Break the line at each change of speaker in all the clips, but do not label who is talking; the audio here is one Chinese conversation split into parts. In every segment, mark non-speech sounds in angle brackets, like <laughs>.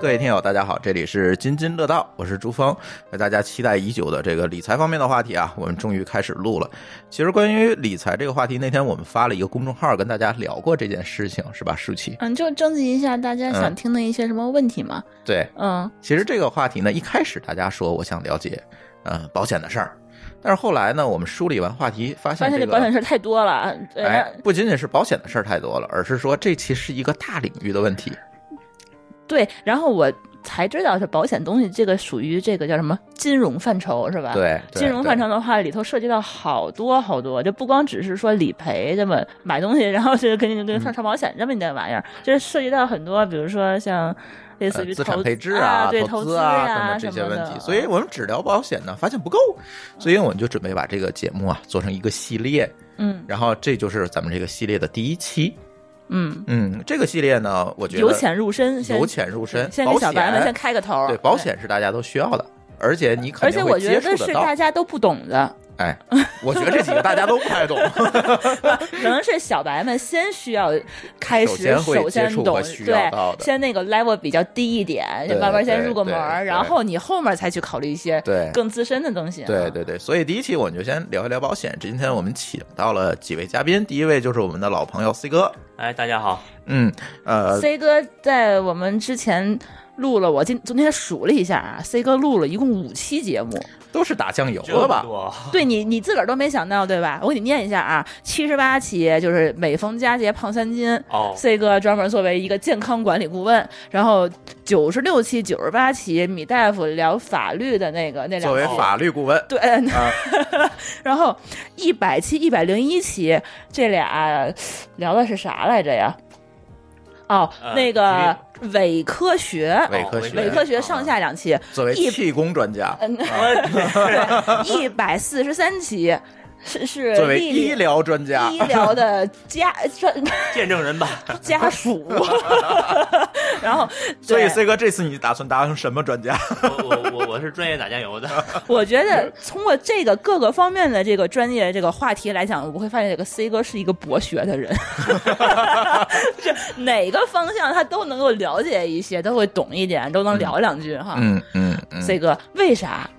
各位听友，大家好，这里是津津乐道，我是朱峰，为大家期待已久的这个理财方面的话题啊，我们终于开始录了。其实关于理财这个话题，那天我们发了一个公众号跟大家聊过这件事情，是吧，舒淇？
嗯，就征集一下大家
嗯
想听的一些什么问题嘛。
对，
嗯，
其实这个话题呢，一开始大家说我想了解，呃，保险的事儿，但是后来呢，我们梳理完话题，发
发
现
现
这
这保险
个。
事儿太多了，对
哎，不仅仅是保险的事儿太多了，而是说这其实是一个大领域的问题。
对，然后我才知道这保险东西这个属于这个叫什么金融范畴是吧？。
对，对
啊金融
对
范畴的话，里头涉及到好多好多，就不光只是说理赔这么买东西，然后就是跟跟
嗯
上上保险这么一点玩意儿，就是涉及到很多，比如说像类似于
呃、资
投
产配置
啊、对
投
资
资啊等
呀
等这
什
些
么
问
的嗯
题，所以我们只聊保险呢，发现不够，所以我们就准备把这个节目啊做成一个系列，
嗯
然后这就是咱们这个系列的第一期。
嗯，
嗯，这个系列呢，我觉得
由浅入深，先
由浅入深，
先
保
给
险
小白们先开个头儿，
对保险是大家都需要的，而且你肯
而且
定
我
会
觉
接
得
触
是
得
大
到。
家都不懂
<laughs>
的，
哎，我觉得这几个大家都不太
<laughs>
懂。
可能是小白们先需要开
首
始
先会
首
接
先
触
懂
和，需要
对
到，的
先那个 level 比较低一点，
对
慢慢先
对
入个门儿，
对
然后你后面才去考虑一些
对
更资深的东西啊。
对对对，所以第一期我们就先聊一聊保险。今天我们请到了几位嘉宾，第一位就是我们的老朋友 C 哥，
哎，大家好，
嗯，呃，
C 哥在我们之前录了，我今昨天数了一下啊，C 哥录了一共五期节目，
都是打酱油
这么
的吧？
多？
对你你自个儿都没想到对吧？我给你念一下啊，七十八期就是每逢佳节胖三斤，
<laughs> 哦，
C 哥专门作为一个健康管理顾问，然后九十六期、九十八期米大夫聊法律的那个那
作
两
为
期，
法啊律顾问，
对， <laughs> 然后一百期、一百零一期这俩聊的是啥来着呀？哦，
呃
那个伪科学，
伪
哦
科学啊
伪科学上下两期，
作为
一
气功专家，
啊 <laughs> 哦
一百四十三期是是
啊作为
丽丽
医疗专家
医，疗的
<laughs>
家专
见证人吧，
家属， <laughs> 然后
所以
对
C 哥这次你打算当什么专家？
我我我我是专业打酱油的，
<laughs> 我觉得通过这个各个方面的这个专业这个话题来讲，我会发现这个 C 哥是一个博学的人， <laughs> 这哪个方向他都能够了解一些，都会懂一点，都能聊两句哈。
嗯嗯嗯，
C 哥，为啥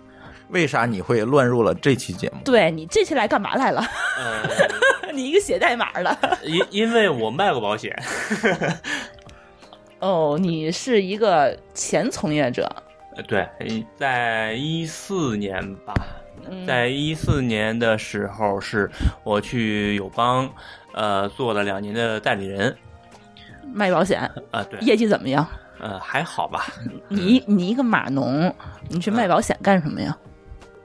为啥你会乱入了这期节目？
对你这期来干嘛来了？
<laughs>
<laughs>
呃，
你一个写代码的
因因为我卖过保险，
哦，你是一个前从业者，
呃对，在一四年吧，
嗯，
在一四年的时候是我去友邦，呃，做了两年的代理人，
卖保险，
啊、对，
业绩怎么样？
呃，还好吧，
你你一个码农，你去卖保险干什么呀？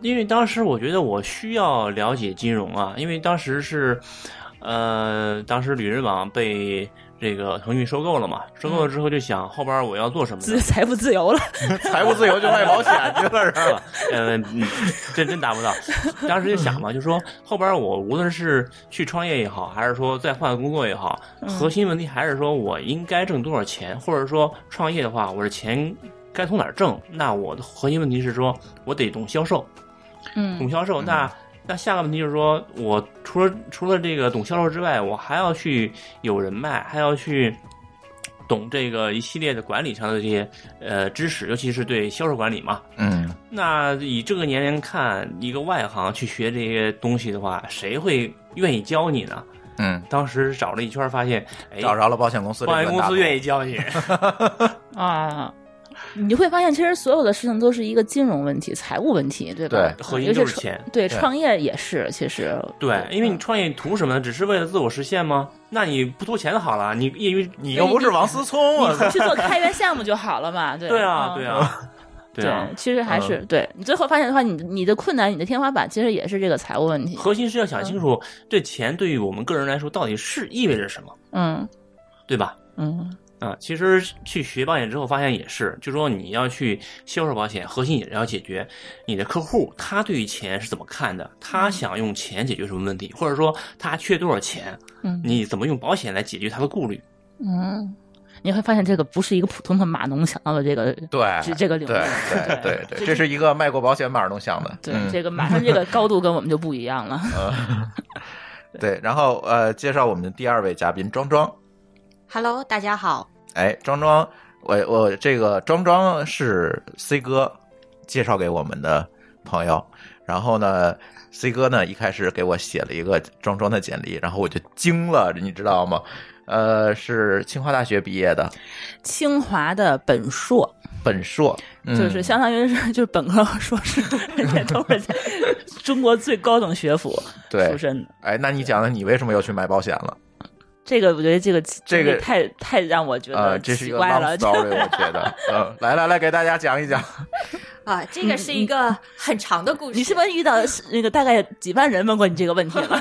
因为当时我觉得我需要了解金融啊，因为当时是，呃，当时旅人网被这个腾讯收购了嘛，收购了之后就想后边我要做什么呢
自？ <laughs> 财富自由了，
<laughs> 财务自由就卖保险去了是吧？
是吧？呃，嗯真真达不到。当时就想嘛，就说后边我无论是去创业也好，还是说再换个工作也好，核心问题还是说我应该挣多少钱，或者说创业的话，我这钱该从哪儿挣？那我的核心问题是说我得懂销售，
嗯
懂销售。
嗯
那那下个问题就是说我除了除了这个懂销售之外，我还要去有人脉，还要去。懂这个一系列的管理上的这些呃知识，尤其是对销售管理嘛，
<laughs> 嗯，
那以这个年龄看，一个外行去学这些东西的话，谁会愿意教你呢？
嗯，
当时找了一圈，发现，哎，
找着了保险公司，
保险公司愿
意，
意
<laughs>
教你。
啊，你会发现，其实所有的事情都是一个金融问题、财务问题，对吧？
对
核心
尤其
就是
创
<laughs>
钱。
对，
对
创业也是，其实
对，因为你创业图什么呢？只是为了自我实现吗？那你不图钱好了，你业余
你又不是王思聪，啊我操
你去做开源项目就好了
<laughs>
嘛，对
对啊，
嗯
对啊， <laughs> 对啊，
对，其实还
嗯
是对你最后发现的话，你你的困难、你的天花板其实也是这个财务问题。
核心是要想清楚，这钱对于我们个人来说到底是意味着什么，
嗯
对吧？
嗯
啊，其实去学保险之后，发现也是，就说你要去销售保险，核心也是要解决你的客户他对于钱是怎么看的，
嗯
他想用钱解决什么问题，或者说他缺多少钱，
嗯
你怎么用保险来解决他的顾虑？
嗯，你会发现这个不是一个普通的码农想到的这个
对
这这个领域
对。哎对对对， <laughs> 这是一个卖过保险马尔东想的，
<laughs> 对，
嗯
这个马上这个高度跟我们就不一样了。 <laughs>
对。然后呃，介绍我们的第二位嘉宾庄庄，
Hello，大家好。
哎，庄庄，我我这个庄庄是 C 哥介绍给我们的朋友，然后呢，C 哥呢一开始给我写了一个庄庄的简历，然后我就惊了，你知道吗？呃，是清华大学毕业的，
清华的本硕，
本硕，嗯、
就是相当于是就是本科和硕士，这都
<laughs>
是在中国最高等学府
对
出，身的。
哎，那你讲讲你为什么又去买保险了？
这个我觉得这个
这个
太太让我觉
呃，
得
这是一
奇
个
怪
long
了，
story，我觉
<laughs>
得，嗯，来来来，给大家讲一讲，
啊，这个是一个很长的故事。
嗯你是不是遇到那个大概几万人问过你这个问题
<laughs>
了？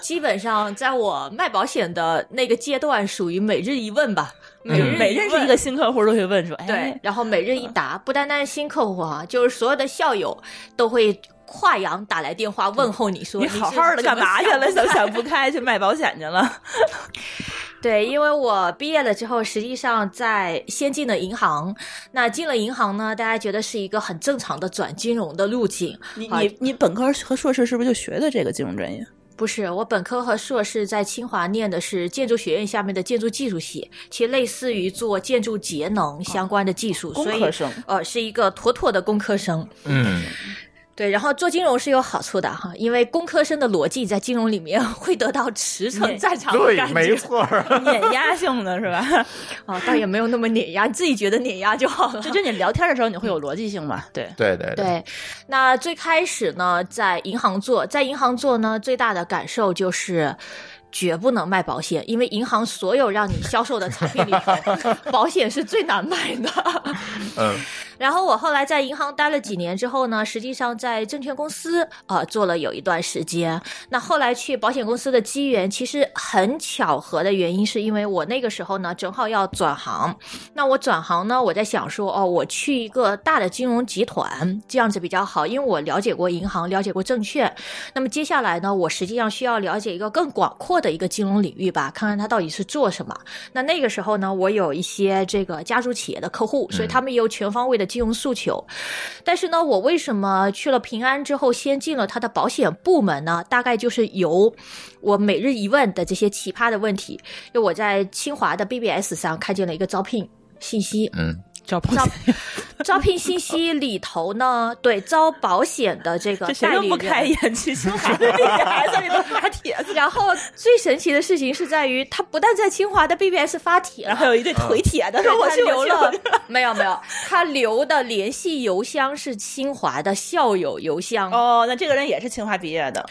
基本上在我卖保险的那个阶段，属于每日一问吧？每
嗯
日
每认识一
问
个新客户都会问说：“哎，
对，然后每日一答，不单单是新客户啊，就是所有的校友都会跨洋打来电话问候你说
嗯你
是
好好的
怎么
干嘛去
想
了？
的
想想不开去买保险去了？
对，因为我毕业了之后，实际上在先进的银行，那进了银行呢，大家觉得是一个很正常的转金融的路径。
<laughs> 你
好
你你本科和硕士是不是就学的这个金融专业？
不是，我本科和硕士在清华念的是建筑学院下面的建筑技术系，其实类似于做建筑节能相关的技术，
哦工
所以
科 <laughs> 生
呃是一个妥妥的工科生。
嗯，
对，然后做金融是有好处的哈，因为工科生的逻辑在金融里面 <laughs> 会得到驰骋
碾
战场的
对
感，觉。
没错儿，
碾压性的是吧？ <laughs>
啊，倒也没有那么碾压，自己觉得碾压就好了。
就就你聊天的时候你会有逻辑性嘛？对，
对对，
对，那最开始呢，在银行做，在银行做呢，最大的感受就是。绝不能卖保险，因为银行所有让你销售的产品里头，保险是最难卖的。 <laughs>
嗯
然后我后来在银行待了几年之后呢，实际上在证券公司啊、呃做了有一段时间。那后来去保险公司的机缘，其实很巧合的原因，是因为我那个时候呢正好要转行。那我转行呢，我在想说，哦，我去一个大的金融集团这样子比较好，因为我了解过银行，了解过证券。那么接下来呢，我实际上需要了解一个更广阔的一个金融领域吧，看看它到底是做什么。那那个时候呢，我有一些这个家族企业的客户，所以他们也有全方位的金融诉求。但是呢，我为什么去了平安之后，先进了它的保险部门呢？大概就是由我每日一问的这些奇葩的问题，就我在清华的 BBS 上看见了一个招聘信
<laughs>
息，
嗯，
叫保
险招聘信息里头呢， <laughs> 对招保险的这个
这谁
代
都
理
不
人。
开
<laughs>
眼去 <laughs> 清华的女孩子，你都发帖子，
然后最神奇的事情是在于，他不但在清华的 BBS 发帖，
然后有一对
嗯
腿帖的
对
<laughs> 说我
他
去
留
我去
了
我去，
没有没有，他留的联系邮箱是清华的校友邮箱。
哦，那这个人也是清华毕业的，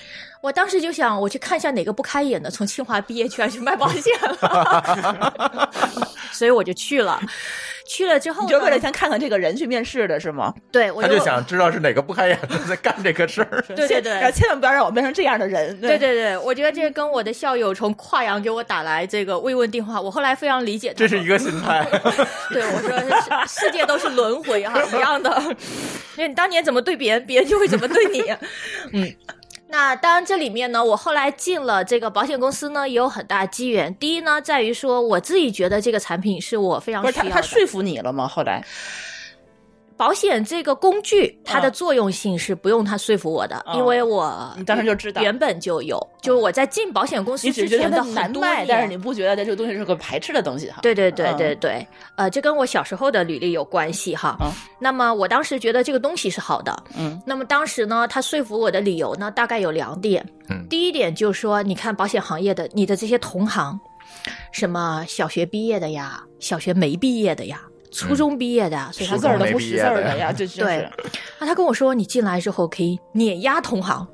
我当时就想，我去看一下哪个不开眼的从清华毕业居然去卖保险
<laughs>
了，所以我就去了。去了之后
你
呢，
就为了先看看这个人去面试的是吗？
对我
他就想知道是哪个不开眼的在干这个事儿，
对对
千
对
然后千万不要让我变成这样的人。
对对对，我觉得这跟我的校友从跨洋给我打来这个慰问电话，我后来非常理解
<laughs>
他
这
们。
是一个心 <laughs> 态，
对，我说世世界都是轮回哈、一
<laughs>
样的。因为你当年怎么对别人，别人就会怎么对你。嗯，那当然这里面呢，我后来进了这个保险公司呢，也有很大机缘。第一呢，在于说我自己觉得这个产品是我非常
不是
需
他
要
他
的。
说服你了吗？后来
保险这个工具，它的
嗯
作用性是不用它说服我的，
嗯
因为我
你当时就知道
原本就有，就是我在进保险公司
你只
之
觉得
前的
它
很
难
多
卖，
年
但是你不觉得这个东西是个排斥的东西哈？
对对对
嗯
对对，呃，这跟我小时候的履历有关系哈。
嗯
那么我当时觉得这个东西是好的，
嗯，
那么当时呢，他说服我的理由呢，大概有两点。
嗯
第一点就是说，你看保险行业的你的这些同行，什么小学毕业的呀，小学没毕业的呀，初中毕业的呀，所以他
嗯初
字
中
跟
儿
我
都
没
不
毕
识
业
字儿
的
的
<laughs>
呀，这真
对
是。
啊，他跟我说你进来之后可以碾压同行。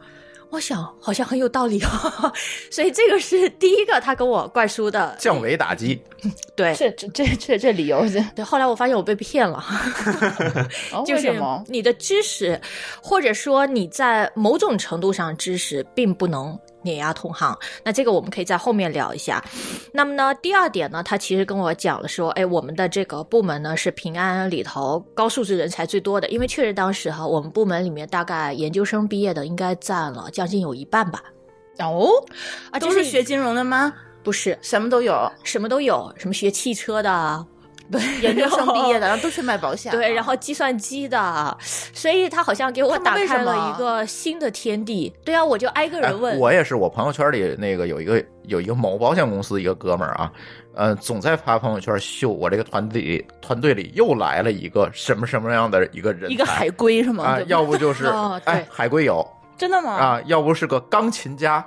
我想好像很有道理哦， <laughs> 所以这个是第一个他跟我灌输的，
降维打击，
对
这这这这这理由是
对。后来我发现我被骗了，
<laughs> 哦
就
为什
是
么？
你的知识，或者说你在某种程度上知识并不能碾压同行。那这个我们可以在后面聊一下。那么呢，第二点呢，他其实跟我讲了说，哎，我们的这个部门呢是平安里头高素质人才最多的，因为确实当时哈，我们部门里面大概研究生毕业的应该占了将近有一半吧。
哦，
啊，
都
这
是学金融的吗？
不是
什么都有，
什么都有，什么学汽车的啊。
对
研
<laughs> 研
究
究
生
生
毕
毕
业
业
的
的，然后都去卖保险了，
对，然后计算机的，所以他好像给我
他们
打
为
开
什
了
么
一个新的天地。对啊，我就挨个
哎
人问，
我也是，我朋友圈里那个有一个有一个某保险公司一个哥们儿啊，呃，总在发朋友圈秀我这个团队团队里又来了一个什么什么样的一个人才，
一个海龟是吗？
啊，
对吧
要不
<laughs>
就是、
哦对
哎海归友
真的吗？
啊，要不是个钢琴家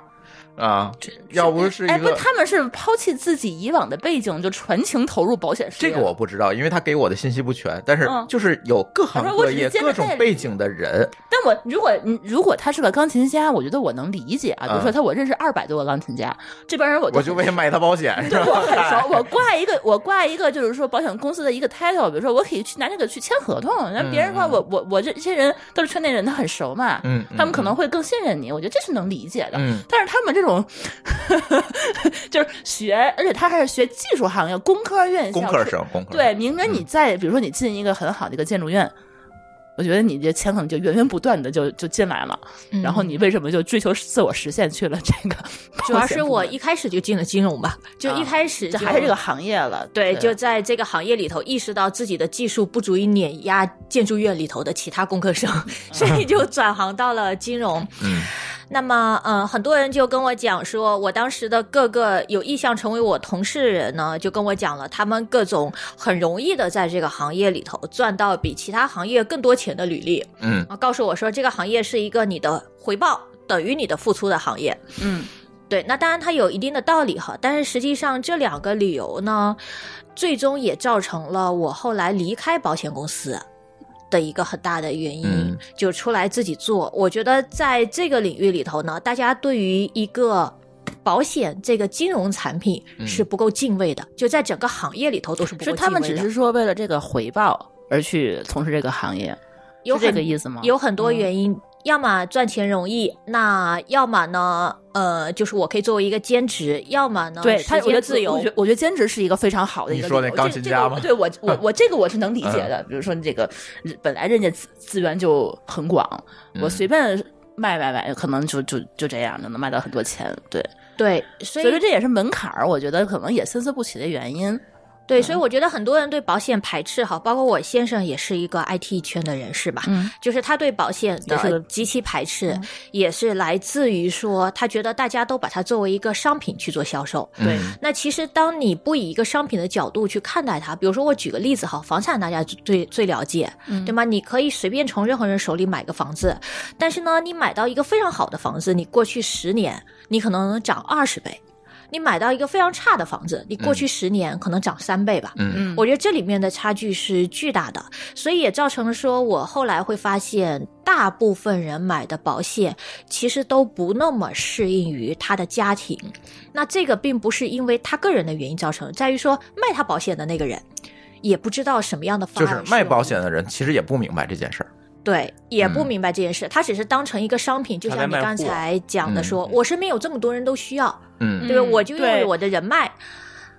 啊，要不是
哎，
一
不，
个。
他们是抛弃自己以往的背景，就全情投入保险事
这
业。
个我不知道，因为他给我的信息不全，但是
嗯
就是有各行
我说我
各
只是
业、
见
各
了
种
这
背景的人，
但我如果嗯如果他是个钢琴家，我觉得我能理解啊。比如说
嗯
他，我认识二百多个钢琴家，这帮人我就
<laughs> 我
<laughs>
就为买他保险是
对
吧？哎
我很熟，我挂一个我挂一个就是说保险公司的一个 title，比如说我可以去拿这个去签合同，然后别人说
嗯嗯
我我我这这些人都是圈内人，他很熟嘛，
嗯，
他们可能会更信任你，我觉得这是能理解的。
嗯
但是他们这种 <laughs> 就是学，而且他还是学技术行业，工科院校，
工科生，工科
嗯对，明着你
嗯
在，比如说你进一个很好的一个建筑院，我觉得你这钱可能就源源不断的就就进来了。
嗯
然后你为什么就追求自我实现去了这个
主
保
要
险
是
部
我
门
一开始就进了金融吧，就一
啊
开始
这
就
还是这个行业 <laughs> 了？
对，就在这个行业里头意识到自己的技术不足以碾压建筑院里头的其他工科
<laughs>
生，所以就转行到了金融。
嗯
那么，嗯，很多人就跟我讲说，我当时的各个有意向成为我同事的人呢，就跟我讲了他们各种很容易的在这个行业里头赚到比其他行业更多钱的履历，
嗯
啊，告诉我说这个行业是一个你的回报等于你的付出的行业。
嗯，
对，那当然它有一定的道理哈，但是实际上这两个理由呢，最终也造成了我后来离开保险公司。的一个很大的原因、
嗯
就出来自己做。我觉得在这个领域里头呢，大家对于一个保险这个金融产品
嗯
是不够敬畏的，就在整个行业里头都是
是
不够敬畏的。
他们只是说为了这个回报而去从事这个行业，
有
是这
很
个意思吗？嗯
有很多原因，要么赚钱容易，那要么呢，呃，就是我可以作为一个兼职，要么呢，
对他，
时
我觉得
间自由
我觉。得我觉得兼职是一个非常好的一
你
个理由。
说那钢琴家吗嗯
这个这个我对我
<laughs>
我我这个我是能理解的。比如说你这个本来人家资资源就很广，我
嗯
随便卖卖卖，可能就就就这样就能卖到很多钱。对，
对，
所
所以
以说这也是门槛儿，我觉得可能也参差不齐的原因。嗯
对，所以我觉得很多人对保险排斥哈，包括我先生也是一个 IT 圈的人士吧，
嗯，
就是他对保险
也是
的
个嗯
极其排斥，也是来自于说他觉得大家都把它作为一个商品去做销售，
对
嗯
那其实，当你不以一个商品的角度去看待它，比如说我举个例子哈，房产大家最最了解，
嗯
对吗？你可以随便从任何人手里买个房子，但是呢，你买到一个非常好的房子，你过去十年你可能能涨二十倍；你买到一个非常差的房子，你过去十年可能涨三倍吧。
嗯
嗯，
我觉得这里面的差距是巨大的，所以也造成了说，我后来会发现，大部分人买的保险其实都不那么适应于他的家庭。那这个并不是因为他个人的原因造成的，在于说卖他保险的那个人也不知道什么样的方
就
案
是
适
卖
用
保
于
险的人其实也不明白这件事儿。
嗯对，也不
嗯
明白这件事，他只是当成一个商品，就
他
像
在
你
卖
刚
货
才讲的
嗯
说，
嗯
我身边有这么多人都需要，
嗯
对吧？
嗯
我就用
对
我的人脉，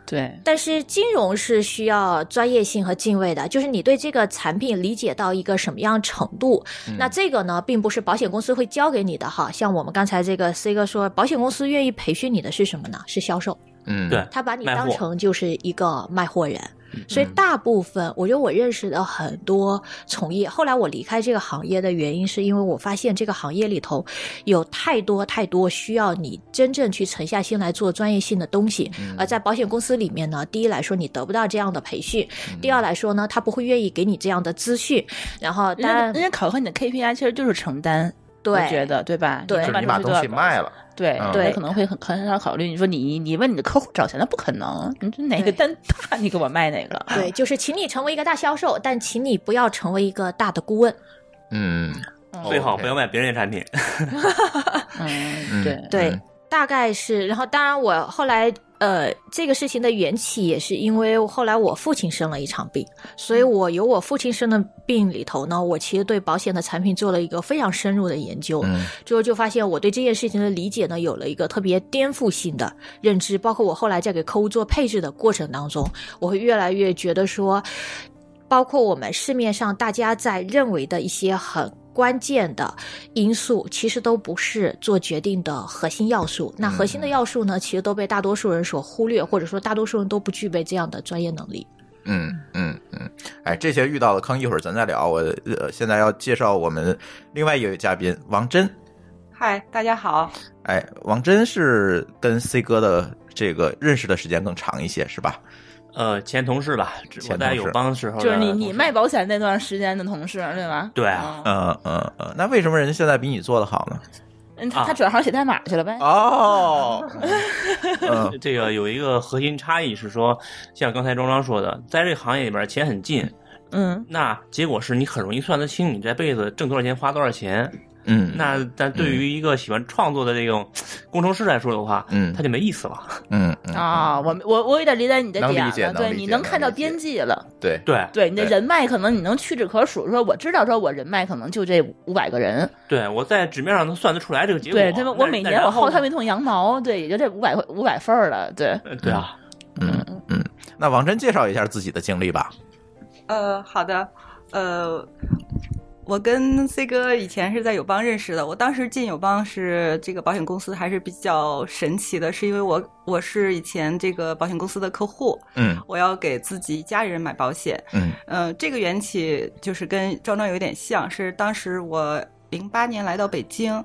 对，
但是金融是需要专业性和敬畏的，就是你对这个产品理解到一个什么样程度。
嗯
那这个呢，并不是保险公司会教给你的哈。像我们刚才这个 C 哥说，保险公司愿意培训你的是什么呢？是销售，
嗯，
对，
他把你
卖货嗯
当成就是一个卖货人。所以大部分，我觉得我认识的很多从业，后来我离开这个行业的原因，是因为我发现这个行业里头有太多太多需要你真正去沉下心来做专业性的东西。
嗯
而在保险公司里面呢，第一来说你得不到这样的培训，
嗯
嗯
第二来说呢，他不会愿意给你这样的资讯。然后，
人家
但
人家考核你的 KPI 其实就是承担，嗯我觉
对
得对吧？
对
就是
你
你把东西卖
了，
了，
对
嗯
他可能会很很少考虑。你说你你问你的客户找钱，那不可能，你这哪
对
个单大， <laughs> 你给我卖哪个？
对，就是请你成为一个大销售，但请你不要成为一个大的顾问。
嗯，
最好
OK
不要卖别人的产品。 <laughs>
嗯
嗯，对。
对，
嗯
大概是。然后，当然我后来呃，这个事情的缘起也是因为后来我父亲生了一场病，所以我由我父亲生的病里头呢，我其实对保险的产品做了一个非常深入的研究。
嗯
最后就发现我对这件事情的理解呢，有了一个特别颠覆性的认知。包括我后来在给客户做配置的过程当中，我会越来越觉得说，包括我们市面上大家在认为的一些很。关键的因素其实都不是做决定的核心要素。那核心的要素呢，其实都被大多数人所忽略，或者说大多数人都不具备这样的专业能力。
嗯嗯嗯，哎，这些遇到的坑一会儿咱再聊。我呃，现在要介绍我们另外一位嘉宾王真。
嗨，大家好，
哎，王真是跟 C 哥的这个认识的时间更长一些，是吧？
呃，前同事吧，只
前
我在
同事
友邦时候的
就是你
同事
你卖保险那段时间的同事对吧？
对啊
嗯，
嗯嗯嗯，那为什么人家现在比你做的好呢？
嗯他
啊
他转行写代码去了呗。
哦， <laughs> 嗯
这个有一个核心差异是说，像刚才庄庄说的，在这个行业里边钱很近，
嗯，
那结果是你很容易算得清你这辈子挣多少钱花多少钱。
嗯，
那但对于一个喜欢创作的这种工程师来说的话，
嗯
他就没意思了。
嗯嗯
啊，我我我有点理解你的
能理
点
解
了，
能
对，
理
你
解
能
能
看到
理解
边际了，
对
对
对你的
对
人脉可能你能屈指可数，说我知道说我人脉可能就这五百个人，
对，我在纸面上能算得出来这个结果。
对他们我
那
每
那
年我
然后
薅他们一通羊毛，对，也就这五百五百份儿了，对，
呃对啊，
嗯嗯。那王真介绍一下自己的经历吧。
呃，好的，呃，我跟 C 哥以前是在友邦认识的。我当时进友邦是这个保险公司还是比较神奇的，是因为我我是以前这个保险公司的客户，
嗯
我要给自己家里人买保险。
嗯
呃，这个缘起就是跟庄庄有点像，是当时我零八年来到北京，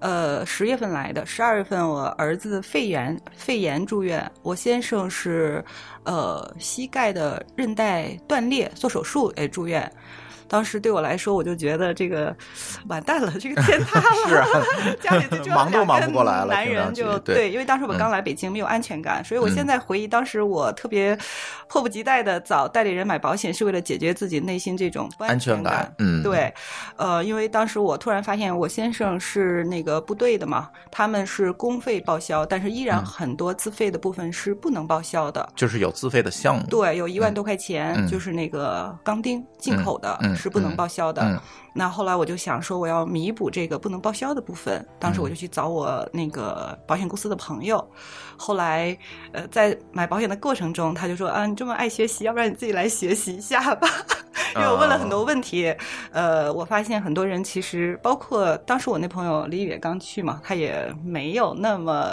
呃，十月份来的，十二月份我儿子肺炎肺炎住院，我先生是呃膝盖的韧带断裂，做手术哎住院。当时对我来说，我就觉得这个 <laughs> 完蛋了，这个天塌
<laughs>
了，
是啊
<laughs> 家里就只有
忙都
两
忙
个
不过来了
男
听上
人
去
就
对
因为当时我刚来北京，没有安全感，所以我
嗯
现在回忆当时我特别迫不及待的找代理人买保险，是为了解决自己内心这种不
安全
全
感嗯
对，呃，因为当时我突然发现我先生是那个部队的嘛，他们是公费报销，但是依然
嗯
很多自费的部分是不能报销的。
就是有自费的项目。
对，有一万多块钱，
嗯
就是那个钢钉进口的，
嗯嗯
是不能报销的。
嗯
那后来我就想说，我要弥补这个不能报销的部分。当
嗯
时我就去找我那个保险公司的朋友。后来，呃，在买保险的过程中，他就说：“啊，你这么爱学习，要不然你自己来学习一下吧。” <laughs> 因为我问了很多
啊
问题，呃，我发现很多人其实，包括当时我那朋友李宇也刚去嘛，他也没有那么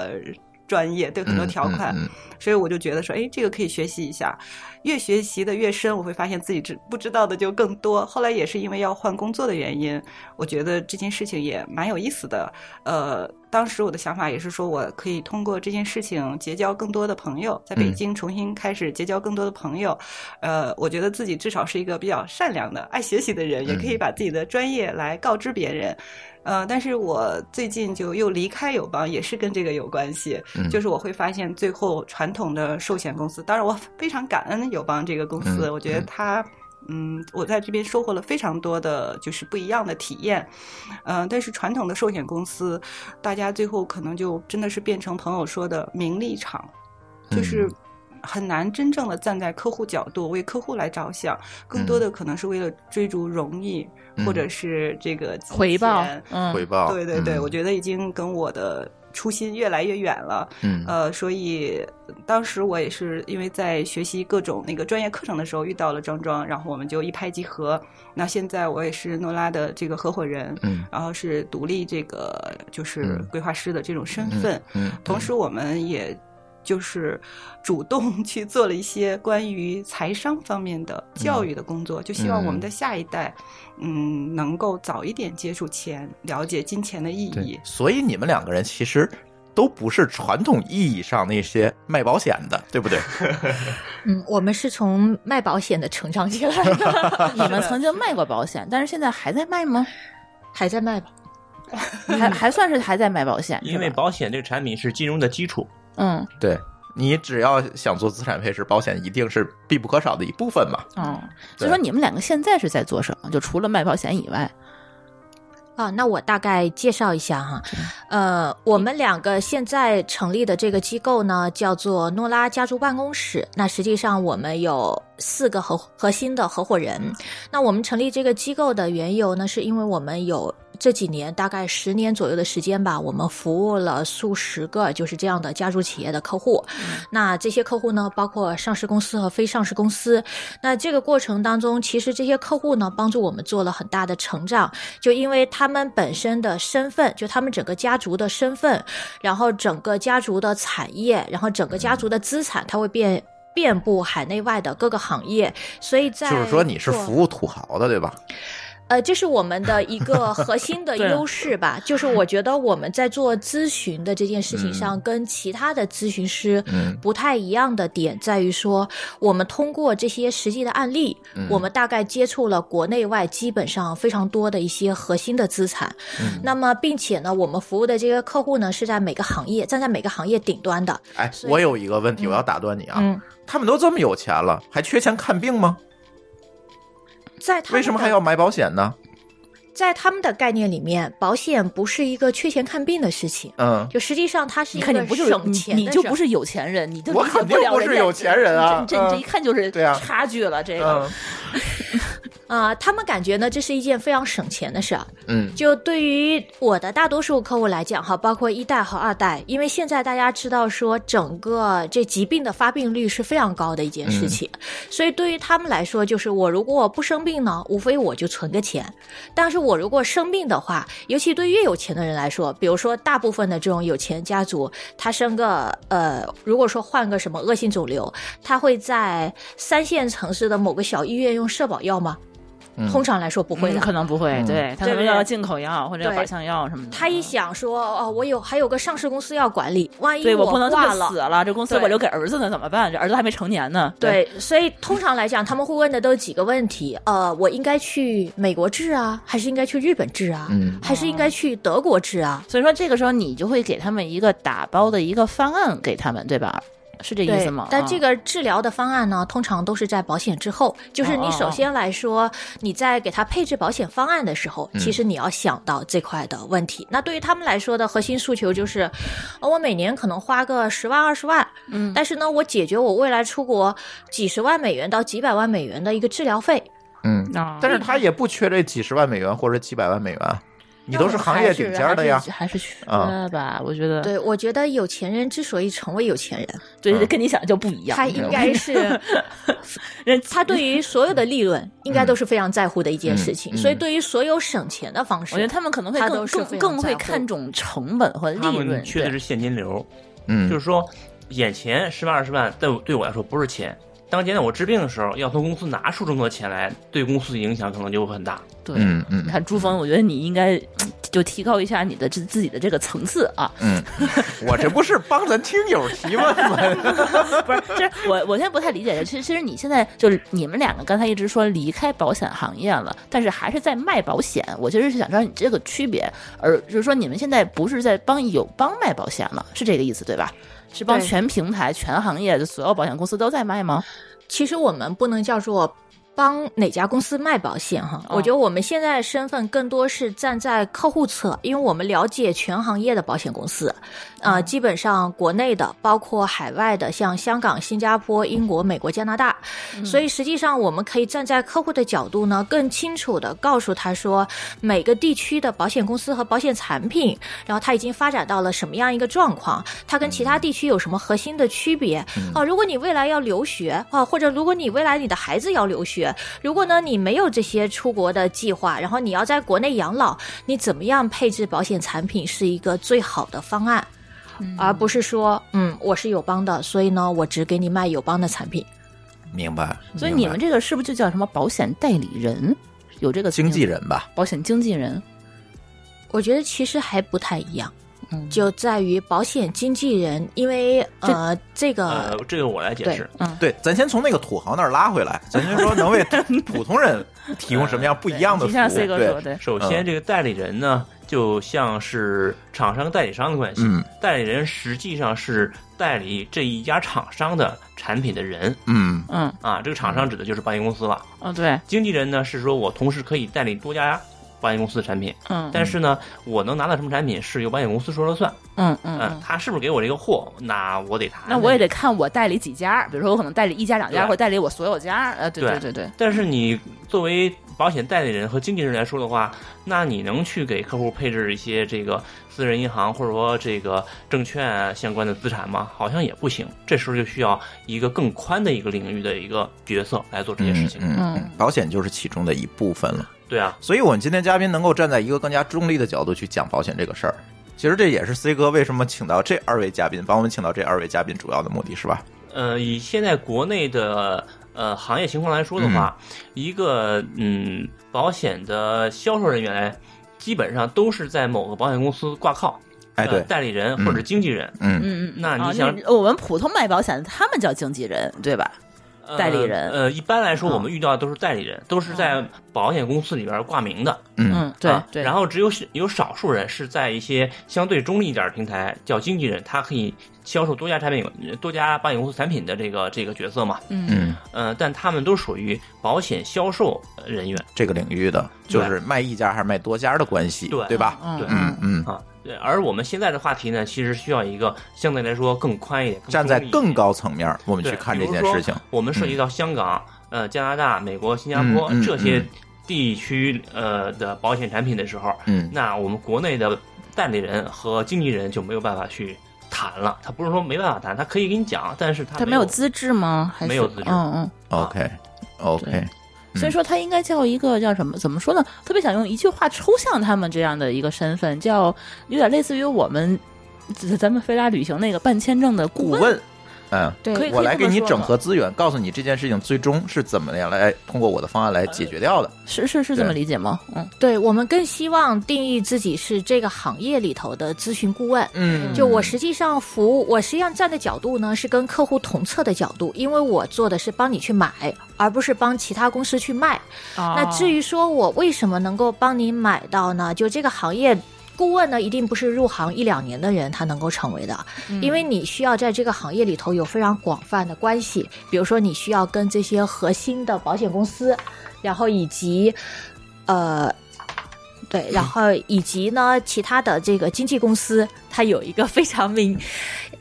专业，对很多条款，
嗯
所以我就觉得说，哎，这个可以学习一下。越学习的越深，我会发现自己知不知道的就更多。后来也是因为要换工作的原因，我觉得这件事情也蛮有意思的。呃，当时我的想法也是说，我可以通过这件事情结交更多的朋友，在北
嗯
京重新开始结交更多的朋友。呃，我觉得自己至少是一个比较善良的、爱学习的人，也可以把自己的专业来告知别人。呃，但是我最近就又离开友邦，也是跟这个有关系。
嗯
就是我会发现，最后传统的寿险公司，当然我非常感恩友邦这个公司，
嗯
我觉得
嗯
它，嗯，我在这边收获了非常多的就是不一样的体验。嗯、但是传统的寿险公司，大家最后可能就真的是变成朋友说的名利场，就是
嗯
很难真正的站在客户角度为客户来着想，更多的可能是为了追逐荣誉、
嗯
或者是这个金
回报
钱，
嗯，
回报。
对对对，我
得
觉得已经跟我的初心越来越远了。
嗯
呃，所以当时我也是因为在学习各种那个专业课程的时候遇到了庄庄，然后我们就一拍即合。那现在我也是诺拉的这个合伙人，
嗯
然后是独立这个就是
嗯
规划师的这种身份。
嗯，
同时，我们也就是主动 <laughs> 去做了一些关于财商方面的
嗯
教育的工作，就希望我们的下一代，嗯，能够早一点接触钱，了解金钱的意义
对。，嗯所以你们两个人其实。都不是传统意义上那些卖保险的，对不 <laughs> 对？
嗯，我们是从卖保险的成长起来的，
你们曾经卖过保险，但是现在还在卖吗？
<laughs> 还在卖吧？
还还算是还在卖保险，
嗯因为
是吧
保险这个产品是金融的基础。
嗯
对你只要想做资产配置，保险一定是必不可少的一部分嘛。
嗯，
对
所以说你们两个现在是在做什么？就除了卖保险以外，
啊，那我大概介绍一下哈，呃，我们两个现在成立的这个机构呢，叫做诺拉家族办公室。那实际上我们有四个核核心的合伙人。那我们成立这个机构的缘由呢，是因为我们有这几年大概十年左右的时间吧，我们服务了数十个就是这样的家族企业的客户。
嗯
那这些客户呢，包括上市公司和非上市公司。那这个过程当中，其实这些客户呢，帮助我们做了很大的成长。就因为他们本身的身份，就他们整个家族的身份，然后整个家族的产业，然后整个家族的资产，它会变。遍布海内外的各个行业，所以在
就是说你是
做
服务土豪的，对吧？
呃，这是我们的
<laughs>
一个核心的
对啊
优势吧，就是我觉得我们在做咨询的这件事情上，跟其他的咨询师
嗯
不太一样的点在于说，我们通过这些实际的案例，
嗯
我们大概接触了国内外基本上非常多的一些核心的资产，
嗯
那么并且呢，我们服务的这些客户呢是在每个行业站在每个行业顶端的，
哎，
所以
我有一个问题，我要打断你啊，
嗯，
他们都这么有钱了，还缺钱看病吗？
在他们
为什么
的
还要买保险呢？
在他们的概念里面，保险不是一个缺钱看病的事情。
嗯，
就实际上，它是
你
一
肯定
个
不就是
省钱的
你就
事
不是有钱人，你就
我
理解
肯定
了
不
人
是
家
有钱人啊
这这这
嗯
一看就是
对啊
差距了。这个
嗯
啊、他们感觉呢，这是一件非常省钱的事儿。
嗯
就对于我的大多数客户来讲，哈，包括一代和二代，因为现在大家知道说整个这疾病的发病率是非常高的一件事情，所以对于他们来说，就是我如果我不生病呢，无非我就存个钱；但是我如果生病的话，尤其对于越有钱的人来说，比如说大部分的这种有钱家族，他生个呃，如果说患个什么恶性肿瘤，他会在三线城市的某个小医院用社保药吗？
嗯
通常来说不会
嗯
的，
可能不会，
嗯
对他
对
可
不
能
对
要进口药或者要
对
靶向药什么的。
他一想说，哦，我有还有个上市公司要管理，万一
对我不能这
挂
么
了
死。了，这公司
对
我留给儿子呢，怎么办？这儿子还没成年呢。，
对，所以通常来讲，他们会问的都几个问题，呃，我应该去美国治啊，还是应该去日本治啊，
嗯
还是应该去德国治啊？
所以说这个时候你就会给他们一个打包的一个方案给他们，对吧？是这意
对
思吗，？
但
啊
这个治疗的方案呢，通常都是在保险之后，就是
哦哦
你
哦
首先来说，你在给他配置保险方案的时候，
嗯
其实你要想到这块的问题。那对于他们来说的核心诉求就是，呃我每年可能花个十万二十万，
嗯
但是呢，我解决我未来出国几十万美元到几百万美元的一个治疗费。
嗯，
啊
但是他也不缺这几十万美元或者几百万美元，你都是行业顶尖儿的呀
还。是还是缺
啊
吧？我觉得
对，我觉得有钱人之所以成为有钱人，
对
嗯
跟你想的就不一样。
他应该是
<laughs> 人
他对于所有的利润应该都是非常在乎的一件事情，
嗯嗯
所以对于所有省钱的方式，
我觉得他们可能会
他
更
都是
更
非常
更会
在乎
看重成本和
他
利润。
们缺的
对
是现金流，
嗯，
就是说眼前十万二十万，对我对我来说不是钱。当今天我治病的时候，要从公司拿出这么多钱来，对公司的影响可能就会很大。
对，
嗯
你
嗯
看朱峰，我觉得你应该嗯就提高一下你的自自己的这个层次啊。
嗯，我这不是帮咱听友提问吗？ <laughs>
不是，这是我我现在不太理解的。其实其实你现在就是你们两个刚才一直说离开保险行业了，但是还是在卖保险。我其实是想知道你这个区别，而就是说你们现在不是在帮友邦卖保险了，是这个意思对吧？是帮
对
全平台、全行业的所有保险公司都在卖吗？
其实我们不能叫做帮哪家公司卖保险哈，
哦
我觉得我们现在的身份更多是站在客户侧，因为我们了解全行业的保险公司，啊、基本上国内的，包括海外的，像香港、新加坡、英国、美国、加拿大，所以实际上我们可以站在客户的角度呢，更清楚的告诉他说，每个地区的保险公司和保险产品，然后它已经发展到了什么样一个状况，它跟其他地区有什么核心的区别，啊，如果你未来要留学啊，或者如果你未来你的孩子要留学，如果呢你没有这些出国的计划，然后你要在国内养老，你怎么样配置保险产品是一个最好的方案，而不是说，嗯，我是友邦的，所以呢我只给你卖友邦的产品。
明白。
所以你们
明白
这个是不是就叫什么保险代理人？有这个词
经
吗
纪、人吧？
保险经纪人，
我觉得其实还不太一样，
嗯
就在于保险经纪人，因为呃这
呃
个，
这个我来解释。
啊对，咱先从那个土豪那儿拉回来，咱先说能
<laughs>
为普通人提供什么样不一样的
就
服
像
务。
C 哥说的，
对，
对
首先，这个代理人呢，就像是厂商跟代理商的关系。
嗯
代理人实际上是代理这一家厂商的产品的人
嗯
嗯，
啊，这个厂商指的就是保险公司了。
哦，对，
经纪人呢是说我同时可以代理多家保险公司的产品，
嗯，
但是呢，我能拿到什么产品是由保险公司说了算。
嗯嗯
嗯，
嗯。
他是不是给我这个货，那我得谈。
那我也得看我代理几家，比如说我可能代理一家、两家，
对
或者代理我所有家，呃，对
对
对对，
但是你作为保险代理人和经纪人来说的话，那你能去给客户配置一些这个私人银行或者说这个证券啊相关的资产吗？好像也不行。这时候就需要一个更宽的一个领域的一个角色来做这些事
嗯
情。
嗯嗯
嗯，
保险就是其中的一部分了。
对啊，
所以，我们今天嘉宾能够站在一个更加中立的角度去讲保险这个事儿，其实这也是 C 哥为什么请到这二位嘉宾，把我们请到这二位嘉宾主要的目的是吧？
呃，以现在国内的呃行业情况来说的话，一个嗯保险的销售人员来，基本上都是在某个保险公司挂靠，
哎，
呃
对，
代理人
嗯
或者经纪人，
嗯，
嗯嗯，
那你
哦
想
我们普通买保险的，他们叫经纪人，对吧？
呃
代理人
呃，一般来说
嗯
我们遇到的都是代理人，都是在保险公司里边挂名的，
嗯
嗯，对
啊
对。
然后只有有少数人是在一些相对中立一点的平台叫经纪人，他可以销售多家产品、多家保险公司产品的这个这个角色嘛。
嗯，
呃，但他们都属于保险销售人员，
这个领域的就是卖一家还是卖多家的关系，
对
对吧？
嗯
对
嗯嗯，
啊。对，而我们现在的话题呢，其实需要一个相对来说更宽一点、
站在
中立
更
一点
高层面儿，我们
对
去看
比
这
如
件
说
事情。
我们涉及到香港、呃加拿大、美国、新加
嗯
坡、
嗯
这些
嗯
地区呃的保险产品的时候，
嗯，
那我们国内的代理人和经纪人就没有办法去谈了。他不是说没办法谈，他可以给你讲，但是他
他没
没有
有资质吗？还是
没有资质
嗯嗯。
OK OK，嗯
所以说，他应该叫一个叫什么？怎么说呢？特别想用一句话抽象他们这样的一个身份，叫有点类似于我们咱咱们飞拉旅行那个办签证的顾
顾问，嗯。
对
可以
我来给你
这么说
整
吗
合资源，告诉你这件事情最终是怎么样来通过我的方案来解决掉的。
是是是这么理解吗？嗯，
对我们更希望定义自己是这个行业里头的咨询顾问。
嗯
就我实际上服务，我实际上站的角度呢是跟客户同侧的角度，因为我做的是帮你去买，而不是帮其他公司去卖。
啊
那至于说我为什么能够帮你买到呢？就这个行业。顾问呢，一定不是入行一两年的人他能够成为的，因为你需要在这个行业里头有非常广泛的关系，比如说你需要跟这些核心的保险公司，然后以及，呃，对，然后以及呢其他的这个经纪公司，它有一个非常明、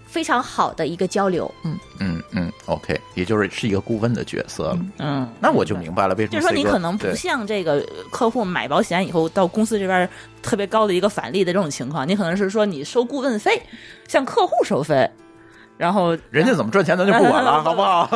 非常好的一个交流，嗯。
嗯嗯，OK，也就是是一个顾问的角色了。
嗯，
那我就明白了为什
就
么
是说
C 哥。
你可能不
对
像这个客户买保险以后到公司这边特别高的一个返利的这种情况，你可能是说你收顾问费，向客户收费，然后
人家怎么赚钱咱就不管
<laughs>
了，好不好？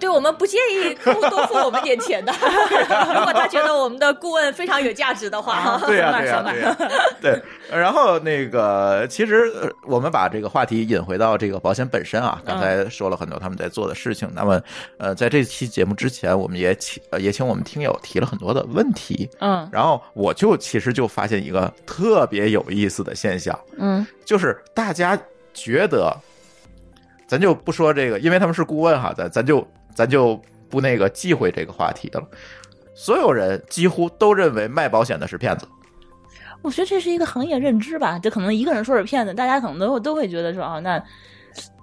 对我们不建议客户多付我们点钱的， <laughs> 如果他觉得我们的顾问非常有价值的话。
<laughs> 对呀、
行吧
<laughs>
对呀、啊
行吧
对呀、对。然后那个，其实呃我们把这个话题引回到这个保险本身啊，
嗯
刚才说了很多他们在做的事情。那么，呃，在这期节目之前，我们也请呃也请我们听友提了很多的问题。
嗯
然后我就其实就发现一个特别有意思的现象，
嗯
就是大家觉得，咱就不说这个，因为他们是顾问哈，咱咱就咱就不那个忌讳这个话题了。所有人几乎都认为卖保险的是骗子，
我觉得这是一个行业认知吧，这可能一个人说是骗子，大家可能都都会觉得说啊，那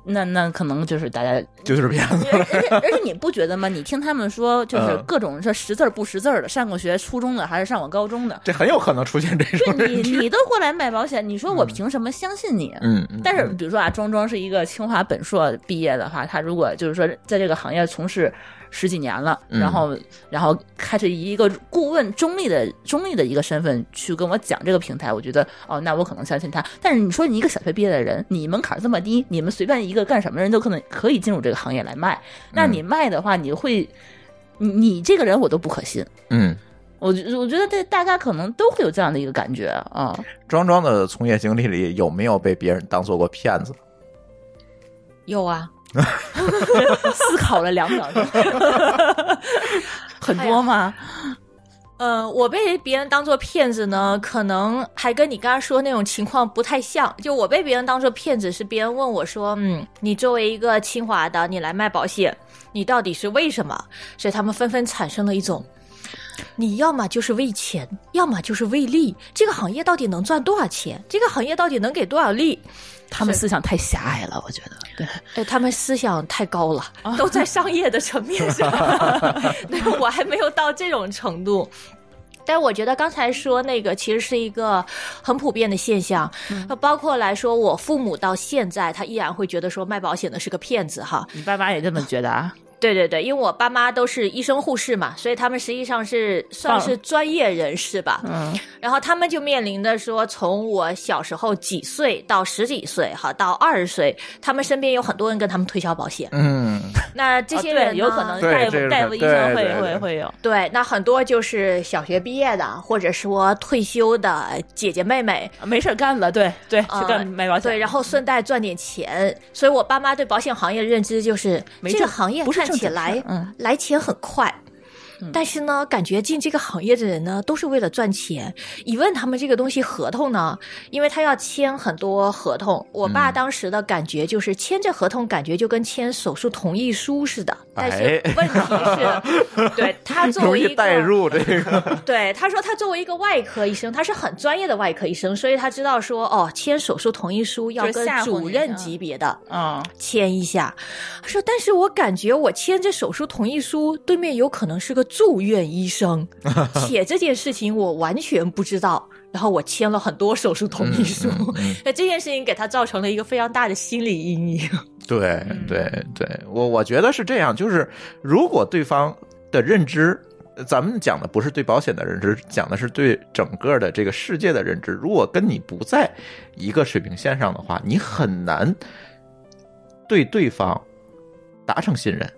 那那可能就是大家，
就是骗子。
而且而且你不觉得吗？你听他们说，就是
嗯
各种这识字儿不识字儿的，上过学初中的还是上过高
<laughs>
中的，
<laughs> 这很有可能出现这
就
种人。
你你都过来卖保险，你说我凭什么相信你？啊
嗯，嗯
但是，比如说啊，庄庄是一个清华本硕毕业的话，他如果就是说在这个行业从事十几年了，
嗯
然后然后开始以一个顾问中立的中立的一个身份去跟我讲这个平台，我觉得哦，那我可能相信他。但是你说你一个小学毕业的人，你门槛这么低，你们随便一个干什么人都可能可以进入这个行业来卖，那
嗯
你卖的话，你会你你这个人我都不可信。
嗯，
我觉我觉得这大家可能都会有这样的一个感觉啊，
庄庄的从业经历里有没有被别人当做过骗子？
有啊，
思考了两 <laughs> 秒钟，很多吗？
呃，我被别人当做骗子呢，可能还跟你刚刚说那种情况不太像。就我被别人当做骗子，是别人问我说：“嗯，你作为一个清华的，你来卖保险，你到底是为什么？”所以他们纷纷产生了一种。你要么就是为钱，要么就是为利。这个行业到底能赚多少钱？这个行业到底能给多少利？
他们思想太狭隘了，我觉得。对，
哎，他们思想太高了，都在商业的层面上。对我还没有到这种程度。但我觉得刚才说那个其实是一个很普遍的现象，那包括来说，我父母到现在他依然会觉得说卖保险的是个骗子哈。
你爸妈也这么觉得啊？
对对对，因为我爸妈都是医生护士嘛，所以他们实际上是算是专业人士吧。
嗯，
然后他们就面临的说，从我小时候几岁到十几岁，哈，到二十岁，他们身边有很多人跟他们推销保险。
嗯，
那这些人呢、
哦对有可能
对
大
这
夫
个
大夫
对
医生
对
会
对
会会有，
对，那很多就是小学毕业的，或者说退休的姐姐妹妹，
啊没事儿干了，对对，
啊
去干买保险，
对，然嗯后顺带赚点钱。所以我爸妈对保险行业的认知就是，
没
这
挣
个行业
不是
看
挣
起
钱的
来
嗯
来钱很快。
嗯
但是呢，感觉进这个行业的人呢，都是为了赚钱。一问他们这个东西合同呢，因为他要签很多合同。我爸
嗯
当时的感觉就是，签这合同感觉就跟签手术同意书似的。但
哎
是问题
<laughs>
是，对他作
容
为一
易
个
代入这个，
对，他说他作为一个外科医生，他是很专业的外科医生，所以他知道说哦，签手术同意书要
就是
跟
吓唬
主
你
任
啊
嗯
级别的
嗯，
签一下。他说，但是我感觉我签这手术同意书，对面有可能是个住院医
<laughs>
生，且这件事情我完全不知道。然后我签了很多手术同意书，
嗯嗯嗯
那 <laughs> 这件事情给他造成了一个非常大的心理阴影。
对对对，我我觉得是这样，就是如果对方的认知。呃咱们讲的不是对保险的认知，讲的是对整个的这个世界的认知。如果跟你不在一个水平线上的话，你很难对对方达成信任。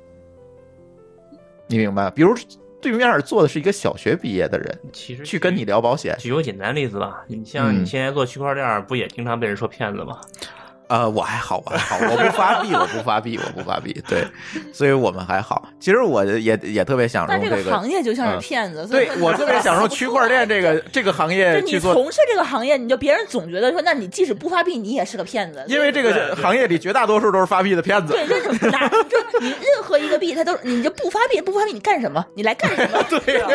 你明白吗？比如对面坐的是一个小学毕业的人，
其实
去跟你聊保险，
举个简单例子吧，你像
嗯
你现在做区块链儿，不也经常被人说骗子吗？
呃，我还好，我还好，我不发币，我不发币，我不发
<laughs>
币，对，所以我们还好。其实我也也特别享
但
受
这
个，
行业就像
嗯
是骗子，所以
对
说
我
你
特别享受区块链
<laughs>
这个这个行
就
业
你
去做，
从事这个行业，你就别人总觉得说，那你即使不发币，你也是个骗子。
因为这个行业里绝大多数都是发币的骗子。
对，就是哪就你任何一个币，它都是你就不发币，不发币，你干什么？你来干什
<laughs>
么？对呀、你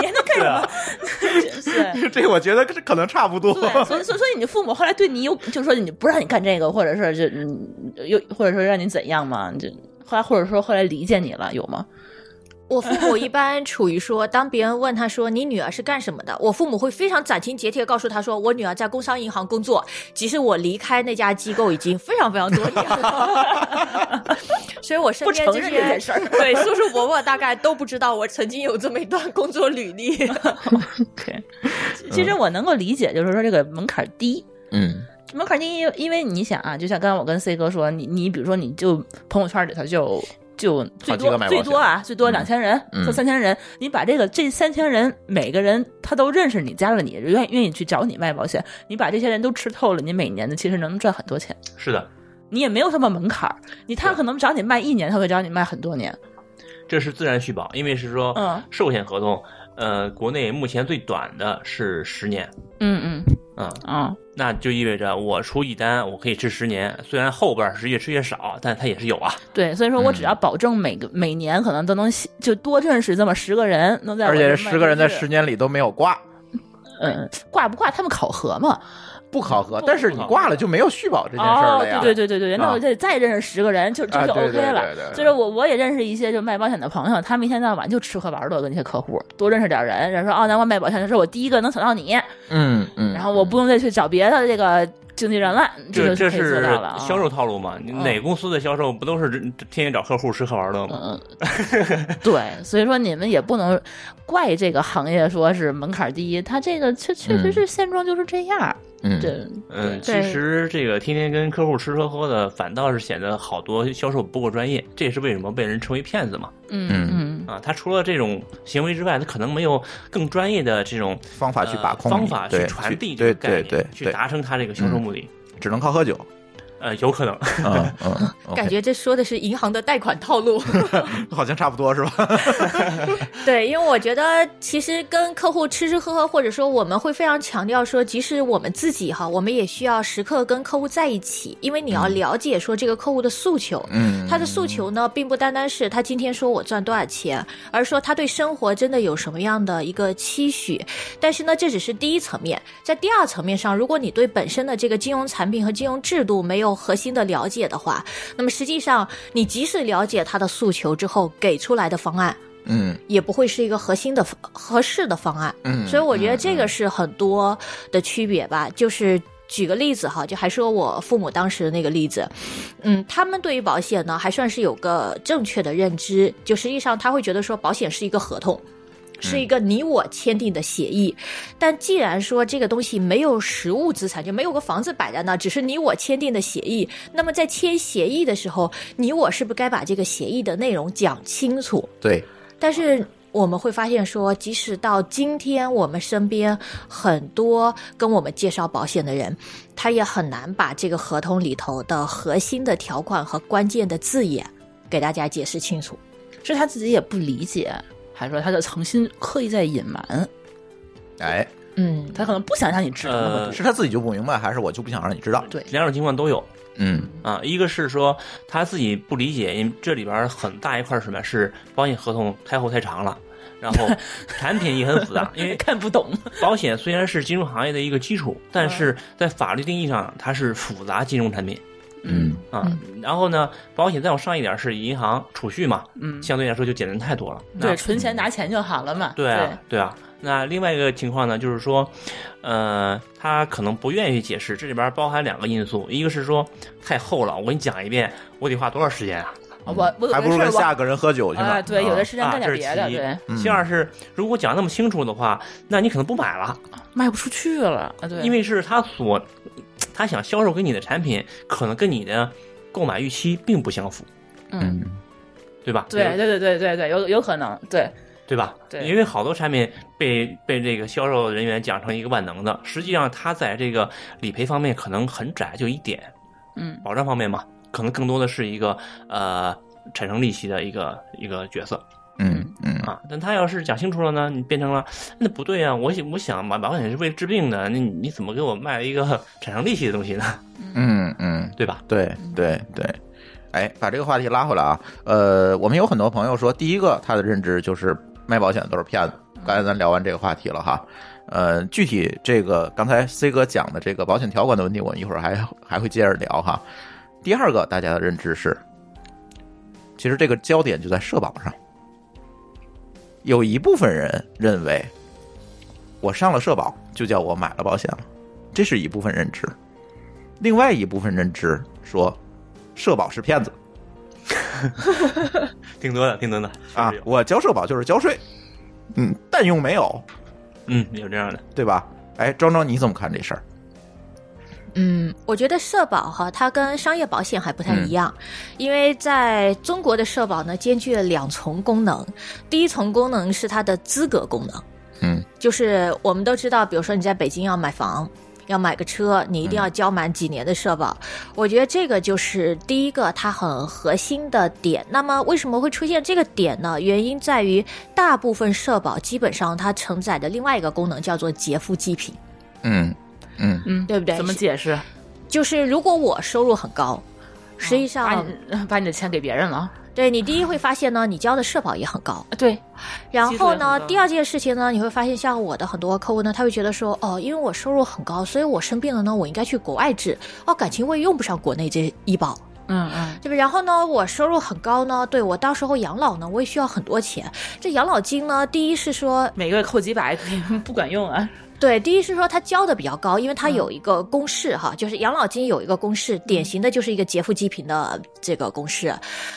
你还能干什么？
啊
<laughs> 真是。
<laughs> 这我觉得可能差不多。 <laughs>
对，所以所以所以你父母后来对你有，就是说你不让你干这个，或者是就嗯又或者说让你怎样嘛？你就后来或者说后来理解你了有吗？
我父母一般处于说，当别人问他说你女儿是干什么的，我父母会非常斩钉截铁地告诉他说，我女儿在工商银行工作，即使我离开那家机构已经非常非常多年了。 <laughs> 所以，我身
不
边
承
这
认
些
这件事儿
对叔叔伯伯大概都不知道我曾经有这么一段工作履历。
<laughs>
对，其实我能够理解，就是说这个门槛低，
嗯
门槛低，因为你想啊，就像刚刚我跟 C 哥说，你你比如说你就朋友圈里头就就最
好几个
多
买保险
最多啊，最多
嗯
两千人
嗯
或三千人，你把这个这三千人每个人他都认识你，加了你，愿愿意去找你卖保险，你把这些人都吃透了，你每年的其实能赚很多钱，
是的，
你也没有什么门槛儿，你他可能找你卖一年，他会找你卖很多年，
这是自然续保，因为是说
嗯
寿险合同，呃，国内目前最短的是十年，
嗯嗯
嗯，
啊，
那就意味着我出一单，我可以吃十年，虽然后边儿是越吃越少，但它也是有啊。
对，所以说我只
嗯
要保证每个每年可能都能就多认识这么十个人，能在我
而
这
且
儿
十
卖
个人在
出去
十年里都没有挂，
嗯挂不挂他们考核嘛，
不考核，但是你挂了就没有续保这件事儿了呀。
哦，对对对对对，
啊
那我就得再认识十个人，就这
啊
就
对对
OK 了。
对对对
就是我我也认识一些就卖保险的朋友，他们一天到晚就吃喝玩乐跟那些客户，多认识点人。然后说哦，难怪卖保险的是我第一个能想到你，
嗯嗯。
然后我不用再去找别的这个经纪人了，
这
就
这
可以做
是
到了啊。
销售套路嘛？你哪公司的销售不都是天天找客户吃喝玩乐吗？
嗯，对，所以说你们也不能怪这个行业说是门槛低，它这个确确实是现状就是这样。
嗯
对，
嗯，其
对
实这个天天跟客户吃喝喝的，反倒是显得好多销售不够专业，这也是为什么被人称为骗子嘛。
嗯
嗯
嗯，
啊，他除了这种行为之外，他可能没有更专业的这种
方法去把控
呃
你
方法去
对
传递这
对
个概
对
念，
对嗯
去
对，
达成他这个销售目的。
只能靠喝
<laughs>
酒。
呃，有可能， <laughs>
嗯嗯，
<laughs> 感
OK，
觉这说的是银行的贷款套路。
<laughs> 好像差不多是吧？
对，因为我觉得其实跟客户吃吃喝喝，或者说我们会非常强调说，即使我们自己哈，我们也需要时刻跟客户在一起，因为你要了解说这个客户的诉求。
<laughs> 嗯，
他的诉求呢，并不单单是他今天说我赚多少钱，而是说他对生活真的有什么样的一个期许。但是呢，这只是第一层面，在第二层面上，如果你对本身的这个金融产品和金融制度没有核心的了解的话，那么实际上你即使了解他的诉求之后，给出来的方案
嗯
也不会是一个核心的合适的方案。
嗯，
所以我觉得这个是很多的区别吧，就是举个例子哈，就还说我父母当时的那个例子，嗯，他们对于保险呢还算是有个正确的认知，就实际上他会觉得说保险是一个合同。
嗯
是一个你我签订的协议，但既然说这个东西没有实物资产，就没有个房子摆在那，只是你我签订的协议，那么在签协议的时候，你我是不是该把这个协议的内容讲清楚？
对，
但是我们会发现说，即使到今天，我们身边很多跟我们介绍保险的人，他也很难把这个合同里头的核心的条款和关键的字眼给大家解释清楚。
是他自己也不理解，还是说他就诚心刻意在隐瞒？
哎，
嗯，
他可能不想让你知道那么多。
呃
是他自己就不明白，还是我就不想让你知道？
对
两种情况都有
嗯，
啊。一个是说他自己不理解，因为这里边很大一块是什么？是保险合同开后太长了，然后产品也很复杂，因为
看不懂，
保险虽然是金融行业的一个基础，但是在法律定义上它是复杂金融产品
嗯，
啊。然后呢，保险再往上一点是银行储蓄嘛，
嗯，
相对来说就简单太多了。那
对，存钱拿钱就好了嘛。
对啊，对啊。那另外一个情况呢，就是说，呃，他可能不愿意解释，这里边包含两个因素，一个是说太厚了，我给你讲一遍，我得花多少时间啊？
哦
我我有
嗯还不如
的事
跟
儿
下个人喝酒
我
去呢。
啊，对，有的
是
时间
啊
干点
这是
别的，
其一
对，
嗯
其二是，如果讲那么清楚的话，那你可能不买了，
卖不出去了啊，对，
因为是他所他想销售给你的产品，可能跟你的购买预期并不相符，
嗯，
嗯，
对吧？
对对对对对对，有有可能，对，
对吧？
对
因为好多产品被被这个销售人员讲成一个万能的，实际上它在这个理赔方面可能很窄，就一点。
嗯
保障方面嘛，可能更多的是一个呃产生利息的一个一个角色
嗯嗯，
啊。但他要是讲清楚了呢，你变成了那不对啊，我想我想买保险是为治病的，那你你怎么给我卖了一个产生利息的东西呢？ <laughs>
嗯嗯，
对吧？
对对对。哎，把这个话题拉回来啊，呃，我们有很多朋友说，第一个他的认知就是卖保险的都是骗子。刚才咱聊完这个话题了哈，呃，具体这个刚才 C 哥讲的这个保险条款的问题，我们一会儿还还会接着聊哈。第二个大家的认知是，其实这个焦点就在社保上，有一部分人认为我上了社保就叫我买了保险了，这是一部分认知。另外一部分认知说，社保是骗子
挺多的，挺多的
啊，我交社保就是交税，嗯，但用没有，
嗯，有这样的，
对吧？哎，庄庄你怎么看这事儿？
嗯，我觉得社保哈，它跟商业保险还不太一样，因为在中国的社保呢，兼具了两重功能。第一重功能是它的资格功能，
嗯，
就是我们都知道，比如说你在北京要买房。要买个车，你一定要交满几年的社保。我觉得这个就是第一个它很核心的点。那么为什么会出现这个点呢？原因在于大部分社保基本上它承载的另外一个功能叫做劫富济贫，
嗯嗯
嗯，
对不对
怎么解释？
就是如果我收入很高，
嗯
实际上、
把你把你的钱给别人了，
对你第一会发现呢，你交的社保也很高。
啊对，
然
基数
后
也很
呢
高，
第二件事情呢，你会发现像我的很多客户呢，他会觉得说，哦，因为我收入很高，所以我生病了呢，我应该去国外治。哦，感情我也用不上国内这医保。
嗯嗯，
对吧？然后呢，我收入很高呢，对我到时候养老呢，我也需要很多钱。这养老金呢，第一是说
每个月扣几百，不管用啊，
对，第一是说它交的比较高，因为它
嗯
有一个公式哈，就是养老金有一个公式，典型的就是一个劫富济贫的这个公式。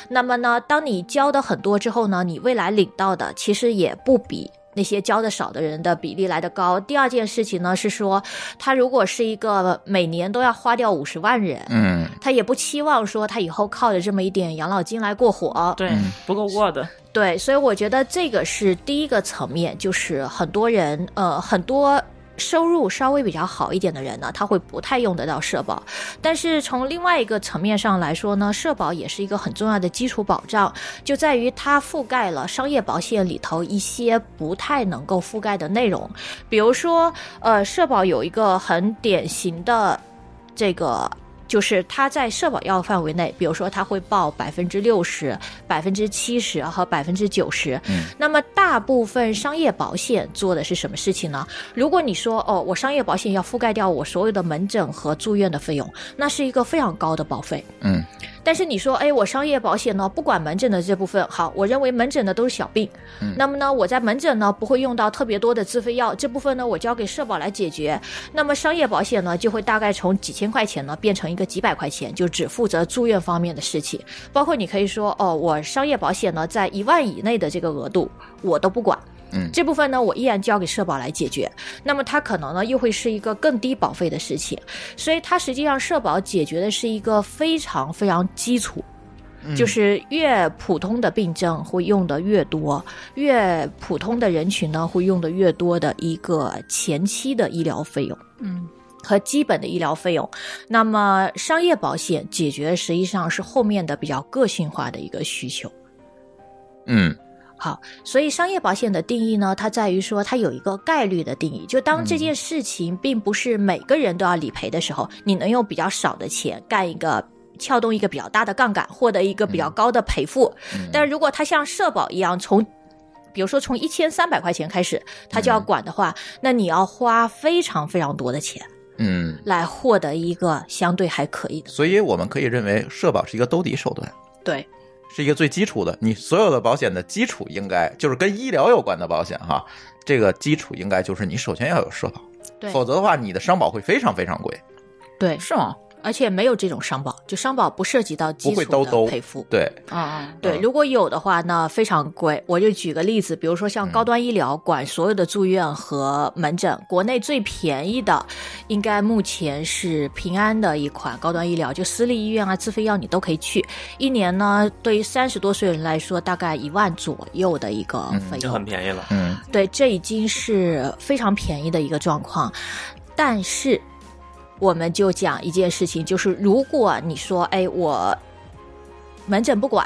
那么呢，当你交的很多之后呢，你未来领到的其实也不比。那些交的少的人的比例来的高。第二件事情呢是说，他如果是一个每年都要花掉五十万人，
嗯
他也不期望说他以后靠着这么一点养老金来过活。
对
嗯，
不够过的，
对，所以我觉得这个是第一个层面，就是很多人，呃，很多。收入稍微比较好一点的人呢，他会不太用得到社保。但是从另外一个层面上来说呢，社保也是一个很重要的基础保障，就在于它覆盖了商业保险里头一些不太能够覆盖的内容，比如说，呃，社保有一个很典型的这个就是它在社保药范围内，比如说它会报百分之六十、百分之七十和百分之九十。
嗯
那么大部分商业保险做的是什么事情呢？如果你说哦，我商业保险要覆盖掉我所有的门诊和住院的费用，那是一个非常高的保费。
嗯
但是你说，哎，我商业保险呢，不管门诊的这部分，好，我认为门诊的都是小病，
嗯
那么呢，我在门诊呢不会用到特别多的自费药，这部分呢我交给社保来解决。那么商业保险呢，就会大概从几千块钱呢变成一个几百块钱，就只负责住院方面的事情，包括你可以说，哦，我商业保险呢在一万以内的这个额度我都不管。
嗯
这部分呢，我依然交给社保来解决。那么它可能呢，又会是一个更低保费的事情。所以它实际上社保解决的是一个非常非常基础，就是越普通的病症会用的越多，越普通的人群呢会用的越多的一个前期的医疗费用。
嗯，
和基本的医疗费用，那么商业保险解决实际上是后面的比较个性化的一个需求。
嗯
好，所以商业保险的定义呢，它在于说它有一个概率的定义，就当
嗯
这件事情并不是每个人都要理赔的时候，你能用比较少的钱干一个。撬动一个比较大的杠杆，获得一个比较高的赔付。
嗯
但如果它像社保一样，从比如说从一千三百块钱开始，它
嗯
就要管的话，那你要花非常非常多的钱
嗯，
来获得一个相对还可以的。
所以我们可以认为社保是一个兜底手段，
对，
是一个最基础的，你所有的保险的基础应该就是跟医疗有关的保险哈，这个基础应该就是你首先要有社保，
对
否则的话你的商保会非常非常贵。
对，
是吗？
而且没有这种商保，就商保不涉及到基
不会
础
兜兜
的赔付。
对，
啊啊，
对，
嗯
如果有的话，那非常贵。我就举个例子，比如说像高端医疗管所有的住院和门诊，国内最便宜的，应该目前是平安的一款高端医疗，就私立医院啊、自费药你都可以去。一年呢，对于三十多岁人来说，大概一万左右的一个
嗯
费
就
用，
很便宜了。
嗯
对，这已经是非常便宜的一个状况。但是，我们就讲一件事情，就是如果你说，哎，我门诊不管，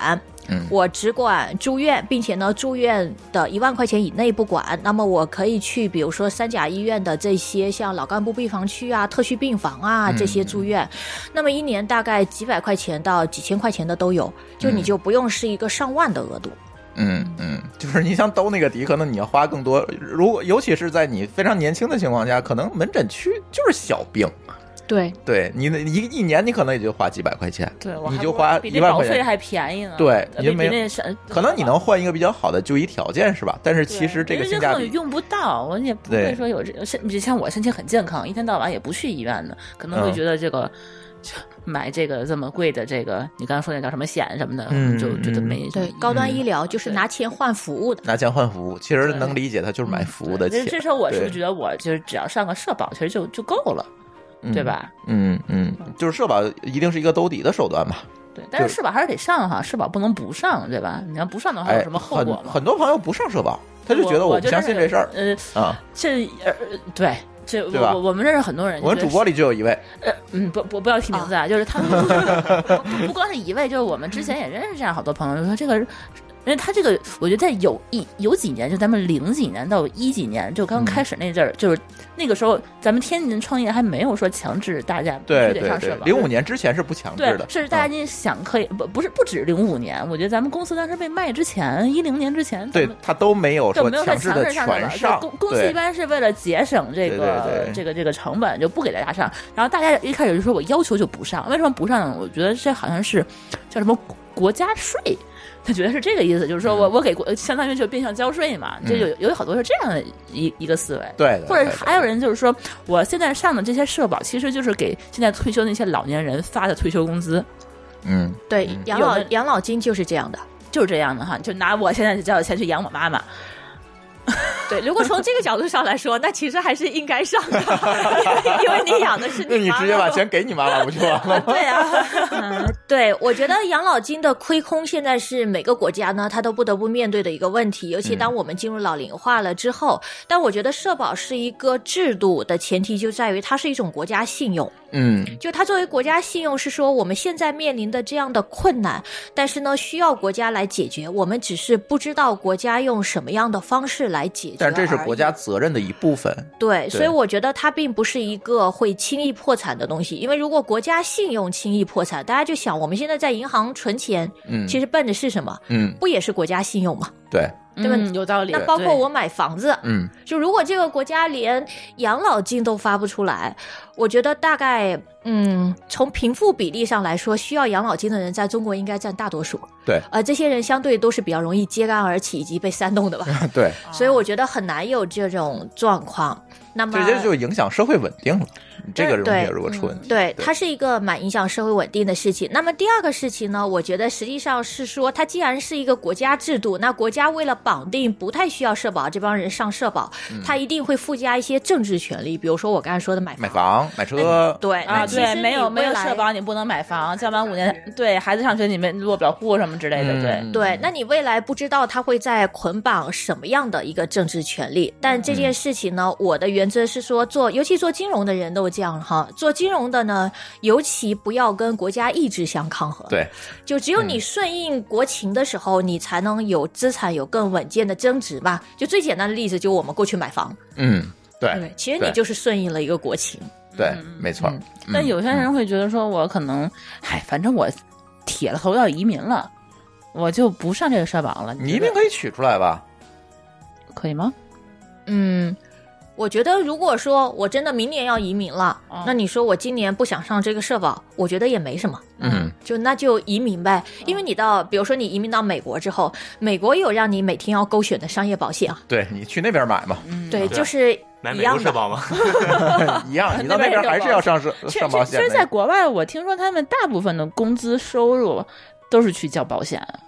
嗯
我只管住院，并且呢，住院的一万块钱以内不管。那么我可以去，比如说三甲医院的这些像老干部病房区啊、特需病房啊
嗯
这些住院，那么一年大概几百块钱到几千块钱的都有，就你
嗯
就不用是一个上万的额度。
嗯嗯，就是你想兜那个底，可能你要花更多。如果尤其是在你非常年轻的情况下，可能门诊区就是小病，
对，
对你那一一年你可能也就花几百块钱，
对，我
你
还
就
不
花
比
一
这
万
保
块钱
费还便宜呢。
对
呃
你就
比
没
比啊那啥，
可能你能换一个比较好的就医条件是吧？但是其实这个
对
性价
因为
比
这根本用不到，我也不
对
会说有这身，像我身体很健康，一天到晚也不去医院的，可能会
嗯
觉得这个。买这个这么贵的这个，你刚才说那叫什么险什么的，
嗯
就觉得
嗯
没
对，高端医疗就是
对
拿钱换服务的。
拿钱换服务，其实
对
能理解，它就是买服务的
这
钱，
这时候嗯我是不
对
是觉得我就是只要上个社保，其实就就够了，
嗯
对？吧？
嗯嗯，就是社保一定是一个兜底的手段嘛。
对，但
就是
社保还是得上哈，社保不能不上，对吧？你要不上的话，
哎，
有啊什么后果
很
吗？
很多朋友不上社保，他就觉得
我
不相信这事儿
呃，
啊。
这呃对。这
对吧
我我我们认识很多人，
我们
就
主
是
播里就有一位，
呃，嗯，不不不要提名字啊，就是他们不不光是一位，就是我们之前也认识这样好多朋友，就说这个，因为他这个，我觉得在有一有几年，就咱们零几年到一几年，就
嗯
刚开始那阵儿，就是那个时候，咱们天津创业还没有说强制大家必
对
须得
对
上社
对，
保，
零五年之前是不强制
对
的，，嗯
甚至大家今天想可以不不是不止零五年，我觉得咱们公司当时被卖之前，一零年之前，咱
对
们
他都没有
就
说
没有在
制
强
的
制上
全
的
上，
公公司一
对，
般是为了节省
对
这
对
个
对
这个这个成本，就不给大家上。然后大家一开始就说我要求就不上，为什么不上呢？我觉得这好像是叫什么国家税。他觉得是这个意思，就是说
嗯
我、我给国相当于就变相交税嘛，就有有好多是这样的一一个思维，
对的
或者
对的
还有人就是说我现在上的这些社保其实就是给现在退休那些老年人发的退休工资，
嗯
对，养
有
老
的
养老金就是这样
<laughs>
的。
就是这样的哈，就拿我现在交的钱去养我妈妈，
对，如果从这个角度上来说，那其实还是应该上的，
<laughs>
因为你养的是
那
你
你
妈妈
直接把钱给你妈妈不就完了吗？
对啊，嗯对，我觉得养老金的亏空现在是每个国家呢，它都不得不面对的一个问题。尤其
嗯
当我们进入老龄化了之后，但我觉得社保是一个制度的前提，就在于它是一种国家信用。
<laughs> 嗯
就它作为国家信用是说，我们现在面临的这样的困难，但是呢，需要国家来解决，我们只是不知道国家用什么样的方式来解决。
但是这是
而
国
已
家责任的一部分。
对，所以
对
我觉得它并不是一个会轻易破产的东西，因为如果国家信用轻易破产，大家就想我们现在在银行存钱，
嗯，
其实奔的是什么？
嗯，
不也是国家信用吗？
对，
对
对吧
有道理。
那包括
对
我，买房子，
嗯
就如果这个国家连养老金都发不出来，我觉得大概嗯，从贫富比例上来说，需要养老金的人在中国应该占大多数。
对
呃，这些人相对都是比较容易揭竿而起以及被
<laughs>
煽动的吧，
对，
所以我觉得很难有这种状况。那么
这些就影响社会稳定了。这个东
对
西如果
嗯
出问题，
对，
对
它是一个蛮影响社会稳定的事情。那么第二个事情呢，我觉得实际上是说，它既然是一个国家制度，那国家为了绑定不太需要社保这帮人上社保，
嗯
它一定会附加一些政治权利，比如说我刚才说的买
买房、买车，
对
啊，
那其实
对，
你
没有没有
未来
社保你不能买房，交满五年，对孩子上学你们落不了户什么之类的，
嗯
对，
对，那你未来不知道他会在捆绑什么样的一个政治权利，但这件事情呢，我的原则是说，做尤其做金融的人都这样哈，做金融的呢，尤其不要跟国家意志相抗衡。
对，
就只有你顺应国情的时候，你才能有资产有更稳健的增值吧。就最简单的例子，就我们过去买房，
嗯，对
对，其实你
对
就是顺应了一个国情。
对，没错。嗯
但有些人会觉得说，我可能，哎，反正我铁了头要移民了，我就不上这个社保了。
你
觉
一
得
定可以取出来吧？
可以吗？
嗯，我觉得如果说我真的明年要移民了，
嗯
那你说我今年不想上这个社保，我觉得也没什么。
嗯，
就那就移民呗，因为你到，比如说你移民到美国之后，美国有让你每天要勾选的商业保险啊，
对你去那边买嘛，
嗯，
对，
对
就是
买
一
美国
样
社
的。
保吗？
一
<laughs>
样。你到
那
那
边
边还是要上 <laughs> 社
确
上保
实，其
险
实，在
的。
国外，我听说他们大部分的工资收入都是去交保险，啊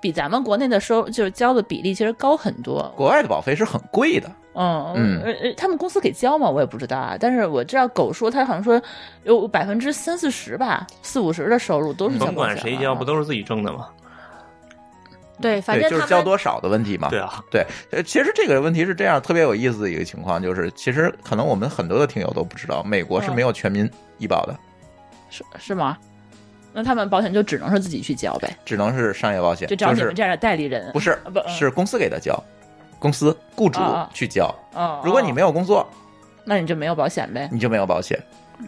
比咱们国内的收就是交的比例其实高很多。
国外的保费是很贵的，
嗯
嗯
呃呃，他们公司给交吗？我也不知道啊。但是我知道狗说他好像说有百分之三四十吧，四五十的收入
嗯
都是交保险啊
甭管谁
啊
交，不
都
都是自己挣的吗？
对，反
对，
正
就是
他
交
们
多少的问题嘛。
对啊，
对，呃，其实这个问题是这样，特别有意思的一个情况，就是其实可能我们很多的听友都不知道，美国是
嗯
没有全民医保的，
是是吗？那他们保险就只能是自己去交呗，
只能是商业保险，
就找
就
你
是
们这样的代理人。
不是
啊不嗯
是公司给他交，公司雇主
啊啊
去交。
哦，
如果你没
有，
有工作，
那你就没有保险呗。
你就没有保险，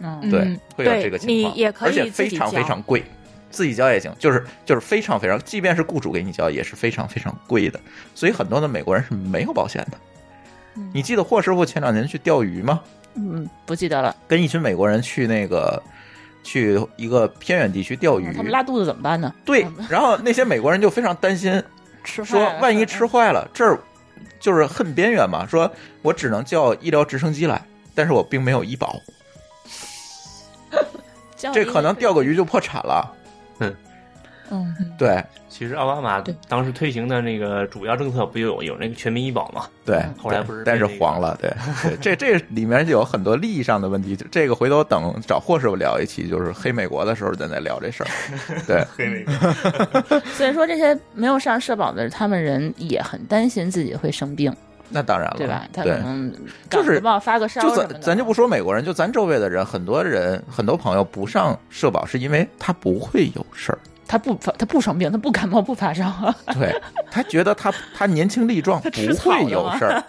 嗯
嗯
对，会有
对
这个情况，
你也可以
而且非常非常贵。自己交也行，就是就是非常非常，即便是雇主给你交，也是非常非常贵的。所以很多的美国人是没有保险的。
嗯
你记得霍师傅前两年去钓鱼吗？
嗯，不记得了。
跟一群美国人去那个去一个偏远地区钓鱼
哦他，们拉肚子怎么办呢？
对，然后那些美国人就非常担
<laughs>
心，
吃饭
说
啊
万一吃坏了，这儿就是很边缘嘛，说我只能叫医疗直升机来，但是我并没有医保，
叫
这
医
可能钓个鱼就破产了。
嗯
对
其实奥巴马
对
当时推行的那个主要政策不就有有那个全民医保吗？
对，
嗯后来
对
不是被
但是
那个
黄了，对对，这这里面就有很多利益上的问题，这个回头等找霍师傅聊一期，就是黑美国的时候咱再聊这事
<laughs>
儿。对，
<laughs> 黑美
所以说这些没有上社保的他们人也很担心自己会生病，
那当然了，
对吧？他可能
就
感
是
冒发个烧什
就
么的，
咱咱就不说美国人，就咱周围的人，很多人很多朋友不上社保，是因为他不会有事儿，
他不发他不生病，他不感冒不发烧，啊
对他觉得他他年轻力壮，不
吃草
会
的
有
吗
事
<laughs>
儿。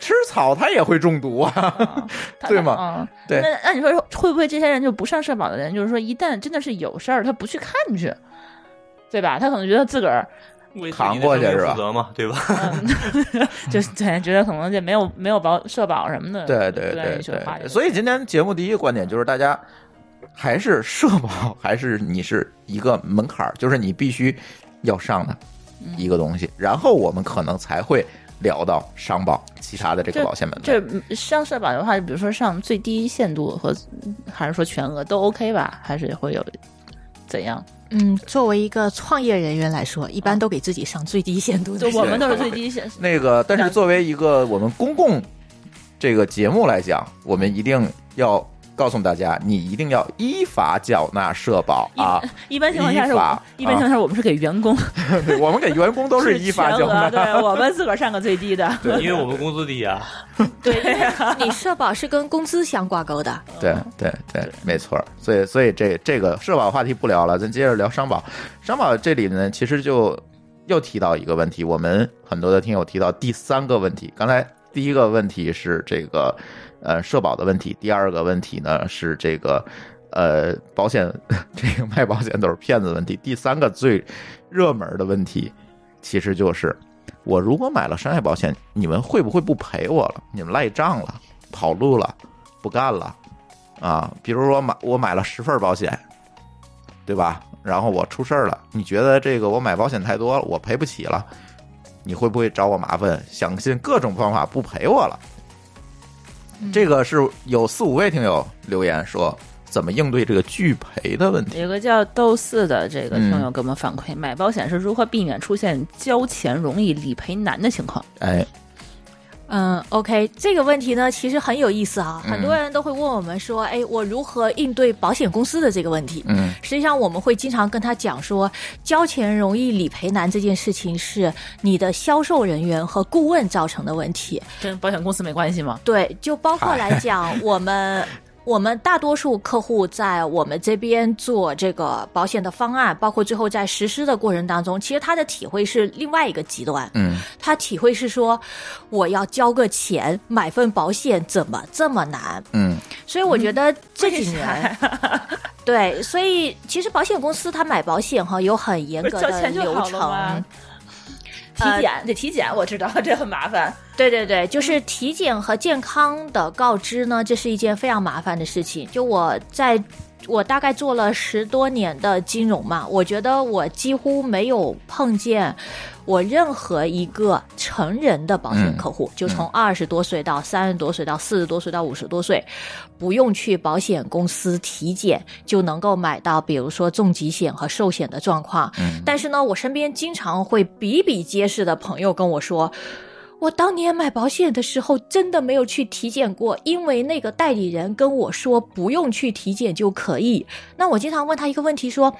吃草他也会中毒啊，
<laughs> 他
对吗？
嗯
对
那那你说会不会这些人就不上社保的人，就是说一旦真的是有事儿，他不去看去，对吧？他可能觉得自个
<laughs>
儿嗯
为自己
扛
的
过去
生命
是吧
负责嘛，对吧？
<laughs> 就是对，觉得可能就没有没有保社保什么的，
对对
对
对
一说话
对，
就
所以今天节目第一个观点就是，大家还是社保，还是你是一个门槛儿，就是你必须要上的
嗯
一个东西，然后我们可能才会聊到商保其他的这个保险门类。
这嗯上社保的话，比如说上最低限度和还是说全额都 OK 吧？还是会有怎样？
嗯，作为一个创业人员来说，一般都给自己上最低限度
就
的。
我们都是最低限， <laughs>
那
嗯
个，但是作为一个我们公共这个节目来讲，我们一定要告诉大家，你一定要依法缴纳社保啊！
<laughs> 一般情况下是我
依法
一般情况下我们是给员工
对我们给员工都是依法
全
缴纳
额，，对我们自个儿上个最低 <laughs> 的，
因为我们工资
<laughs>
低啊，
对，因为 <laughs> 你社保是跟工资相挂钩的。
对对对，没错儿。所以所以这这个社保话题不聊了，咱接着聊商保。商保这里呢，其实就又提到一个问题，我们很多的听友提到第三个问题，刚才第一个问题是这个呃社保的问题，第二个问题呢是这个呃保险 <laughs> 这个卖保险都是骗子的问题，第三个最热门的问题其实就是我如果买了伤害保险，你们会不会不赔我了？你们赖账了，跑路了，不干了啊？比如说买我买了十份保险，对吧？然后我出事儿了，你觉得这个我买保险太多了，我赔不起了，你会不会找我麻烦？想尽各种方法不赔我了？这个是有四五位听友留言说怎么应对这个拒赔的问题。
有一个叫豆四的这个
嗯
听友给我们反馈，买保险是如何避免出现交钱容易理赔难的情况？
哎，
嗯，OK，这个问题呢，其实很有意思啊。
嗯
很多人都会问我们说，哎，我如何应对保险公司的这个问题？
嗯
实际上，我们会经常跟他讲说，交钱容易理赔难这件事情是你的销售人员和顾问造成的问题。
跟保险公司没关系吗？
对，就包括来讲，我们 <laughs> 我们大多数客户在我们这边做这个保险的方案，包括最后在实施的过程当中，其实他的体会是另外一个极端。
嗯，
他体会是说，我要交个钱买份保险，怎么这么难？
嗯
所以我觉得这几
为
年， <laughs> 对，所以其实保险公司它买保险哈有很严
不
格
是交
的
钱就
流
好了
程
吗，？体检得体检，我知道这很麻烦。
对对对，就是体检和健康的告知呢，这是一件非常麻烦的事情。就我在。我大概做了十多年的金融嘛，我觉得我几乎没有碰见我任何一个成人的保险客户，就从二十多岁到三十多岁到四十多岁到五十多岁，不用去保险公司体检就能够买到，比如说重疾险和寿险的状况。
嗯
但是呢，我身边经常会比比皆是的朋友跟我说，我当年买保险的时候真的没有去体检过，因为那个代理人跟我说不用去体检就可以。那我经常问他一个问题说，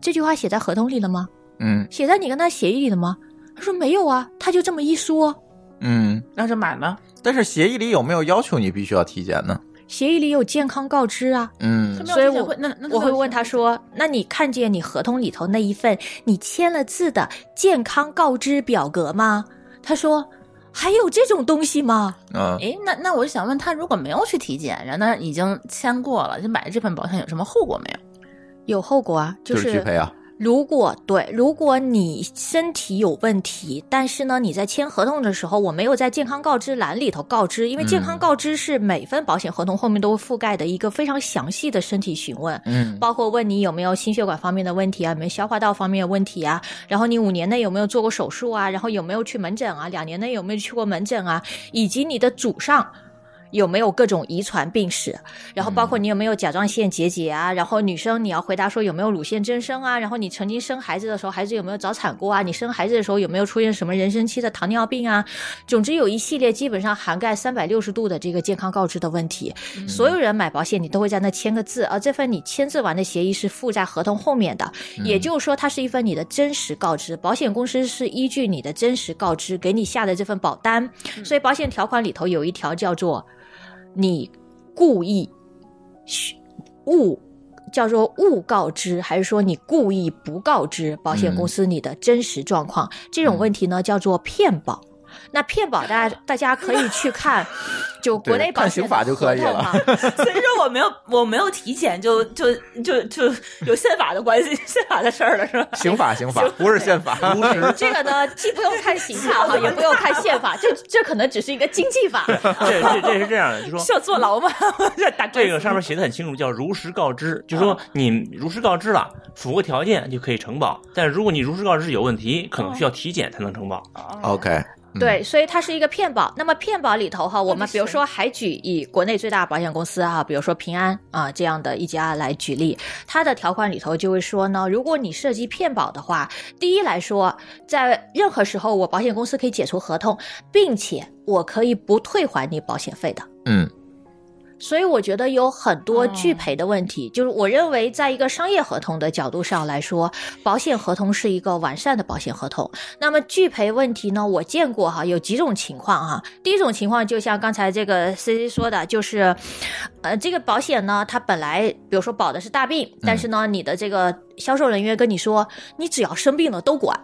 这句话写在合同里了吗？
嗯
写在你跟他协议里了吗？他说没有啊，他就这么一说。
嗯，
那就买吗？
但是协议里有没有要求你必须要体检呢？
协议里有健康告知啊，
嗯
所以我
那那
我会问他说：“那你看见你合同里头那一份你签了字的健康告知表格吗？”他说：“还有这种东西吗
嗯
哎，那那我就想问他，如果没有去体检，然后他已经签过了，就买这份保险有什么后果没有？？”
有后果啊，就
就是拒
是
赔啊。
如果对，如果你身体有问题，但是呢，你在签合同的时候，我没有在健康告知栏里头告知，因为健康
嗯
告知是每份保险合同后面都会覆盖的一个非常详细的身体询问。
嗯
<laughs> 包括问你有没有心血管方面的问题啊，有没有消化道方面的问题啊，然后你五年内有没有做过手术啊，然后有没有去门诊啊，两年内有没有去过门诊啊，以及你的祖上。有没有各种遗传病史？然后包括你有没有甲状腺结节啊？然后女生你要回答说有没有乳腺增生啊？然后你曾经生孩子的时候，孩子有没有早产过啊？你生孩子的时候有没有出现什么妊娠期的糖尿病啊？总之有一系列基本上涵盖三百六十度的这个健康告知的问题。
嗯
所有人买保险，你都会在那签个字，而啊这份你签字完的协议是附在合同后面的，也就是说，它是一份你的真实告知。保险公司是依据你的真实告知给你下的这份保单，所以保险条款里头有一条叫做你故意虚误。叫做误告知，还是说你故意不告知保险公司你的真实状况？这种问题呢，叫做骗保。那骗保
<laughs>
大家大家可以去看，就国
对
内
看
保险
刑法
的
就可
合
以
同
了
嘛
<laughs> 所以说我没有我没有体检就就就就有宪法的关系， <laughs> 宪法的事儿了是吧？
刑法，刑法 <laughs> 不是宪法，
<laughs> 这个呢，既不用看刑法哈，也不用看宪法，这这可能只是一个经
<laughs>
济法。
这这这是这样的，就说
需要坐牢吗？这打官司
这个上面写的很清楚，叫如实告知，
嗯
就说你如实告知了，符合条件就可以承保。但是如果你如实告知有问题，可能需要
嗯
体检才能承保。
哦
OK，嗯
对，所以它是一个骗保。那么骗保里头哈，我们比如说还举以国内最大的保险公司哈，比如说平安啊这样的一家来举例，它的条款里头就会说呢，如果你涉及骗保的话，第一来说，在任何时候我保险公司可以解除合同，并且我可以不退还你保险费的。
嗯
所以我觉得有很多
哦
拒赔的问题，就是我认为，在一个商业合同的角度上来说，保险合同是一个完善的保险合同。那么拒赔问题呢，我见过哈，有几种情况哈。第一种情况，就像刚才这个 C C 说的，就是，呃，这个保险呢，它本来比如说保的是大病，但是呢，你的这个销售人员跟你说，你只要生病了都管。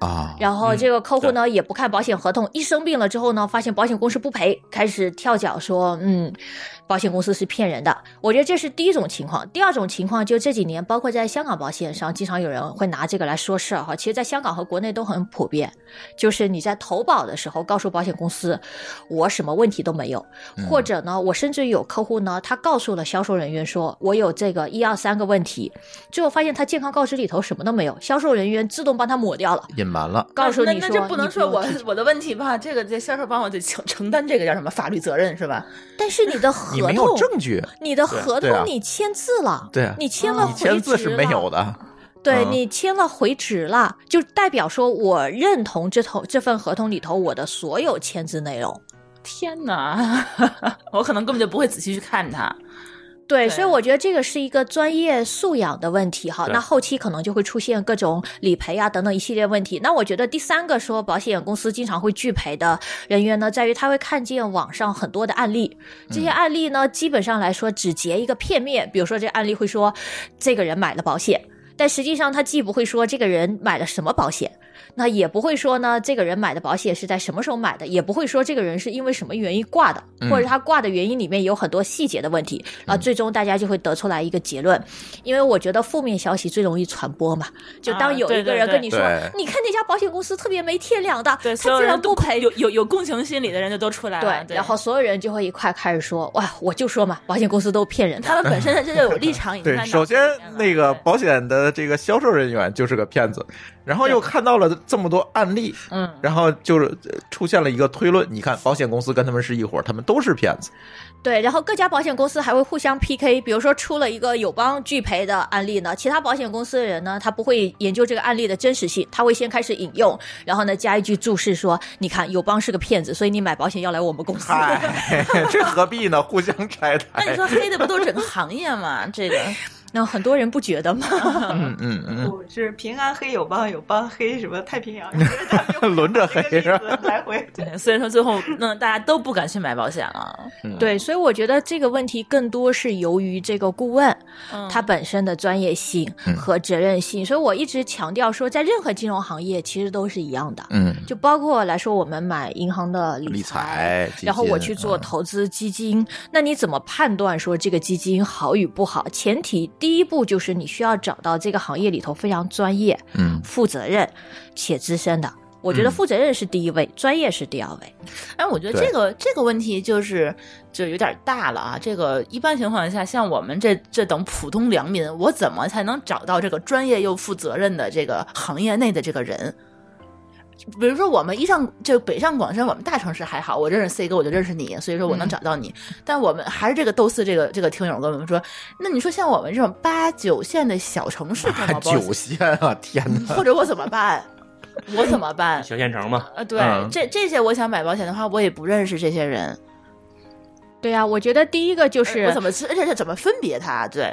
啊，
然后
嗯
这个客户呢、也不看保险合同，一生病了之后呢，发现保险公司不赔，开始跳脚说，嗯，保险公司是骗人的。我觉得这是第一种情况。第二种情况就这几年，包括在香港保险上，经常有人会拿这个来说事儿哈。其实，在香港和国内都很普遍，就是你在投保的时候告诉保险公司，我什么问题都没有，或者呢，我甚至有客户呢，他告诉了销售人员说，我有这个一二三个问题，最后发现他健康告知里头什么都没有，销售人员自动帮他抹掉了。
隐瞒了，
告诉
那
你
那
说，
这不能
你
说
用
我
提
我的问题吧？这个这销售帮我得承承担这个叫什么法律责任是吧？
<laughs> 但是你的
你
合
没有
同，
证据，
你的合
对啊
同你签字了，
对啊
你签了
你
回
你
执了，
签字是没有的，
对
嗯
你签了回执了，就代表说我认同这头这份合同里头我的所有签字内容。
天哪， <laughs> 我可能根本就不会仔细去看它。
对，
对
所以我觉得这个是一个专业素养的问题哈。
对
那后期可能就会出现各种理赔啊等等一系列问题。那我觉得第三个说保险公司经常会拒赔的人员呢，在于他会看见网上很多的案例，这些
嗯
案例呢，基本上来说只截一个片面。比如说这案例会说这个人买了保险，但实际上他既不会说这个人买了什么保险。那也不会说呢，这个人买的保险是在什么时候买的，也不会说这个人是因为什么原因挂的，
嗯
或者他挂的原因里面有很多细节的问题啊，最终大家就会得出来一个结论。因为我觉得负面消息最容易传播嘛，就当有
啊
一个
对对
人
对
跟你说，
对
你看那家保险公司特别没天良的，
对，
他
所有
竟然
人
不
都
赔。
有有有共情心理的人就都出来了。对，
然后所有人就会一块开始说，哇，我就说嘛，保险公司都骗人的
他。们本身这就有
<laughs>
立场已经在
对，
脑子
首先
里面了
那个
对
保险的这个销售人员就是个骗子，然后又看到了这么多案例，
嗯，
然后就是呃出现了一个推论，你看保险公司跟他们是一伙儿，他们都是骗子。 <laughs>
对，然后各家保险公司还会互相 PK，比如说出了一个友邦拒赔的案例呢，其他保险公司的人呢，他不会研究这个案例的真实性，他会先开始引用，然后呢加一句注释说，你看友邦是个骗子，所以你买保险要来我们公司。
嗨，这何必呢？互相拆
那你
台。
说黑的不都是整个行业吗？这个
<laughs> 那很多人不觉得吗？
嗯嗯嗯，
我是平安黑友邦，友邦黑什么太平洋，他们又
轮着黑
这个
是
例子来回。
对，所以说最后那大家都不敢去买保险了。
<laughs> 对，所以我觉得这个问题更多是由于这个顾问
嗯
他本身的专业性
嗯
和责任性，所以我一直强调说，在任何金融行业其实都是一样的。
嗯，
就包括来说，我们买银行的理
理财，基金
然后我去做
嗯
投资基金，那你怎么判断说这个基金好与不好？前提第一步就是你需要找到这个行业里头非常专业、
嗯，
负责任且资深的。我觉得
嗯
负责任是第一位，专业是第二位。
哎，我觉得
对
这个这个问题就是就有点大了啊。这个一般情况下，像我们这这等普通良民，我怎么才能找到这个专业又负责任的这个行业内的这个人？比如说，我们一上就北上广深，我们大城市还好，我认识 C 哥，我就认识你，所以说我能
嗯
找到你。但我们还是这个斗四这个这个听友跟我们说，那你说像我们这种八九线的小城市怎
还
么包，
九仙啊，天哪！
<laughs> 或者我怎么办？我怎么 <laughs> 办？
小县城嘛，
呃，对，
嗯
这这些我想买保险的话，我也不认识这些人，
对呀、我觉得第一个就
我怎么知这是怎么分别它？对，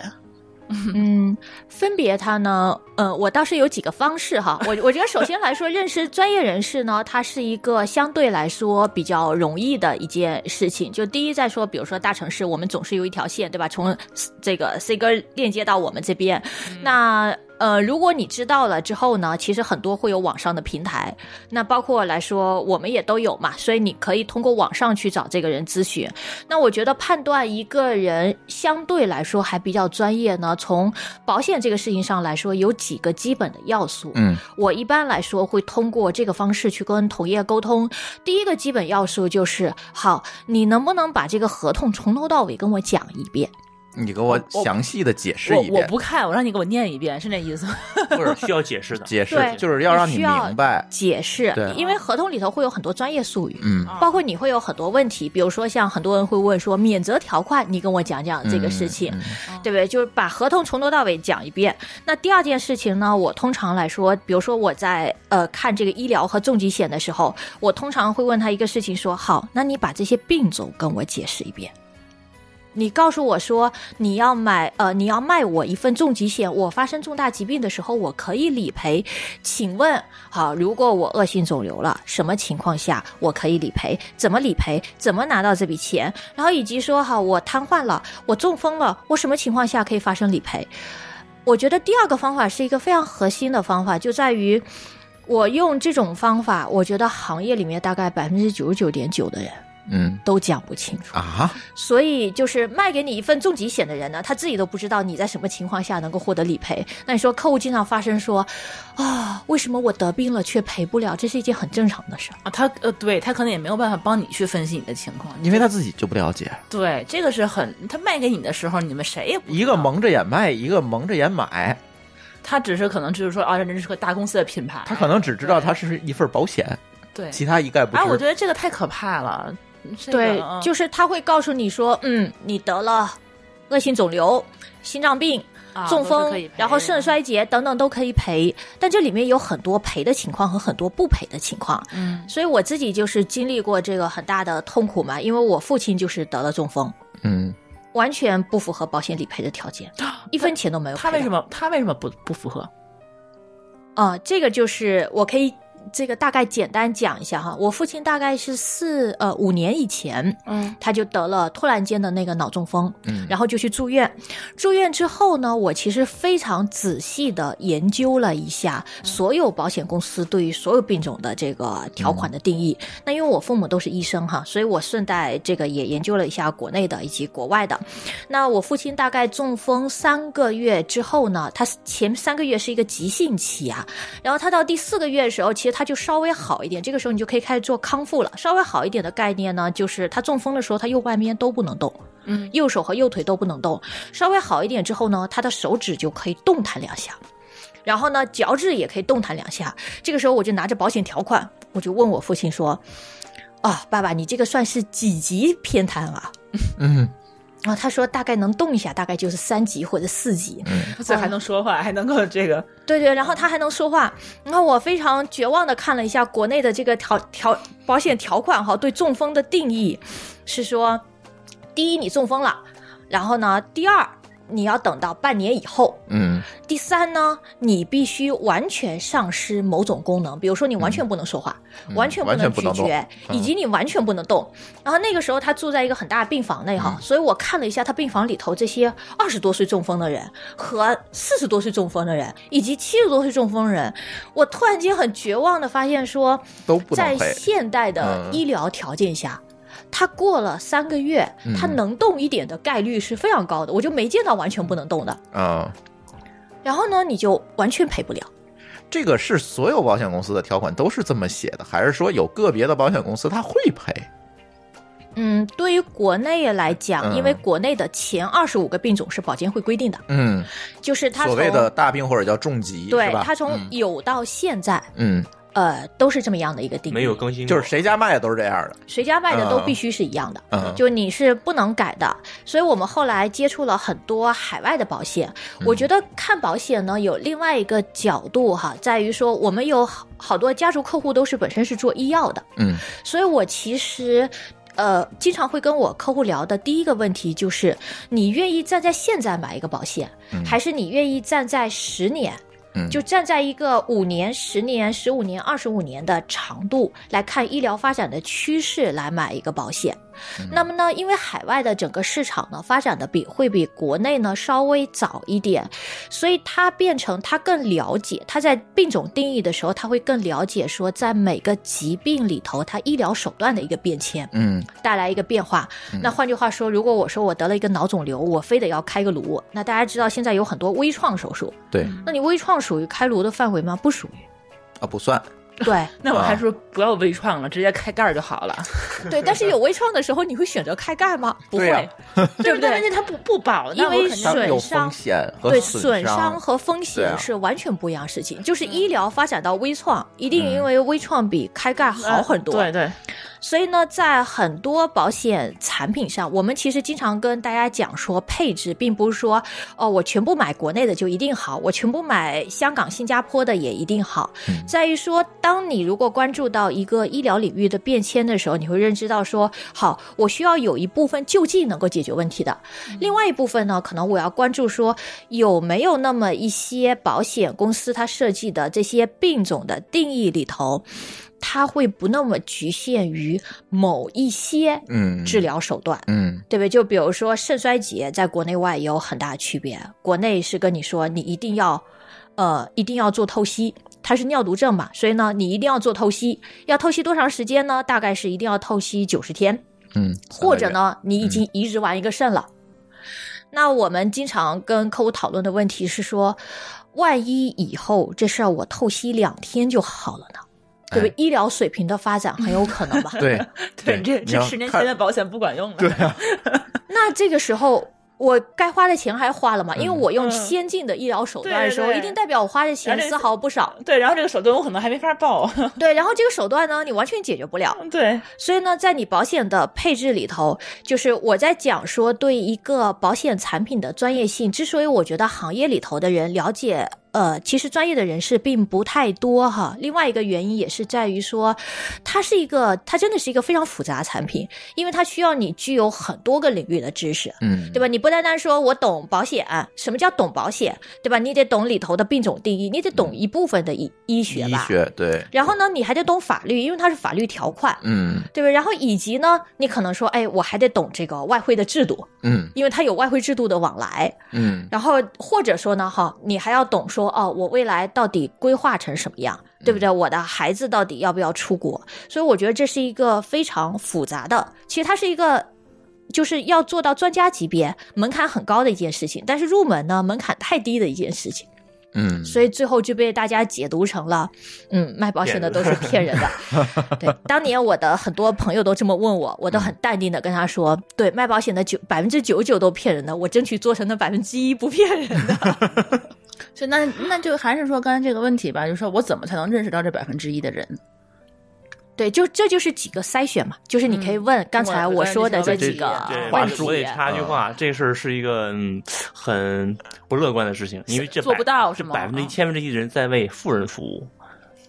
嗯，分别它呢，呃，我倒是有几个方式哈。我我觉得首先来说，认识专业人士呢，它是一个相对来说比较容易的一件事情。就第一，再说，比如说大城市，我们总是有一条线，对吧？从这个 C 哥链接到我们这边，
嗯
那。呃，如果你知道了之后呢，其实很多会有网上的平台，那包括来说，我们也都有嘛，所以你可以通过网上去找这个人咨询。那我觉得判断一个人相对来说还比较专业呢，从保险这个事情上来说，有几个基本的要素。
嗯
我一般来说会通过这个方式去跟同业沟通。第一个基本要素就是，好，你能不能把这个合同从头到尾跟我讲一遍？
你给我详细的解释
我
一
我
遍，
不看，哎我让你给我念一遍，是那意思吗？
或者需要解释的。
解释
<laughs> 对
就是要让你
需要
明白。
解释
对，
因为合同里头会有很多专业术语。
嗯
包括你会有很多问题，比如说像很多人会问说免责条款，你跟我讲讲这个事情，
嗯嗯
对不对？就是把合同从头到尾讲一遍。那第二件事情呢，我通常来说，比如说我在呃看这个医疗和重疾险的时候，我通常会问他一个事情说，好，那你把这些病种跟我解释一遍。你告诉我说你要买呃，你要卖我一份重疾险，我发生重大疾病的时候我可以理赔。请问，好，如果我恶性肿瘤了，什么情况下我可以理赔？怎么理赔？怎么拿到这笔钱？然后以及说，哈，我瘫痪了，我中风了，我什么情况下可以发生理赔？我觉得第二个方法是一个非常核心的方法，就在于我用这种方法，我觉得行业里面大概百分之九十九点九的人
嗯
都讲不清楚。
啊，
所以就是卖给你一份重疾险的人呢，他自己都不知道你在什么情况下能够获得理赔。那你说客户经常发生说，啊，为什么我得病了却赔不了？这是一件很正常的事儿。
啊，他呃，对他可能也没有办法帮你去分析你的情况。
因为他自己就不了解，
对，这个是很他卖给你的时候，你们谁也不知道
一个，蒙着眼卖，一个蒙着眼买，
他只是可能就是说啊，这是个大公司的品牌，
他可能只知道它是一份保险，
对。
其他一概不
啊
哎，我
知
觉。得这个太可怕了。这个
对，
嗯
就是他会告诉你说，嗯，你得了恶性肿瘤、心脏病、
啊
中
都是
风
可以啊赔，
然后肾衰竭等等都可以赔，但这里面有很多赔的情况和很多不赔的情况。
嗯
所以我自己就是经历过这个很大的痛苦嘛，因为我父亲就是得了中风，
嗯，
完全不符合保险理赔的条件，一分钱都没有赔
啊他
到。
为什么他为什么不不符合？
啊、这个就是我可以这个大概简单讲一下哈。我父亲大概是四呃五年以前，
嗯，
他就得了突然间的那个脑中风，
嗯
然后就去住院。住院之后呢，我其实非常仔细的研究了一下所有保险公司对于所有病种的这个条款的定义。那因为我父母都是医生哈，所以我顺带这个也研究了一下国内的以及国外的。那我父亲大概中风三个月之后呢，他前三个月是一个急性期啊，然后他到第四个月的时候，其实他就稍微好一点，这个时候你就可以开始做康复了。稍微好一点的概念呢，就是他中风的时候，他右半边都不能动，
<laughs> 嗯，
右手和右腿都不能动。稍微好一点之后呢，他的手指就可以动弹两下，然后呢，脚趾也可以动弹两下。这个时候我就拿着保险条款，我就问我父亲说：“啊，爸爸，你这个算是几级偏瘫啊？”
嗯
然后他说大概能动一下，大概就是三级或者四级。
嗯
他嘴还能说话，还能够这个
对对，然后他还能说话。然后我非常绝望的看了一下国内的这个条条保险条款哈，对中风的定义是说，第一你中风了，然后呢，第二你要等到半年以后，
嗯
第三呢，你必须完全丧失某种功能，比如说你完全不能说话，
嗯
完全不
完全
能
不
咀
能动
嚼，
嗯
以及你完全不能动。然后那个时候他住在一个很大的病房内哈，
嗯
所以我看了一下他病房里头这些二十多岁中风的人和四十多岁中风的人，以及七十多岁中风人，我突然间很绝望的发现说，
都不能
在
赔
现代的
嗯
医疗条件下。他过了三个月，他
嗯
能动一点的概率是非常高的，我就没见到完全不能动的。
啊，
然后呢，你就完全赔不了。
这个是所有保险公司的条款都是这么写的，还是说有个别的保险公司它会赔？
嗯，对于国内来
嗯
讲，因为国内的前二十五个病种是保监会规定的，
嗯，
就是它
所
从
谓的大病或者叫重疾，
对
是吧？
它从
嗯
有到现在，
嗯，
呃，都是这么样的一个定义。
没有更新过，
就是谁家卖的都是这样的。
谁家卖的都
嗯
必须是一样的，
嗯
就你是不能改的。所以我们后来接触了很多海外的保险，
嗯
我觉得看保险呢有另外一个角度哈，在于说我们有好好多家族客户都是本身是做医药的，
嗯
所以我其实。呃，经常会跟我客户聊的第一个问题就是，你愿意站在现在买一个保险，
嗯
还是你愿意站在十年，
嗯，
就站在一个五年、十年、十五年、二十五年的长度来看医疗发展的趋势来买一个保险。那么呢，因为海外的整个市场呢发展的比会比国内呢稍微早一点，所以它变成它更了解，它在病种定义的时候，它会更了解说在每个疾病里头，它医疗手段的一个变迁。
嗯
带来一个变化。那换句话说，如果我说我得了一个脑肿瘤，我非得要开个颅，那大家知道现在有很多微创手术，
对
那你微创属于开颅的范围吗？不属于。
啊不算， <laughs>
对
那我
啊
还是不要微创了，直接开盖儿就好 <laughs> 了。
对，但是有微创的时候，你会选择开盖吗？不
对啊
会，
呀
对
不对
但关键它不不保，那
因为
我肯定
它
损
有
伤
风险和
对
损
损伤和风
对
险
啊
是完全不一样的事情。就是医疗发展到微创，一定
嗯
因为微创比开盖好很多。
呃对对，
所以呢，在很多保险产品上，我们其实经常跟大家讲说，配置并不是说哦，我全部买国内的就一定好，我全部买香港、新加坡的也一定好。
嗯
在于说，当你如果关注到一个医疗领域的变迁的时候，你会认知到说，好，我需要有一部分就近能够解决问题的，另外一部分呢，可能我要关注说有没有那么一些保险公司它设计的这些病种的定义里头，它会不那么局限于某一些
嗯
治疗手段。
嗯
对不对？就比如说肾衰竭，在国内外也有很大的区别。国内是跟你说你一定要，呃，一定要做透析，它是尿毒症嘛，所以呢，你一定要做透析。要透析多长时间呢？大概是一定要透析九十天，
嗯，？
或者呢，你已经移植完一个肾了。那我们经常跟客户讨论的问题是说，万一以后这事儿我透析两天就好了呢？对不对？医疗水平的发展很有可能吧
对
对，这
你
这
要
十年
看
前的保险不管
<laughs>
用了。
对啊，
那这个时候。我该花的钱还花了嘛？因
嗯
为我用
嗯
先进的医疗手段的时候，
对对对
一定代表我花的钱
而且
丝毫不少。
对，然后这个手段我可能还没法报。 <laughs>
对，然后这个手段呢，你完全解决不了。
对，
所以呢，在你保险的配置里头，就是我在讲说对一个保险产品的专业性。之所以我觉得行业里头的人了解，呃，其实专业的人士并不太多哈。另外一个原因也是在于说，它是一个，它真的是一个非常复杂的产品，因为它需要你具有很多个领域的知识。
嗯，
对吧？你不单单说我懂保险，什么叫懂保险，对吧？你得懂里头的病种定义，你得懂一部分的医医学
嗯医
吧。
学对，
然后呢，你还得懂法律，因为它是法律条款。
嗯
对吧？然后以及呢，你可能说，哎，我还得懂这个外汇的制度，
嗯
因为它有外汇制度的往来。
嗯，
然后或者说呢，哈，你还要懂说，哦，我未来到底规划成什么样，对不对？我的孩子到底要不要出国？所以我觉得这是一个非常复杂的，其实它是一个。就是要做到专家级别，门槛很高的一件事情，但是入门呢门槛太低的一件事情，
嗯，
所以最后就被大家解读成了，嗯，卖保险的都是骗人 <laughs> 的。对，当年我的很多朋友都这么问我，我都很淡定的跟他说，对，卖保险的九百分之九十九都骗人的，我争取做成那百分之一不骗人的。
所以那那就还是说刚才这个问题吧，就是说我怎么才能认识到这百分之一的人？
对，就这就是几个筛选嘛，就是你
嗯
可以问刚才我说的这几个
啊
对，
问
话
我
术
我得
题。
插一句话，这事儿是一个嗯很不乐观的事情，因为这
做
百
不到是
这
吗嗯
百分之一
啊
千分之一的人在为富人服务，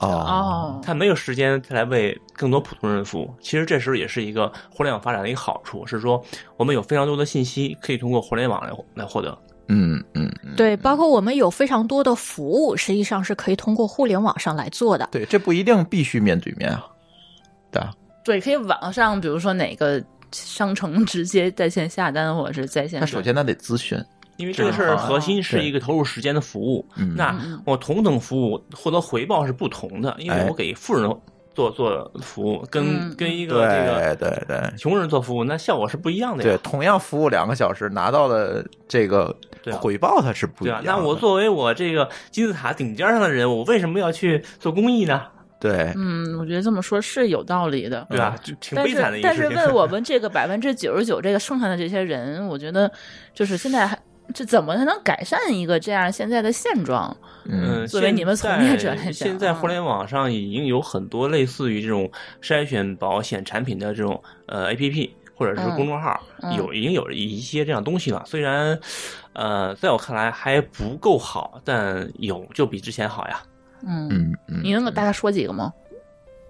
哦，
哦，
他没有时间再来为更多普通人服务。其实这时候也是一个互联网发展的一个好处，是说我们有非常多的信息可以通过互联网来来获得。
嗯嗯嗯，
对，包括我们有非常多的服务，实际上是可以通过互联网上来做的。
对，这不一定必须面对面啊，对啊，
对，可以网上，比如说哪个商城直接在线下单，或者是在线。
那首先他得咨询，
因为这个事儿核心是
对
一个投入时间的服务，
嗯
那我同等服务获得回报是不同的，
哎
因为我给富人做做服务，跟
嗯
跟一
对
个这个
对对
穷人做服务，那效果是不一样的
对，
呀。
同样服务两个小时，拿到的这个
对啊
回报它是不一
对
样
啊，
的。
那我作为我这个金字塔顶尖上的人，我为什么要去做公益呢？
对，
嗯，我觉得这么说是有道理的。
对啊吧？
嗯
就挺
但
悲
是
惨的一个
但
事
是
情。
<laughs>
问我们这个百分之九十九这个剩下的这些人，我觉得就是现在还这怎么才能改善一个这样现在的现状？
嗯
作为你们从业者来讲
现在
嗯
互联网上已经有很多类似于这种筛选保险产品的这种呃 APP 或者是
嗯
公众号，
嗯
有已经有一些这样东西了。虽然呃，在我看来还不够好，但有就比之前好呀。
嗯，
嗯嗯，
你能给大概说几个吗？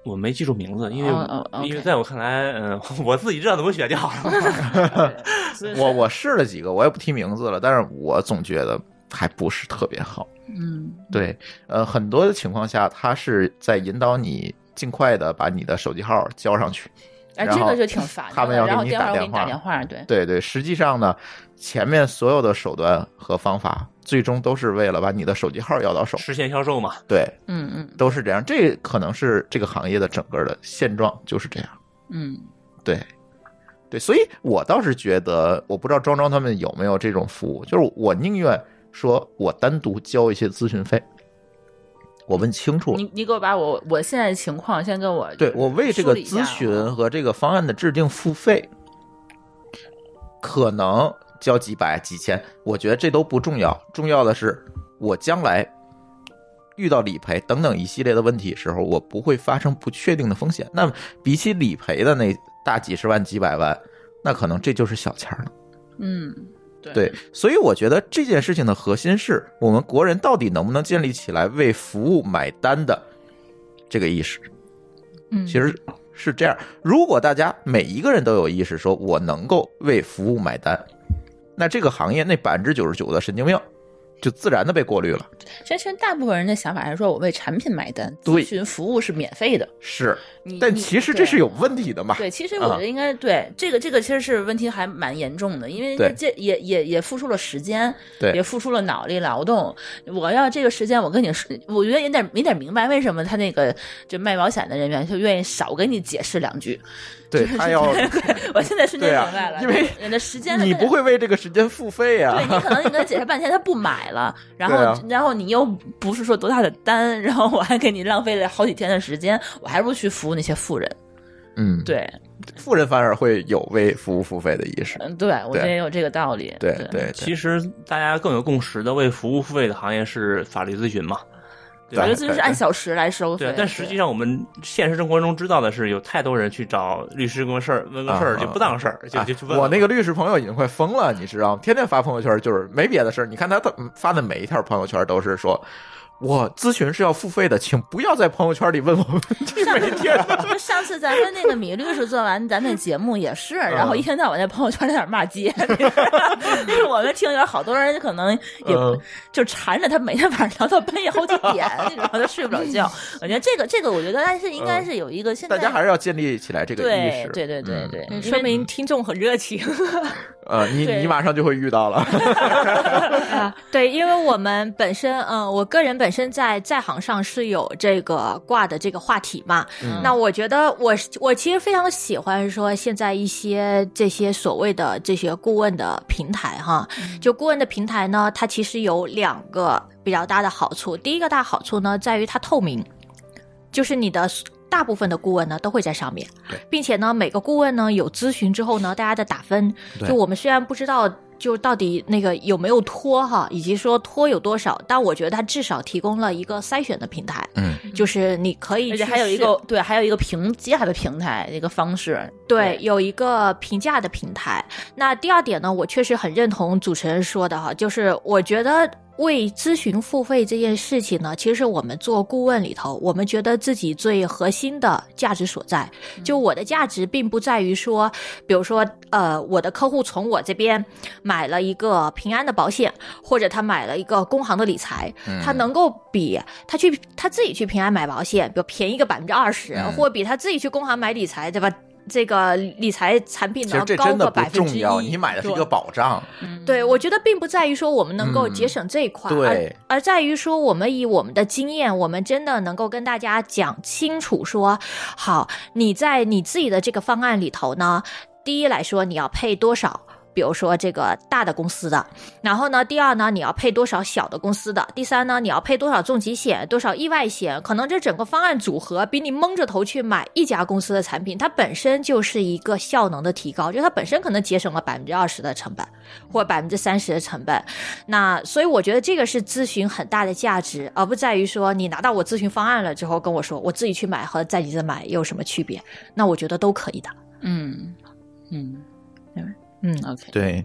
我没记住名字，因为、
哦哦
因为
OK
在我看来，嗯、 <laughs> 我自己知道怎么选就好
<laughs>
了。
我我试了几个，我也不提名字了，但是我总觉得还不是特别好。
嗯
对，呃，很多的情况下，它是在引导你尽快的把你的手机号交上去。
哎，
然
这
后
个就挺烦的。
他们要
然后
给你
电
打
话要
电
给你
话
打电话，对，
对对，实际上呢，前面所有的手段和方法，最终都是为了把你的手机号要到手。
实现销售嘛，
对，
嗯嗯
都是这样。这可能是这个行业的整个的现状就是这样。
嗯，
对，对，所以我倒是觉得，我不知道庄庄他们有没有这种服务，就是我宁愿说我单独交一些咨询费，我问清楚
你，你给我把我我现在情况先跟我
对我为这个
梳理一下
咨
啊
询和这个方案的制定付费，可能交几百几千，我觉得这都不重要，重要的是我将来。遇到理赔等等一系列的问题时候，我不会发生不确定的风险。那么比起理赔的那大几十万、几百万，那可能这就是小钱儿了。
嗯对
对，所以我觉得这件事情的核心是我们国人到底能不能建立起来为服务买单的这个意识。
嗯，
其实是这样，如果大家每一个人都有意识，说我能够为服务买单，那这个行业那百分之九十九的神经病就自然的被过滤了。
其实大部分人的想法还是说我为产品买单，
对
咨询服务是免费的。
是，
你
但
你
其实这
对
是有问题的嘛？啊
对，其实我觉得应该、对这个这个其实是问题还蛮严重的，因为
对
这也也也付出了时间，
对
也付出了脑力劳动。我要这个时间，我跟你说，我觉得也得也得明白为什么他那个就卖保险的人员就愿意少跟你解释两句。
对他要，
我现在瞬间
对啊
明白了，
因为
人的时间
你不。会为这个时间付费啊
对？你可能你跟他解释半天，他不
<laughs>
买了，然后、
对啊
然后你又不是说多大的单，然后我还给你浪费了好几天的时间，我还不如去服务那些富人。
嗯，，
对，
富人反而会有为服务付费的意识。
嗯，对，我觉得
对
也有这个道理。
对对，
其实大家更有共识的为服务付费的行业是法律咨询嘛，对
我觉
吧
得
对
这就是按小时来收费
对，，但实际上我们现实生活中知道的是，有太多人去找律师问事儿，问个事儿
啊
就不当事儿，就
哎
就去问了。
我那个律师朋友已经快疯了，你知道吗？天天发朋友圈就是没别的事儿，你看他他发的每一条朋友圈都是说。我咨询是要付费的，请不要在朋友圈里问我问题。每天
就上次咱们那个米律师做完咱那节目也是，然后一天到晚在朋友圈在那儿骂街，就是我们听友好多人可能也
嗯
就缠着他，每天晚上聊到半夜好几点那种，然后他睡不着觉。我觉得这个这个，我觉得还是应该是有一个现在
大家还是要建立起来这个意
对
识。
对对对
嗯
对，因为
说明听众很热情
呃，你
对
你马上就会遇到了。
<laughs> 啊！对，因为我们本身，嗯，我个人本身在在行上是有这个挂的这个话题嘛，
嗯
那我觉得我是我其实非常喜欢说现在一些这些所谓的这些顾问的平台哈，
嗯
就顾问的平台呢，它其实有两个比较大的好处。第一个大好处呢，在于它透明，就是你的。大部分的顾问呢都会在上面
对，
并且呢，每个顾问呢有咨询之后呢，大家的打分，
对
就我们虽然不知道就到底那个有没有拖哈，以及说拖有多少，但我觉得它至少提供了一个筛选的平台，
嗯，
就是你可以
而且
去
还有一
试
个对，还有一个评价的平台，一个方式。
对，有一个评价的平台。那第二点呢，我确实很认同主持人说的哈，就是我觉得为咨询付费这件事情呢，其实是我们做顾问里头，我们觉得自己最核心的价值所在。就我的价值并不在于说，比如说呃，我的客户从我这边买了一个平安的保险，或者他买了一个工行的理财，
嗯
他能够比他去他自己去平安买保险，比如便宜个百分之二十
嗯，
或者比他自己去工行买理财，对吧？这个理财产品
其
呢
实这
高
真的
个
不
百分
重
之一，
要，你买的是一个
对
保障。
对，我觉得并不在于说我们能够节省这一块，
嗯对
而而在于说我们以我们的经验，我们真的能够跟大家讲清楚说，好，你在你自己的这个方案里头呢，第一来说你要配多少。比如说这个大的公司的，然后呢，第二呢，你要配多少小的公司的，第三呢，你要配多少重疾险、多少意外险，可能这整个方案组合比你蒙着头去买一家公司的产品，它本身就是一个效能的提高，就它本身可能节省了百分之二十的成本。或百分之三十的成本。那所以我觉得这个是咨询很大的价值，而不在于说你拿到我咨询方案了之后跟我说我自己去买和在你这买有什么区别？那我觉得都可以的。
嗯嗯
嗯，
，OK，
对，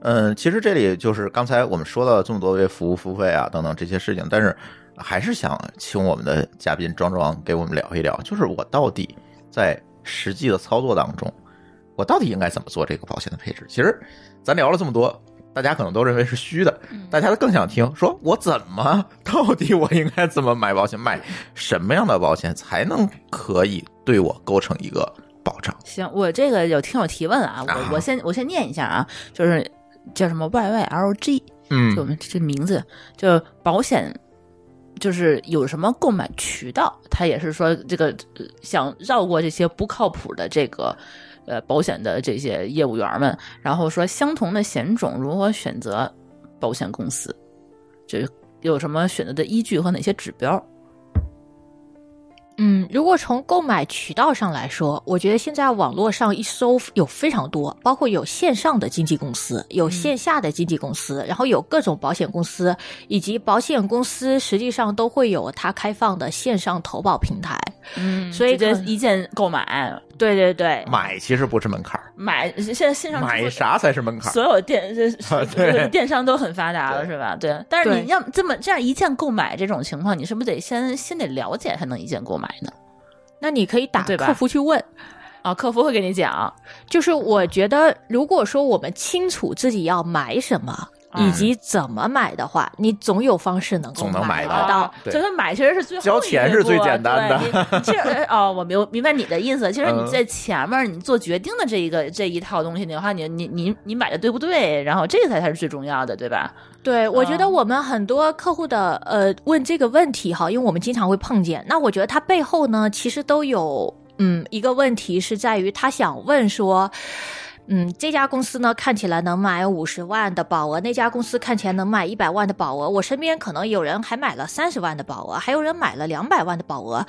嗯，其实这里就是刚才我们说到这么多为服务付费啊等等这些事情，但是还是想请我们的嘉宾庄庄给我们聊一聊，就是我到底在实际的操作当中，我到底应该怎么做这个保险的配置？其实咱聊了这么多。大家可能都认为是虚的，大家更想听说，我怎么到底我应该怎么买保险，买什么样的保险才能可以对我构成一个保障？
行，我这个有听友提问了啊，
啊
我我先我先念一下啊，就是叫什么 YYLG，
嗯
就我们这名字，就保险，就是有什么购买渠道，他也是说这个呃想绕过这些不靠谱的这个呃保险的这些业务员们，然后说相同的险种如何选择保险公司，这有什么选择的依据和哪些指标？
嗯，如果从购买渠道上来说，我觉得现在网络上一搜有非常多，包括有线上的经纪公司，有线下的经纪公司，然后有各种保险公司，以及保险公司实际上都会有它开放的线上投保平台。
嗯
所以
直接
可能
一键购买，
对对对，
买其实不是门槛儿，
买现在线上支付
买啥才是门槛儿？啊
所有电这 <laughs>
对
电商都很发达了，
对
是吧？对，但是
对
你要这么这样一键购买这种情况，你是不是得先先得了解才能一键购买呢？
那你可以打
对吧
客服去问。
啊，客服会给你讲，
就是我觉得，如果说我们清楚自己要买什么，以及怎么买的话，你总有方式能够
嗯总能买
得
到
到
啊。
对
所以说买其实是最后
哎交
一
钱
步啊
是最简单的
对
<laughs>
你你其实哦，我明明白你的意思。其实
嗯
你在前面你做决定的这一个这一套东西的话，你你你你买的对不对？然后这个才才是最重要的，对吧？
对，我觉得
嗯
我们很多客户的呃问这个问题哈，因为我们经常会碰见。那我觉得他背后呢，其实都有嗯一个问题是在于他想问说。嗯，这家公司呢看起来能买五十万的保额，那家公司看起来能买一百万的保额。我身边可能有人还买了三十万的保额，还有人买了两百万的保额。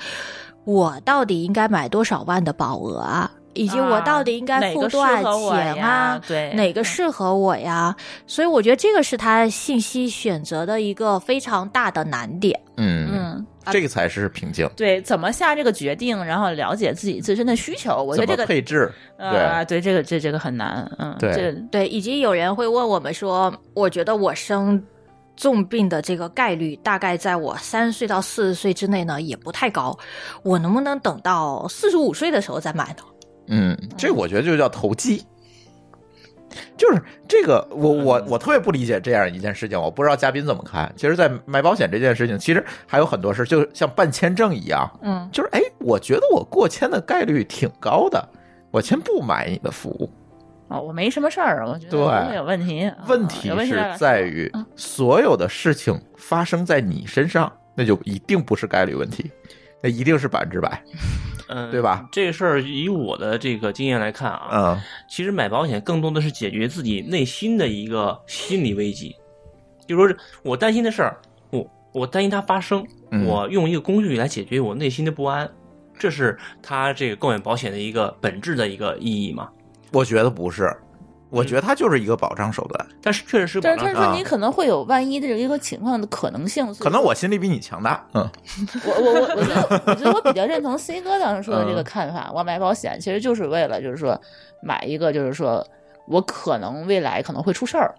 我到底应该买多少万的保额啊？以
以
及我到底应该付多少钱啊？？
对，
哪个适合我呀？所以我觉得这个是他信息选择的一个非常大的难点。
嗯，
嗯。
这个才是瓶颈。
对，怎么下这个决定，然后了解自己自身的需求，我觉
怎
得这
么
个
配置？
啊，对这个这这个很难，嗯，
对
这个
对，以及有人会问我们说，我觉得我生重病的这个概率大概在我三十岁到四十岁之内呢，也不太高。我能不能等到四十五岁的时候再买呢？
嗯，这我觉得就叫投机。就是这个，我
嗯
我我特别不理解这样一件事情，我不知道嘉宾怎么看。其实，在买保险这件事情，其实还有很多事，就像办签证一样，
嗯，
就是哎，我觉得我过签的概率挺高的，我先不买你的服务。
哦，我没什么事儿，我觉得
对
不会有问题，嗯
问题
有问题
是
了
在于
嗯
所有的事情发生在你身上，那就一定不是概率问题，那一定是百分之百。
嗯，
对吧？
这个事儿以我的这个经验来看啊，
嗯，
其实买保险更多的是解决自己内心的一个心理危机，就说是我担心的事儿，我我担心它发生，
嗯
我用一个工具来解决我内心的不安，这是它这个购买保险的一个本质的一个意义嘛。
我觉得不是，我觉得它就是一个保障手段。
但是确实是
但
保
是他
障，
说你可能会有万一的一个情况的可能性，所以
啊可能我心里比你强大，嗯，
我我我我觉得我觉得我比较认同 C 哥当时说的这个看法，我买保险其实就是为了就是说买一个就是说我可能未来可能会出事儿，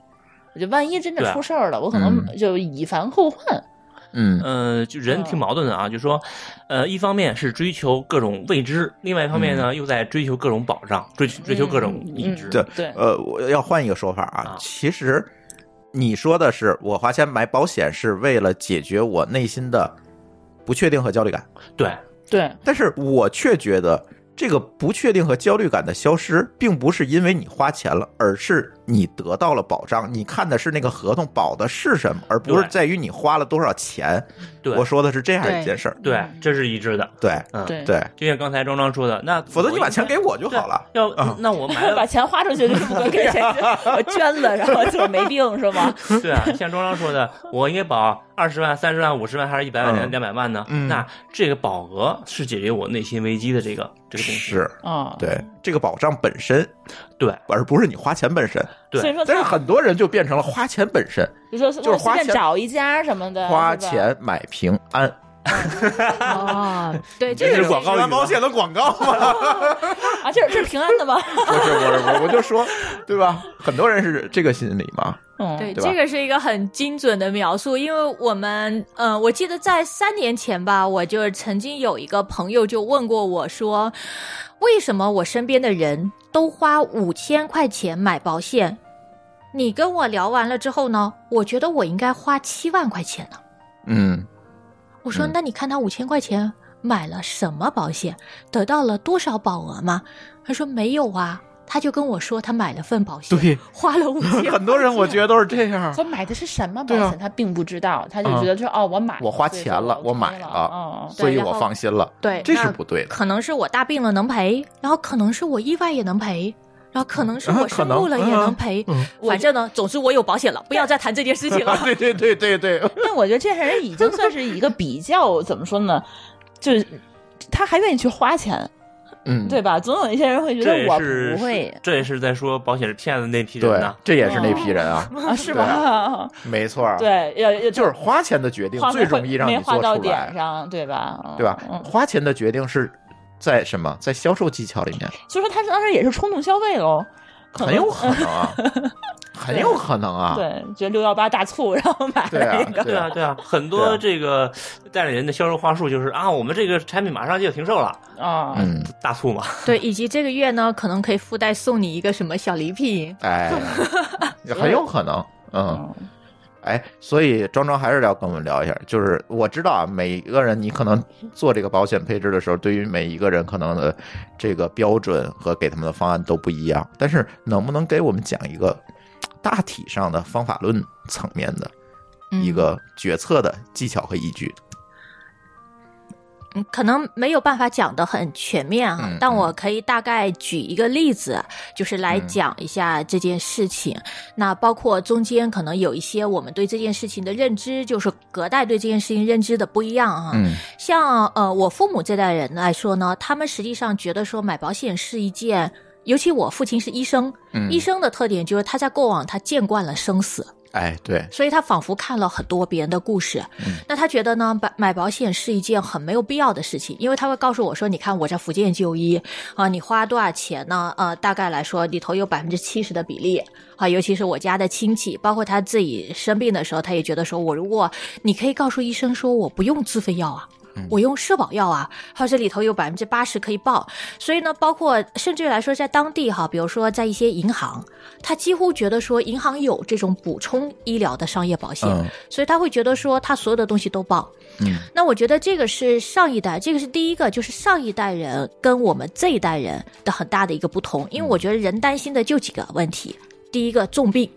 我就万一真
对
的
啊
出事儿了，我可能
嗯
就以防后患，
嗯
呃，就人挺矛盾的啊，就说，呃，一方面是追求各种未知，另外一方面
嗯
呢，又在追求各种保障，追求追求各种
嗯
已知。
嗯
对
对
呃，我要换一个说法啊
啊，
其实你说的是我花钱买保险是为了解决我内心的不确定和焦虑感，
对
对，
但是我却觉得这个不确定和焦虑感的消失，并不是因为你花钱了，而是你得到了保障。你看的是那个合同保的是什么，而不是
对
在于你花了多少钱。
对
我说的是这样一件事儿，
对，这是一致的。
对
嗯
嗯，
对
对，
就像刚才庄庄说的，那
否则你把钱给
我
我就好了。
要
啊
那
<laughs>
我买了
把钱花出去就是不能给谁，我捐了，然后就是没病是吗？
对啊，像庄庄说的，我应该保二十万、三十万、五十万，还是一百万、
嗯
两两百万呢？
嗯
那这个保额是解决我内心危机的这个这个东西。
是
啊，
对这个保障本身，
对
而不是你花钱本身。
对
所以说
但是
他
很多人就变成了花钱本身，
就说
就是花
随便
钱
找一家什么的，
花
是吧
钱买平安，
<laughs> 哦，对，这
这
个
是广告语吗
保险的广告吗？
啊，这是这是平安的吗？
不是不是不是，我就说对吧？很多人是这个心理嘛。
嗯，
对，
对吧
这个是一个很精准的描述，因为我们，嗯，我记得在三年前吧，我就曾经有一个朋友就问过我说，为什么我身边的人都花五千块钱买保险？你跟我聊完了之后呢，我觉得我应该花七万块钱呢。
嗯，
我说，
嗯
那你看他五千块钱买了什么保险，得到了多少保额吗？他说没有啊。他就跟我说，他买了份保险，
对，
花了五
<laughs>
千。
很多人我觉得都是这样。
他买的是什么保
对啊
险，他并不知道，他就
嗯
觉得说哦，我买了，
我花
所以
钱
说
了我
我 OK
买
了，
了啊
嗯嗯
所以
对然
我
后
放心了，
对
这是
那
不对的。
可能是我大病了能赔，然后可能是我意外也能赔，然后可能是
啊
我
可
生
能
病了也能赔。
嗯
反正呢，总之我有保险了，不要再谈这件事情了。
<laughs> 对对对对对，
嗯。但我觉得这些人已经算是一个比较怎么说呢，就是他还愿意去花钱，
嗯，
对吧？总有一些人会觉
这
得
也
我
是
不会
这也是在说保险是骗子那批人
对
呢，。
这也是那批人啊，
啊，是吧？
没错儿，
对，要要
就是花钱的决定
花
最
没
容
花
易让你
没花
做
到
出
点
来，
上，对吧？嗯
对吧？
嗯，
花钱的决定是在什么？在销售技巧里面，
嗯所以说他当时也是冲动消费喽，可
很
能
有可能啊，很有可能啊，
对，觉得六幺八大促，然后买
对
了一
啊
个，，
对
啊，
啊，
对啊，很
对
多
啊
这个代理人的销售话术就是啊，我们这个产品马上就要停售了，
啊，
嗯，
大促嘛。
对，以及这个月呢，可能可以附带送你一个什么小礼品。
哎，很有可能，嗯，
嗯
哎，所以庄庄还是要跟我们聊一下，就是我知道啊，每个人你可能做这个保险配置的时候，对于每一个人可能的这个标准和给他们的方案都不一样，但是能不能给我们讲一个大体上的方法论层面的一个决策的技巧和依据？
嗯，可能没有办法讲的很全面啊，
嗯
但
嗯
我可以大概举一个例子，就是来
嗯
讲一下这件事情。那包括中间可能有一些我们对这件事情的认知，就是隔代对这件事情认知的不一样啊。
嗯
像呃，我父母这代人来说呢，他们实际上觉得说买保险是一件，尤其我父亲是医生，
嗯
医生的特点就是他在过往他见惯了生死，
哎，对，
所以他仿佛看了很多别人的故事。
嗯
那他觉得呢，买买保险是一件很没有必要的事情，因为他会告诉我说，你看我在福建就医啊、你花多少钱呢？呃，大概来说里头有百分之七十的比例啊、尤其是我家的亲戚，包括他自己生病的时候，他也觉得说我如果你可以告诉医生说我不用自费药啊。我用社保药啊，或者这里头有百分之八十可以报，所以呢，包括甚至于来说，在当地哈，比如说在一些银行，他几乎觉得说银行有这种补充医疗的商业保险，
嗯
所以他会觉得说他所有的东西都报。
嗯
那我觉得这个是上一代，这个是第一个，就是上一代人跟我们这一代人的很大的一个不同，因为我觉得人担心的就几个问题，第一个重病。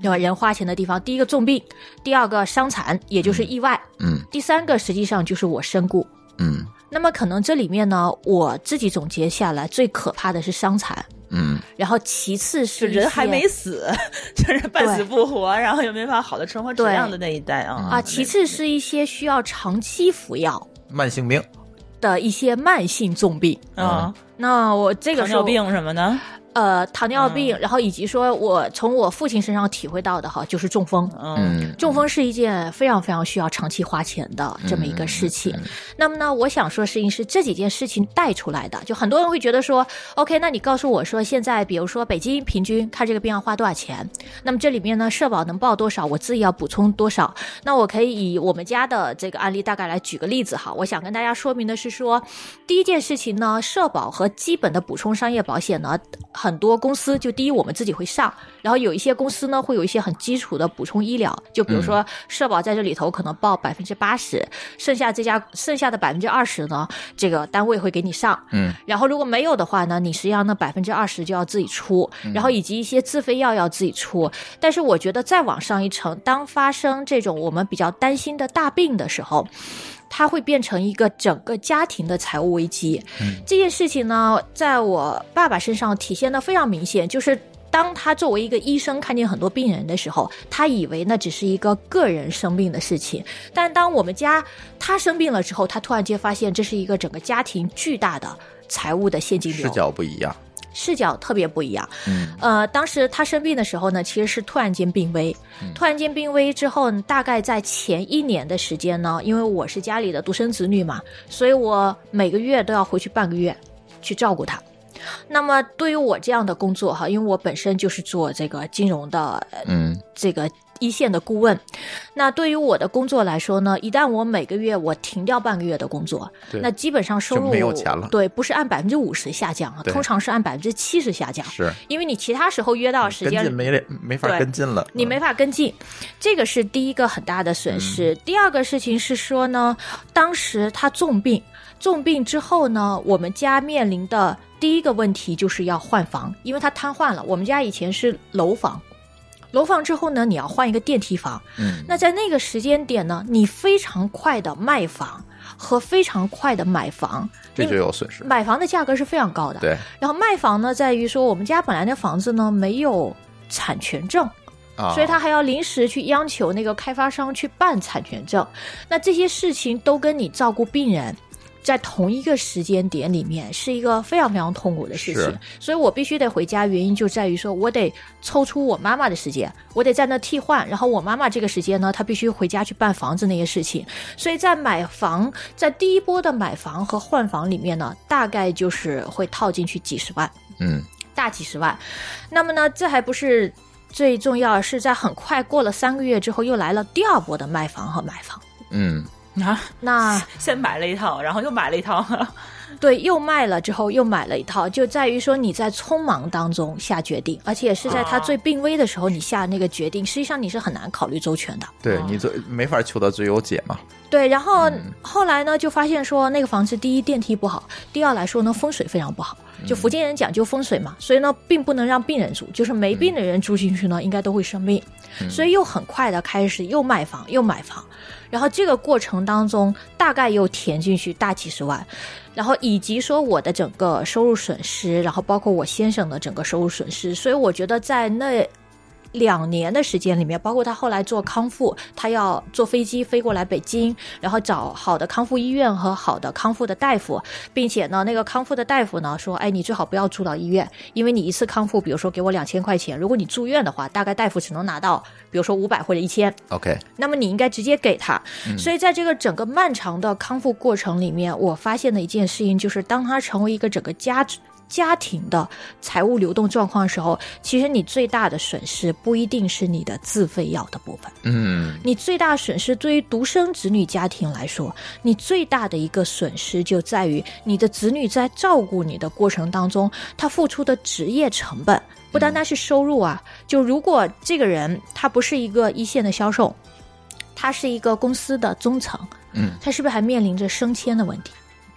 对吧？人花钱的地方，第一个重病，第二个伤残，也就是意外，
嗯
第三个实际上就是我身故。
嗯
那么可能这里面呢，我自己总结下来，最可怕的是伤残，
嗯
然后其次
就是
一
人还
些
没死， <laughs> 就是半死
对
不活，然后又没法好的生活质
对
量的那一代啊
啊，其次是一些需要长期服药
慢性病，
的一些慢性重病。
啊，
那我这个
糖
时候
尿病什嗯么的，
呃，糖尿病，然后以及说我从我父亲身上体会到的哈，就是中风。
嗯
嗯，
中风是一件非常非常需要长期花钱的这么一个事
嗯
情。那么呢，我想说的事情是这几件事情带出来的。就很多人会觉得说，OK，那你告诉我说，现在比如说北京平均看这个病要花多少钱？那么这里面呢，社保能报多少？我自己要补充多少？那我可以以呃我们家的这个案例大概来举个例子哈。我想跟大家说明的是说，第一件事情呢，社保和基本的补充商业保险呢，很多公司就第一我们自己会上，然后有一些公司呢会有一些很基础的补充医疗，就比如说社保在这里头可能报百分之八十，剩下这家剩下的百分之二十呢，这个单位会给你上。
嗯
然后如果没有的话呢，你实际上那百分之二十就要自己出，然后以及一些自费药要自己出。但是我觉得再往上一层，当发生这种我们比较担心的大病的时候。它会变成一个整个家庭的财务危机，
嗯
这件事情呢，在我爸爸身上体现的非常明显，就是当他作为一个医生看见很多病人的时候，他以为那只是一个个人生病的事情，但当我们家他生病了之后，他突然间发现这是一个整个家庭巨大的财务的现金流，
视角不一样，
视角特别不一样。
嗯
呃，当时他生病的时候呢，其实是突然间病危。
嗯
突然间病危之后呢，大概在前一年的时间呢，因为我是家里的独生子女嘛，所以我每个月都要回去半个月去照顾他。那么对于我这样的工作哈，因为我本身就是做这个金融的呃
嗯
这个一线的顾问。那对于我的工作来说呢，一旦我每个月我停掉半个月的工作
对，
那基本上收入
就没有钱了
对，不是按百分之五十下降啊，
对
通常是按百分之七十下降，
是
因为你其他时候约到时
嗯跟
间
进没没法
对
跟进了，嗯
你没法跟进，这个是第一个很大的损
嗯
失。第二个事情是说呢，当时他重病，重病之后呢，我们家面临的第一个问题就是要换房，因为他瘫痪了。我们家以前是楼房，楼房之后呢，你要换一个电梯房。
嗯
那在那个时间点呢，你非常快的卖房和非常快的买房，
这就有损失，
买房的价格是非常高的。
对
然后卖房呢，在于说我们家本来那房子呢没有产权证。
啊，
所以他还要临时去央求那个开发商去办产权证。那这些事情都跟你照顾病人。在同一个时间点里面，是一个非常非常痛苦的事
是
情，所以我必须得回家。原因就在于说，我得抽出我妈妈的时间，我得在那替换。然后我妈妈这个时间呢，她必须回家去办房子那些事情。所以在买房，在第一波的买房和换房里面呢，大概就是会套进去几十万。
嗯
大几十万。那么呢，这还不是最重要，是在很快过了三个月之后，又来了第二波的卖房和买房。
嗯
啊，
那
先买了一套，然后又买了一套， <laughs>
对，又卖了之后又买了一套，就在于说你在匆忙当中下决定，而且是在他最病危的时候你下那个决定，实际上你是很难考虑周全的。
对你最没法求到最优解嘛。
对，然后后来呢，就发现说那个房子第一电梯不好，第二来说呢风水非常不好。就福建人讲究风水嘛，所以呢，并不能让病人住，就是没病的人住进去呢，应该都会生病。所以又很快的开始又卖房又买房，然后这个过程当中大概又填进去大几十万，然后以及说我的整个收入损失，然后包括我先生的整个收入损失，所以我觉得在那。两年的时间里面，包括他后来做康复，他要坐飞机飞过来北京，然后找好的康复医院和好的康复的大夫，并且呢，那个康复的大夫呢说，哎，你最好不要住到医院，因为你一次康复，比如说给我两千块钱，如果你住院的话，大概大夫只能拿到，比如说五百或者一千，
OK，
那么你应该直接给他。所以在这个整个漫长的康复过程里面，我发现的一件事情就是，当他成为一个整个家家庭的财务流动状况的时候，其实你最大的损失不一定是你的自费药的部分，
嗯，
你最大损失对于独生子女家庭来说，你最大的一个损失就在于你的子女在照顾你的过程当中，他付出的职业成本不单单是收入啊，就如果这个人他不是一个一线的销售，他是一个公司的中层，
嗯，
他是不是还面临着升迁的问题？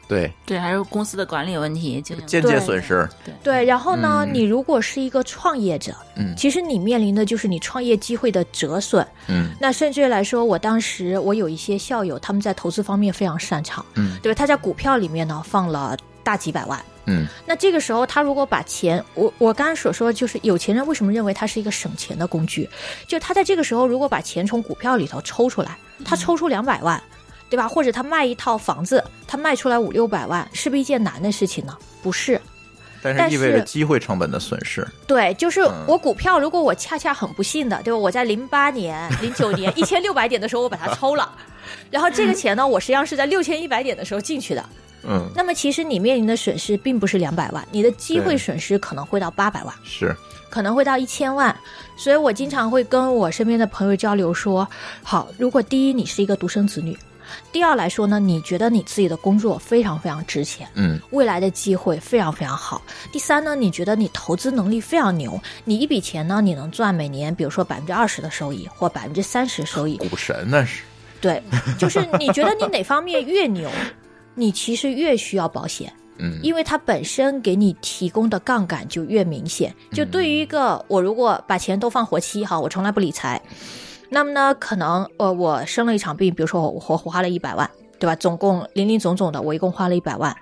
对，
对，还有公司的管理问题，就
间接损失，
对，然后呢，
嗯
你如果是一个创业者，
嗯
其实你面临的就是你创业机会的折损。
嗯
那甚至来说，我当时我有一些校友，他们在投资方面非常擅长，
嗯
对吧？他在股票里面呢放了大几百万。
嗯
那这个时候，他如果把钱，我我刚刚所说，就是有钱人为什么认为它是一个省钱的工具？就他在这个时候，如果把钱从股票里头抽出来，他抽出两百万，对吧？或者他卖一套房子，他卖出来五六百万，是不是一件难的事情呢？不是，
但
但
是意味着
是
机会成本的损失，
对，就是
嗯
我股票，如果我恰恰很不幸的，对吧？我在零八年、零九年一千六百点的时候，我把它抽了，然后这个钱呢，我实际上是在六千一百点的时候进去的。
嗯，
那么其实你面临的损失并不是两百万，你的机
对
会损失可能会到八百万，
是，
可能会到一千万。所以我经常会跟我身边的朋友交流说，好，如果第一你是一个独生子女，第二来说呢，你觉得你自己的工作非常非常值钱。
嗯
未来的机会非常非常好。第三呢，你觉得你投资能力非常牛，你一笔钱呢，你能赚每年比如说百分之二十的收益或百分之三十收益。
股神那是，
对，就是你觉得你哪方面越牛，你其实越需要保险。
嗯，
因为它本身给你提供的杠杆就越明显。就对于一个我如果把钱都放活期哈，我从来不理财，那么呢，可能呃我生了一场病，比如说我我我花了一百万，对吧？总共零零总总的，我一共花了一百万。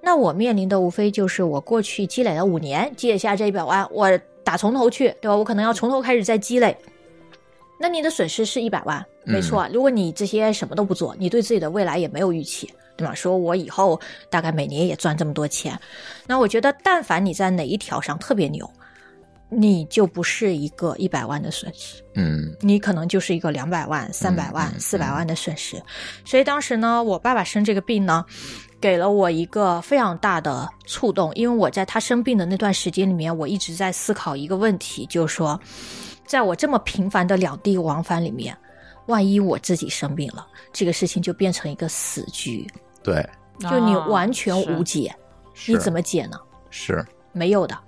那我面临的无非就是我过去积累了五年，积累下这一百万，我打从头去，对吧？我可能要从头开始再积累。那你的损失是一百万，没错。如果你这些什么都不做，你对自己的未来也没有预期，对吧？说我以后大概每年也赚这么多钱，那我觉得，但凡你在哪一条上特别牛，你就不是一个一百万的损失，
嗯
你可能就是一个两百万、三百万
嗯、嗯
四百万的损失。所以当时呢，我爸爸生这个病呢，给了我一个非常大的触动，因为我在他生病的那段时间里面，我一直在思考一个问题，就是说，在我这么频繁的两地往返里面，万一我自己生病了，这个事情就变成一个死局，
对，
就你完
啊
全无解，
啊是
你怎么解呢？
是
没有的。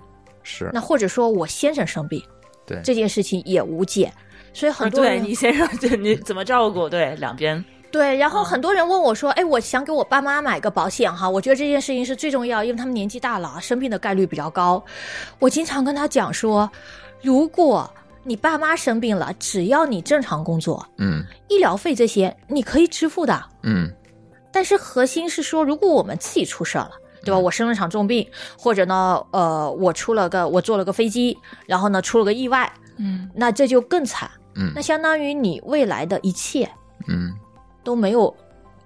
是
那或者说我先生生病
对
这件事情也无解，所以很多
对
人
你先
<laughs>
生，就你怎么照顾？对，两边
对，然后很多人问我说：“哎，我想给我爸妈买个保险哈，我觉得这件事情是最重要，因为他们年纪大了，啊生病的概率比较高。”我经常跟他讲说，如果你爸妈生病了，只要你正常工作，
嗯
医疗费这些你可以支付的。
嗯
但是核心是说，如果我们自己出事儿了。对吧？我生了场重病，或者呢，呃，我出了个，我坐了个飞机，然后呢，出了个意外，
嗯，
那这就更惨。
嗯
那相当于你未来的一切
嗯
都没有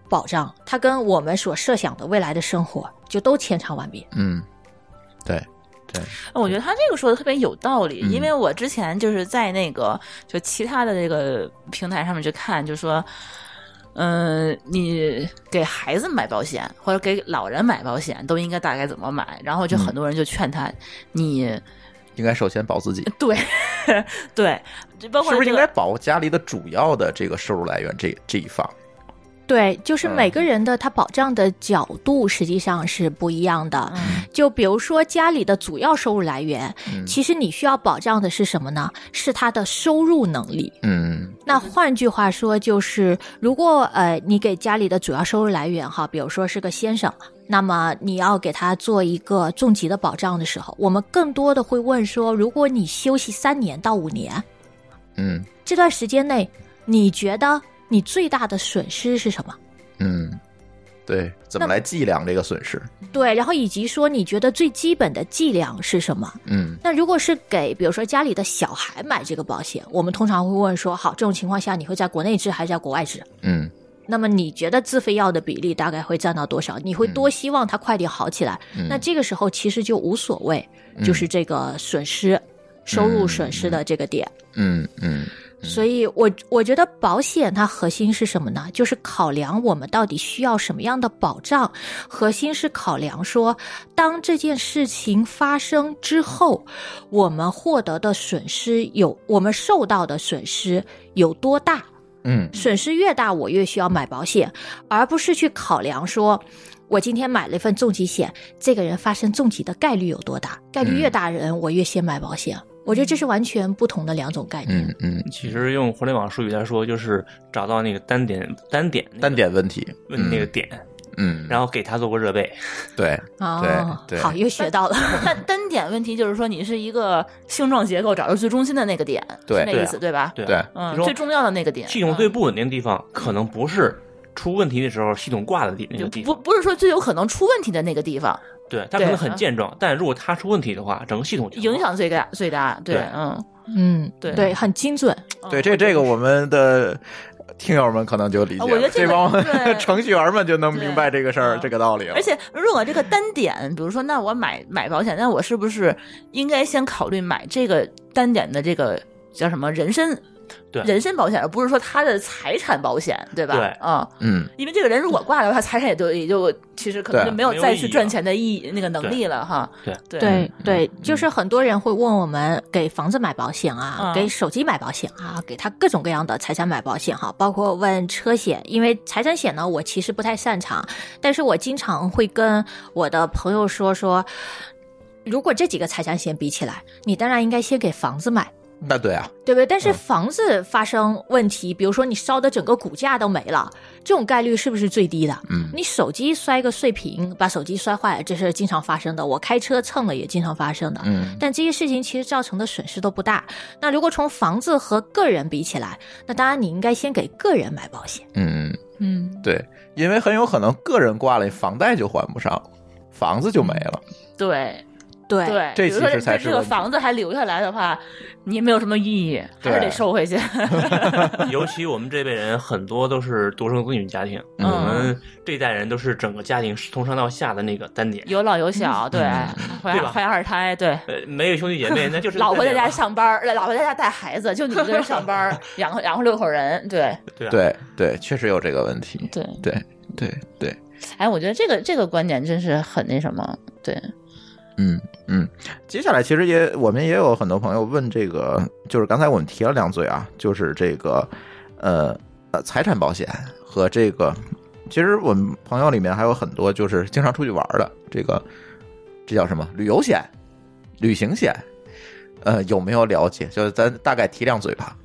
保障，它跟我们所设想的未来的生活就都千差万别。
嗯，对，
我觉得他这个说的特别有道理，
嗯
因为我之前就是在那个就其他的这个平台上面去看，就说，嗯、你给孩子买保险或者给老人买保险都应该大概怎么买，然后就很多人就劝他，你
应该首先保
<laughs>
自己，
对对，就包括
是不是
这
应
个
该保家里的主要的这个收入来源这这一方？
对，就是
嗯
每个人的他保障的角度实际上是不一样的。
嗯
就比如说家里的主要收入来源，
嗯
其实你需要保障的是什么呢？是他的收入能力。
嗯
那换句话说，就是如果呃你给家里的主要收入来源哈，比如说是个先生，那么你要给他做一个重疾的保障的时候，我们更多的会问说，如果你休息三年到五年
嗯
这段时间内，你觉得你最大的损失是什么？
嗯，对，怎么来计量这个损失？
对，然后以及说你觉得最基本的剂量是什么？
嗯
那如果是给比如说家里的小孩买这个保险，我们通常会问说，好，这种情况下你会在国内治还是在国外治？
嗯
那么你觉得自费药的比例大概会占到多少？你会多希望它快点好起来？
嗯，
那这个时候其实就无所谓，就是这个损失、收入损失的这个点。
嗯嗯
所以我我觉得保险它核心是什么呢？就是考量我们到底需要什么样的保障，核心是考量说，当这件事情发生之后，我们获得的损失有，我们受到的损失有多大。
嗯
损失越大，我越需要买保险，而不是去考量说，我今天买了一份重疾险，这个人发生重疾的概率有多大？概率越
嗯
大人，我越先买保险。我觉得这是完全不同的两种概念。
嗯嗯，
其实用互联网术语来说，就是找到那个单点单点那个
单点问题，
问那个点，
嗯，
然后给他做个热备。
对，
哦，
对对
好，又学
<laughs>
到了。
但单点问题就是说，你是一个性状结构找到最中心的那个点，
对
是那意思对吧？
对啊
对，
嗯，
就说
最重要的那个点，嗯
系统最不稳定的地方，可能不是出问题的时候系统挂的地那个
嗯
地
不
方，
不是说最有可能出问题的那个地方，
对，啊它可能
对
很健壮，但如果它出问题的话，整个系统就
影响最大最大。对，
对
嗯，
嗯，
对
<laughs> 对，很精准。
对，这这个我们的听友们可能就理解
啊我觉
了，
得这个
帮
对
<laughs> 程序员们就能明白这个事儿
对嗯
这个道理了
而。且，如果这个单点，比如说，那我买买保险，那我是不是应该先考虑买这个单点的这个叫什么人身
对
人身保险，而不是说他的财产保险，对吧？
对
嗯，
嗯，
因为这个人如果挂了的话，财产也就也就其实可能
对
就没有
没有
再
意义
去
了
赚钱的意义那个能
对
力了哈。
对
对
嗯
对对，就是很多人会问我们，给房子买保险啊，
嗯
给手机买保险啊，给他各种各样的财产买保险哈、包括问车险，因为财产险呢，我其实不太擅长，但是我经常会跟我的朋友说说，如果这几个财产险比起来，你当然应该先给房子买。
那对啊，
对不对？但是房子发生问题，比如说你烧的整个骨架都没了，这种概率是不是最低的？
嗯
你手机摔个碎屏，把手机摔坏了，这是经常发生的。我开车蹭了也经常发生的。
嗯
但这些事情其实造成的损失都不大。那如果从房子和个人比起来，那当然你应该先给个人买保险。
嗯，
嗯，
对，因为很有可能个人挂了，房贷就还不上，房子就没了。
对
对
对，
这
比如
其
说
实才是
这个
问题
房子还留下来的话，你也没有什么意义，还是
对
得收
<laughs>
回去。
尤其我们这辈人很多都是独生子女家庭，
嗯
我们这一代人都是整个家庭从上到下的那个单点，
有老有小，
嗯
对，怀
对吧
怀二胎，对。
呃，没有兄弟姐妹，那就是
老婆在家
单点
上班儿，老婆在家带孩子，就你一
<laughs>
个人上班儿，养活养活六口人，对
了对啊
对对，确实有这个问题。
对。
对对对，
哎，我觉得这个这个观点真是很那什么，对，
嗯嗯。接下来其实也我们也有很多朋友问这个，就是刚才我们提了两嘴啊，就是这个呃呃财产保险和这个，其实我们朋友里面还有很多就是经常出去玩儿的，这个这叫什么旅游险、旅行险。呃，有没有了解？就是咱大概提两嘴吧。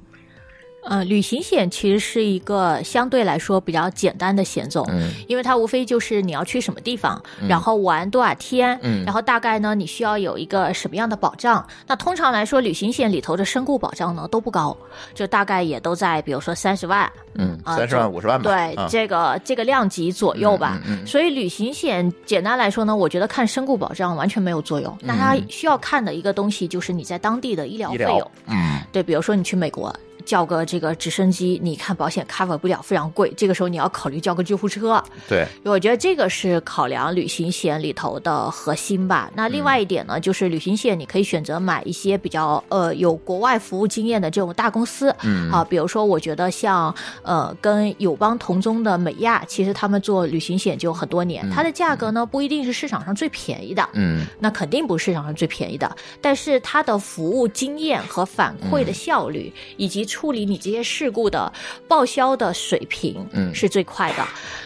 呃，旅行险其实是一个相对来说比较简单的险种。
嗯
因为它无非就是你要去什么地方，然后玩多少天，
嗯
然后大概呢你需要有一个什么样的保障。那通常来说，旅行险里头的身故保障呢都不高，就大概也都在比如说三十万，
嗯，
啊
三十万、五十万吧。
对、
啊
这个这个量级左右吧。
嗯嗯嗯
所以旅行险简单来说呢，我觉得看身故保障完全没有作用。
嗯
那它需要看的一个东西就是你在当地的医疗
医
费
疗
用。，
嗯
对，比如说你去美国叫个这个直升机，你看保险 cover 不了，非常贵。这个时候你要考虑叫个救护车。
对，
我觉得这个是考量旅行险里头的核心吧。那另外一点呢，就是旅行险你可以选择买一些比较呃有国外服务经验的这种大公司。
嗯
啊，比如说，我觉得像呃，跟友邦同宗的美亚，其实他们做旅行险就很多年，它的价格呢不一定是市场上最便宜的，
嗯
那肯定
嗯
不是市场上最便宜的，但是它的服务经验和反馈的效率，以及处理你这些事故的报销的水平，
嗯
是最快的。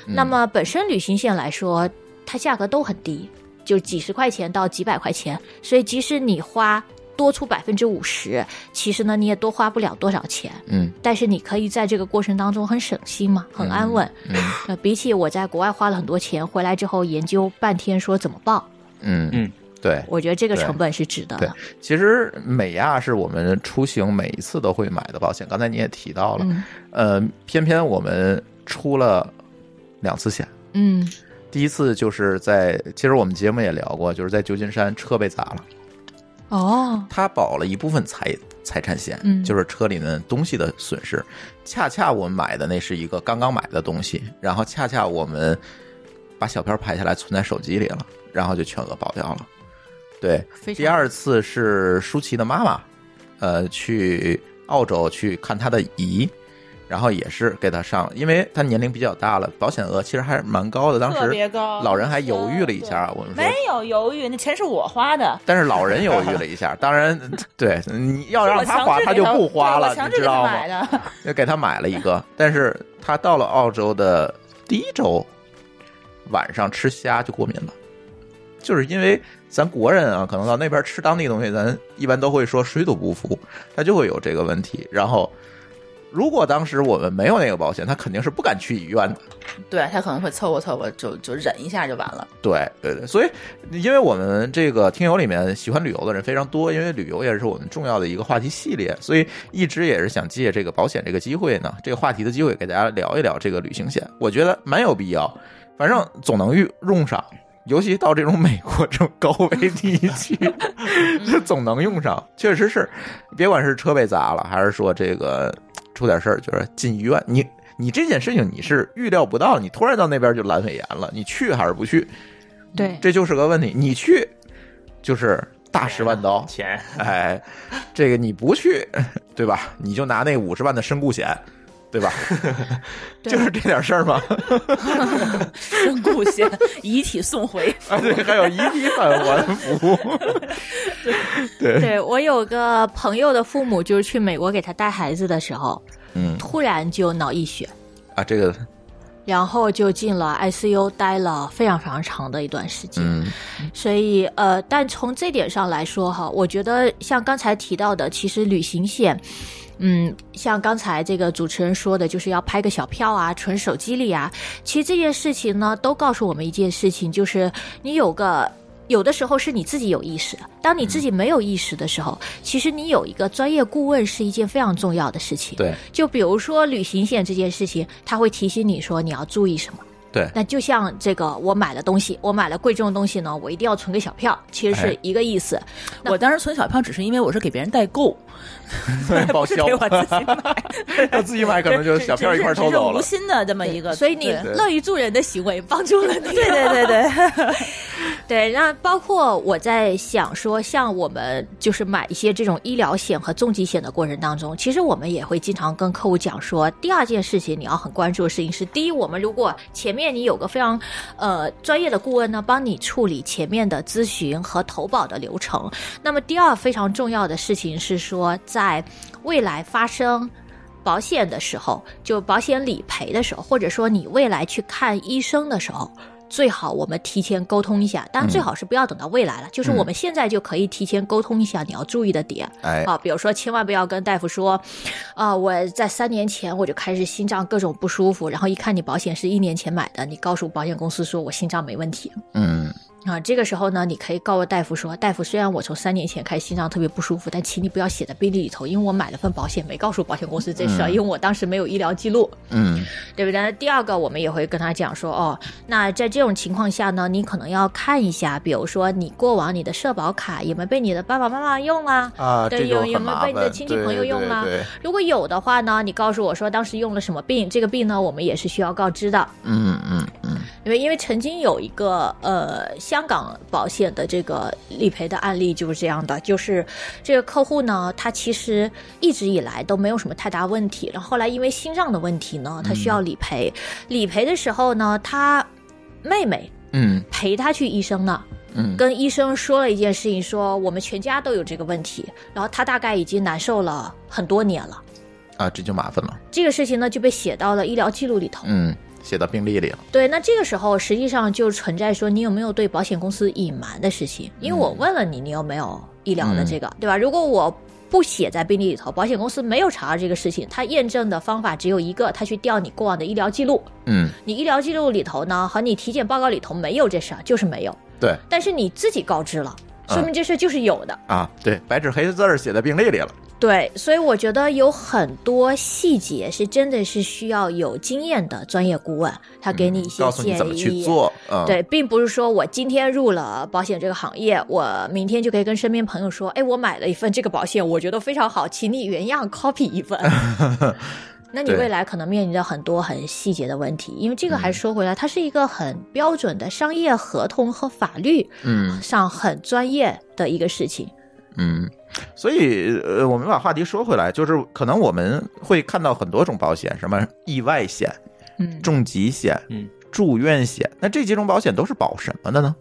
嗯
那么本身旅行险来说，它价格都很低，就几十块钱到几百块钱，所以即使你花多出百分之五十，其实呢你也多花不了多少钱，
嗯
但是你可以在这个过程当中很省心嘛，很安稳。 <laughs>
嗯
呃，比起我在国外花了很多钱，回来之后研究半天说怎么报，
嗯
嗯，
对，
我觉得这个
对
成本是值得
对
的。
其实美亚是我们出行每一次都会买的保险，刚才你也提到了，
嗯
呃，偏偏我们出了两次险。
嗯
第一次就是在，其实我们节目也聊过，就是在旧金山车被砸了，
哦
他保了一部分财财产险，
嗯
就是车里的东西的损失。恰恰我们买的那是一个刚刚买的东西，然后恰恰我们把小票拍下来存在手机里了，然后就全额保掉了。对，
非常
第二次是舒淇的妈妈，呃，去澳洲去看她的姨，然后也是给她上了，因为她年龄比较大了，保险额其实还是蛮高的。当
特
时
别高
老人还犹豫了一下，我们说
没有犹豫，那钱是我花的，
但是老人犹豫了一下，当然， <laughs> 对，你要
是
让
我
他
强
花，
制
他
给
就不花
对
了，
我强
你
制
知
给他
道吗 <laughs>
买？的。
就给他买了一个，但是他到了澳洲的第一周晚上吃虾就过敏了，就是因为咱国人啊，可能到那边吃当地东西，咱一般都会说水土不服，他就会有这个问题。然后，如果当时我们没有那个保险，他肯定是不敢去医院的。
对他可能会凑合凑合，就就忍一下就完
<laughs>
了。
对对对，所以因为我们这个听友里面喜欢旅游的人非常多，因为旅游也是我们重要的一个话题系列，所以一直也是想借这个保险这个机会呢，这个话题的机会给大家聊一聊这个旅行险，我觉得蛮有必要，反正总能遇用上。尤其到这种美国这种高危地区，这 <laughs> 总能用上，确实是，别管是车被砸了，还是说这个出点事儿，就是进医院，你你这件事情你是预料不到，你突然到那边就阑尾炎了，你去还是不去？
对
这就是个问题。你去就是大十万刀，
钱
哎，这个你不去，对吧？你就拿那五十万的身故险，对吧？ <laughs> 就是这点事儿嘛。
身故险，遗体送
<laughs>
回。
啊，对，还有遗体返还服务，
<laughs> 对我有个朋友的父母，就是去美国给他带孩子的时候，
嗯
突然就脑溢血，
啊，这个，
然后就进了 ICU 待了非常非常长的一段时间。
嗯
所以呃，但从这点上来说哈，我觉得像刚才提到的，其实旅行险。嗯，像刚才这个主持人说的，就是要拍个小票啊，存手机里啊。其实这件事情呢，都告诉我们一件事情，就是你有个有的时候是你自己有意识，当你自己没有意识的时候，其实你有一个专业顾问是一件非常重要的事情。
对
就比如说旅行险这件事情，它会提醒你说你要注意什么。
对
那就像这个，我买了东西，我买了贵重的东西呢，我一定要存个小票，其实
哎
是一个意思。
我当时存小票，只是因为我是给别人代购，
对，报
不是
销
给，我自
<laughs>
己买，
要自己买可能就小票一块儿
只
偷走
是
了
无。心的这么一个，
所以你
对
对
乐于助人的行为帮助了你。
对对对对，
<laughs> 对，那包括我在想说，像我们就是买一些这种医疗险和重疾险的过程当中，其实我们也会经常跟客户讲说，第二件事情你要很关注的事情是，第一，我们如果前面你有个非常呃专业的顾问呢，帮你处理前面的咨询和投保的流程，那么第二非常重要的事情是说，在未来发生。保险的时候，就保险理赔的时候，或者说你未来去看医生的时候，最好我们提前沟通一下。当然，最好是不要等到未来了，就是我们现在就可以提前沟通一下你要注意的点。
哎，
啊，比如说，千万不要跟大夫说，啊、我在三年前我就开始心脏各种不舒服，然后一看你保险是一年前买的，你告诉保险公司说我心脏没问题，
嗯，
啊，这个时候呢，你可以告诉大夫说，大夫，虽然我从三年前开始心脏特别不舒服，但请你不要写在病历里头，因为我买了份保险，没告诉保险公司这事儿，
嗯
因为我当时没有医疗记录，
嗯，
对不对？那第二个，我们也会跟他讲说，哦，那在这种情况下呢，你可能要看一下，比如说你过往你的社保卡有没有被你的爸爸妈妈用啊，
啊，
对
这就
有有
很
没有
麻
被你的
烦
亲戚朋友用啦
对对对
如果有的话呢，你告诉我说当时用了什么病，这个病呢，我们也是需要告知的。
嗯嗯嗯，
因为因为曾经有一个呃香港保险的这个理赔的案例就是这样的，就是这个客户呢，他其实一直以来都没有什么太大问题，然后后来因为心脏的问题呢，他需要理赔，理赔的时候呢，他妹妹
嗯
陪他去医生呢，
嗯，
跟医生说了一件事情说，我们全家都有这个问题，然后他大概已经难受了很多年了。
啊，这就麻烦了。
这个事情呢就被写到了医疗记录里头。
嗯，写到病历里了。
对，那这个时候实际上就存在说你有没有对保险公司隐瞒的事情？因为我
嗯
问了你，你有没有医疗的这个，对吧？如果我不写在病历里头，保险公司没有查到这个事情，他验证的方法只有一个，他去调你过往的医疗记录。
嗯，
你医疗记录里头呢和你体检报告里头没有这事儿，就是没有。
对
但是你自己告知了，说
嗯
明这事儿就是有的。
啊，对，白纸黑字儿写在病历里了。
对，所以我觉得有很多细节是真的是需要有经验的专业顾问，他给你一
嗯
些
告诉
建议。
你怎么去做。嗯，
对，并不是说我今天入了保险这个行业，我明天就可以跟身边朋友说，哎，我买了一份这个保险，我觉得非常好，请你原样 copy 一 <laughs> 份。那你
对
未来可能面临着很多很细节的问题，因为这个还说回来，它是一个很标准的商业合同和法律
嗯
上很专业的一个事情。
嗯。所以，呃，我们把话题说回来，就是可能我们会看到很多种保险，什么意外险、
嗯，
重疾险、
嗯、
住院险，那这几种保险都是保什么的呢？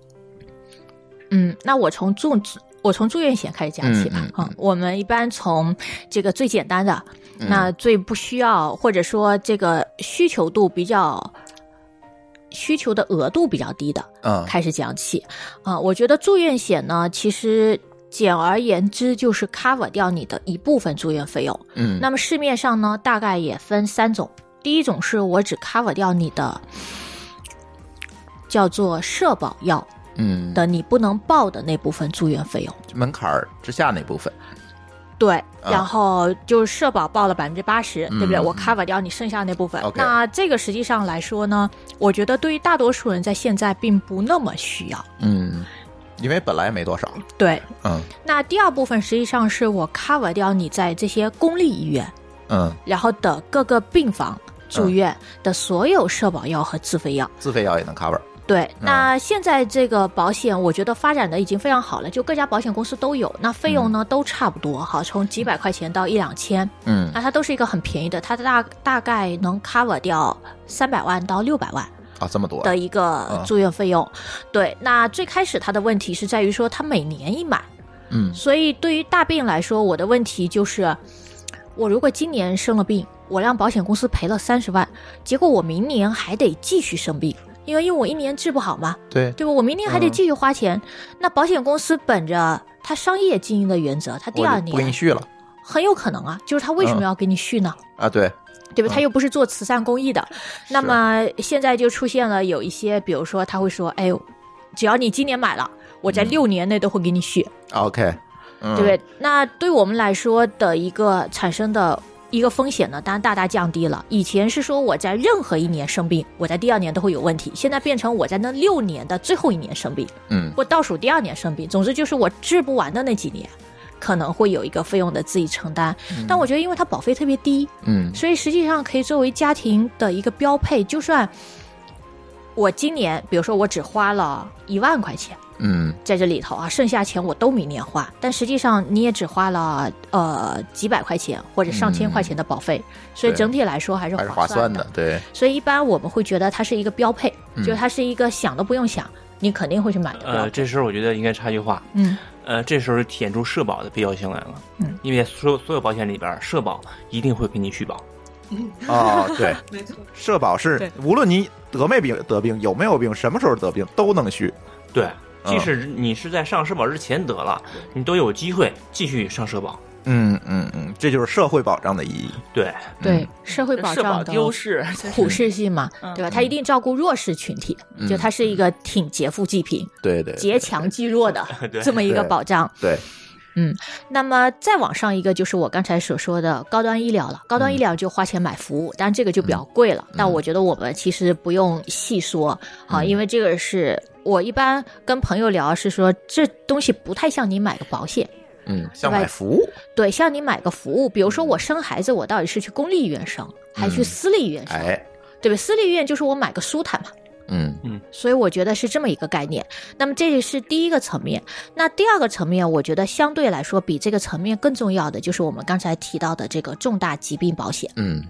嗯，那我从住我从住院险开始讲起吧
嗯。嗯
啊、我们一般从这个最简单的，嗯
嗯
那最不需要或者说这个需求度比较。需求的额度比较低的
嗯
开始讲起，啊、我觉得住院险呢，其实简而言之就是 cover 掉你的一部分住院费用。
嗯，
那么市面上呢，大概也分三种，第一种是我只 cover 掉你的叫做社保药，
嗯
的你不能报的那部分住院费用。
门槛儿之下那部分，
对，
啊
然后就是社保报了百分之八十，对不对？
嗯
我 cover 掉你剩下那部分。
OK
那这个实际上来说呢，我觉得对于大多数人在现在并不那么需要。
嗯，因为本来没多少，
对，
嗯
那第二部分实际上是我 cover 掉你在这些公立医院，
嗯，
然后的各个病房住院的所有社保药和自费药。
自费药也能 cover，
对，
嗯
那现在这个保险，我觉得发展的已经非常好了，就各家保险公司都有，那费用呢、都差不多，哈，从几百块钱到一两千，
嗯
啊那它都是一个很便宜的，它大大概能 cover 掉三百万到六百万
啊，这么多，
的一
嗯
个住院费用。对，那最开始它的问题是在于说它每年一买，
嗯
所以对于大病来说，我的问题就是，我如果今年生了病，我让保险公司赔了三十万，结果我明年还得继续生病，因为因为我一年治不好嘛，
对，
对吧？我明年还得继续花钱。
嗯
那保险公司本着它商业经营的原则，它第
我
二
就不给你
年
续了
很有可能啊，就是它为什么
嗯
要给你续呢？
啊，对，
对
嗯
吧？他又不是做慈善公益的，那
是
么现在就出现了有一些，比如说他会说，哎呦，只要你今年买了，我在
嗯
六年内都会给你续，
OK，嗯，
对不对？那对我们来说的一个产生的一个风险呢，当然大大降低了。以前是说我在任何一年生病，我在第二年都会有问题，现在变成我在那六年的最后一年生病，
嗯
或倒数第二年生病，总之就是我治不完的那几年。可能会有一个费用的自己承担，但我觉得因为它保费特别低，
嗯
所以实际上可以作为家庭的一个标配。就算我今年，比如说我只花了一万块钱
嗯
在这里头啊，剩下钱我都明年花，但实际上你也只花了呃几百块钱或者上千块钱的保费，所以整体来说还是
还是划
算
算的，对，
所以一般我们会觉得它是一个标配，
嗯
就是它是一个想都不用想，你肯定会去买的标
呃，
配。
这时候我觉得应该插句话，
嗯，
呃，这时候体现出社保的必要性来了，
嗯，
因为所有所有保险里边儿，社保一定会给你续保，
哦，对，
没错，
社保是
对
无论你得没病得病，有没有病，什么时候得病都能续，
对，嗯
嗯
即使你是在上社保之前得了，你都有机会继续上社保，
嗯嗯嗯，这就是社会保障的意义，
对，
对，社会保
社
障
保
的
优势，
普适性嘛，
嗯
对吧？它一定照顾弱势群体，
嗯
就它是一个挺劫富济贫、
对对，
劫强济弱的
对
这么一
<laughs>
个
对
保障。
对，
那么再往上一个就是我刚才所说的高端医疗
嗯
了，高端医疗就花钱买服务，当然这个就比较贵了。但我觉得我们其实不用细说啊，
嗯
因为这个是我一般跟朋友聊是说，这东西不太像你买个保险。
嗯，像买服务，
对，像你买个服务，比如说我生孩子，我到底是去公立医院生，还是去
嗯
私立医院生，
哎，
对吧？私立医院就是我买个舒坦嘛，
嗯
所以我觉得是这么一个概念。那么这是第一个层面。那第二个层面，我觉得相对来说比这个层面更重要的就是我们刚才提到的这个重大疾病保险。
嗯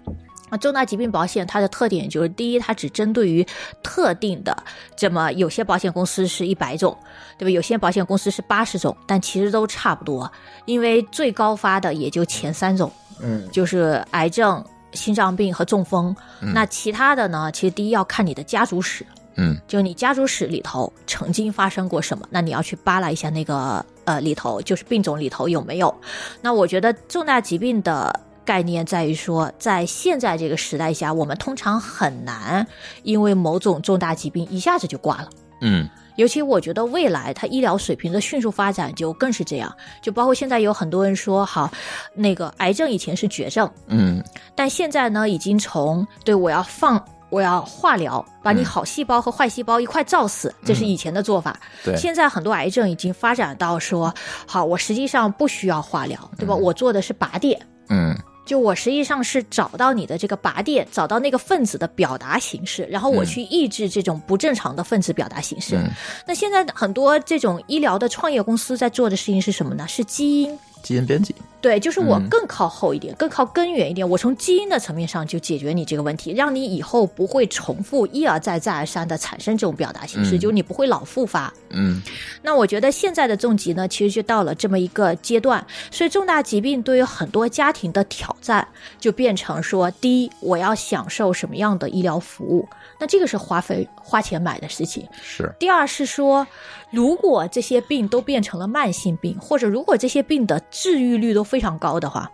那重大疾病保险它的特点就是，第一，它只针对于特定的，这么有些保险公司是一百种，对吧？有些保险公司是八十种，但其实都差不多，因为最高发的也就前三种。
嗯
就是癌症、心脏病和中风。
嗯
那其他的呢？其实第一要看你的家族史，
嗯
就你家族史里头曾经发生过什么，那你要去扒拉一下那个呃里头，就是病种里头有没有。那我觉得重大疾病的概念在于说，在现在这个时代下，我们通常很难因为某种重大疾病一下子就挂了。
嗯
尤其我觉得未来它医疗水平的迅速发展就更是这样，就包括现在有很多人说，好，那个癌症以前是绝症，
嗯
但现在呢，已经从对我要放。我要化疗，把你
嗯
好细胞和坏细胞一块照死，这是
嗯
以前的做法。
对
现在很多癌症已经发展到说，好，我实际上不需要化疗，对吧？
嗯
我做的是靶点，
嗯
就我实际上是找到你的这个靶点，找到那个分子的表达形式，然后我
嗯
去抑制这种不正常的分子表达形式。
嗯，
那现在很多这种医疗的创业公司在做的事情是什么呢？是基因。
基因编辑，
对，就是我
嗯
更靠后一点，更靠根源一点。我从基因的层面上就解决你这个问题，让你以后不会重复一而再、再而三的产生这种表达形式，
嗯
就你不会老复发。
嗯
那我觉得现在的重疾呢，其实就到了这么一个阶段，所以重大疾病对于很多家庭的挑战就变成说，第一，我要享受什么样的医疗服务，那这个是花费花钱买的事情；
是，
第二是说，如果这些病都变成了慢性病，或者如果这些病的治愈率都非常高的话，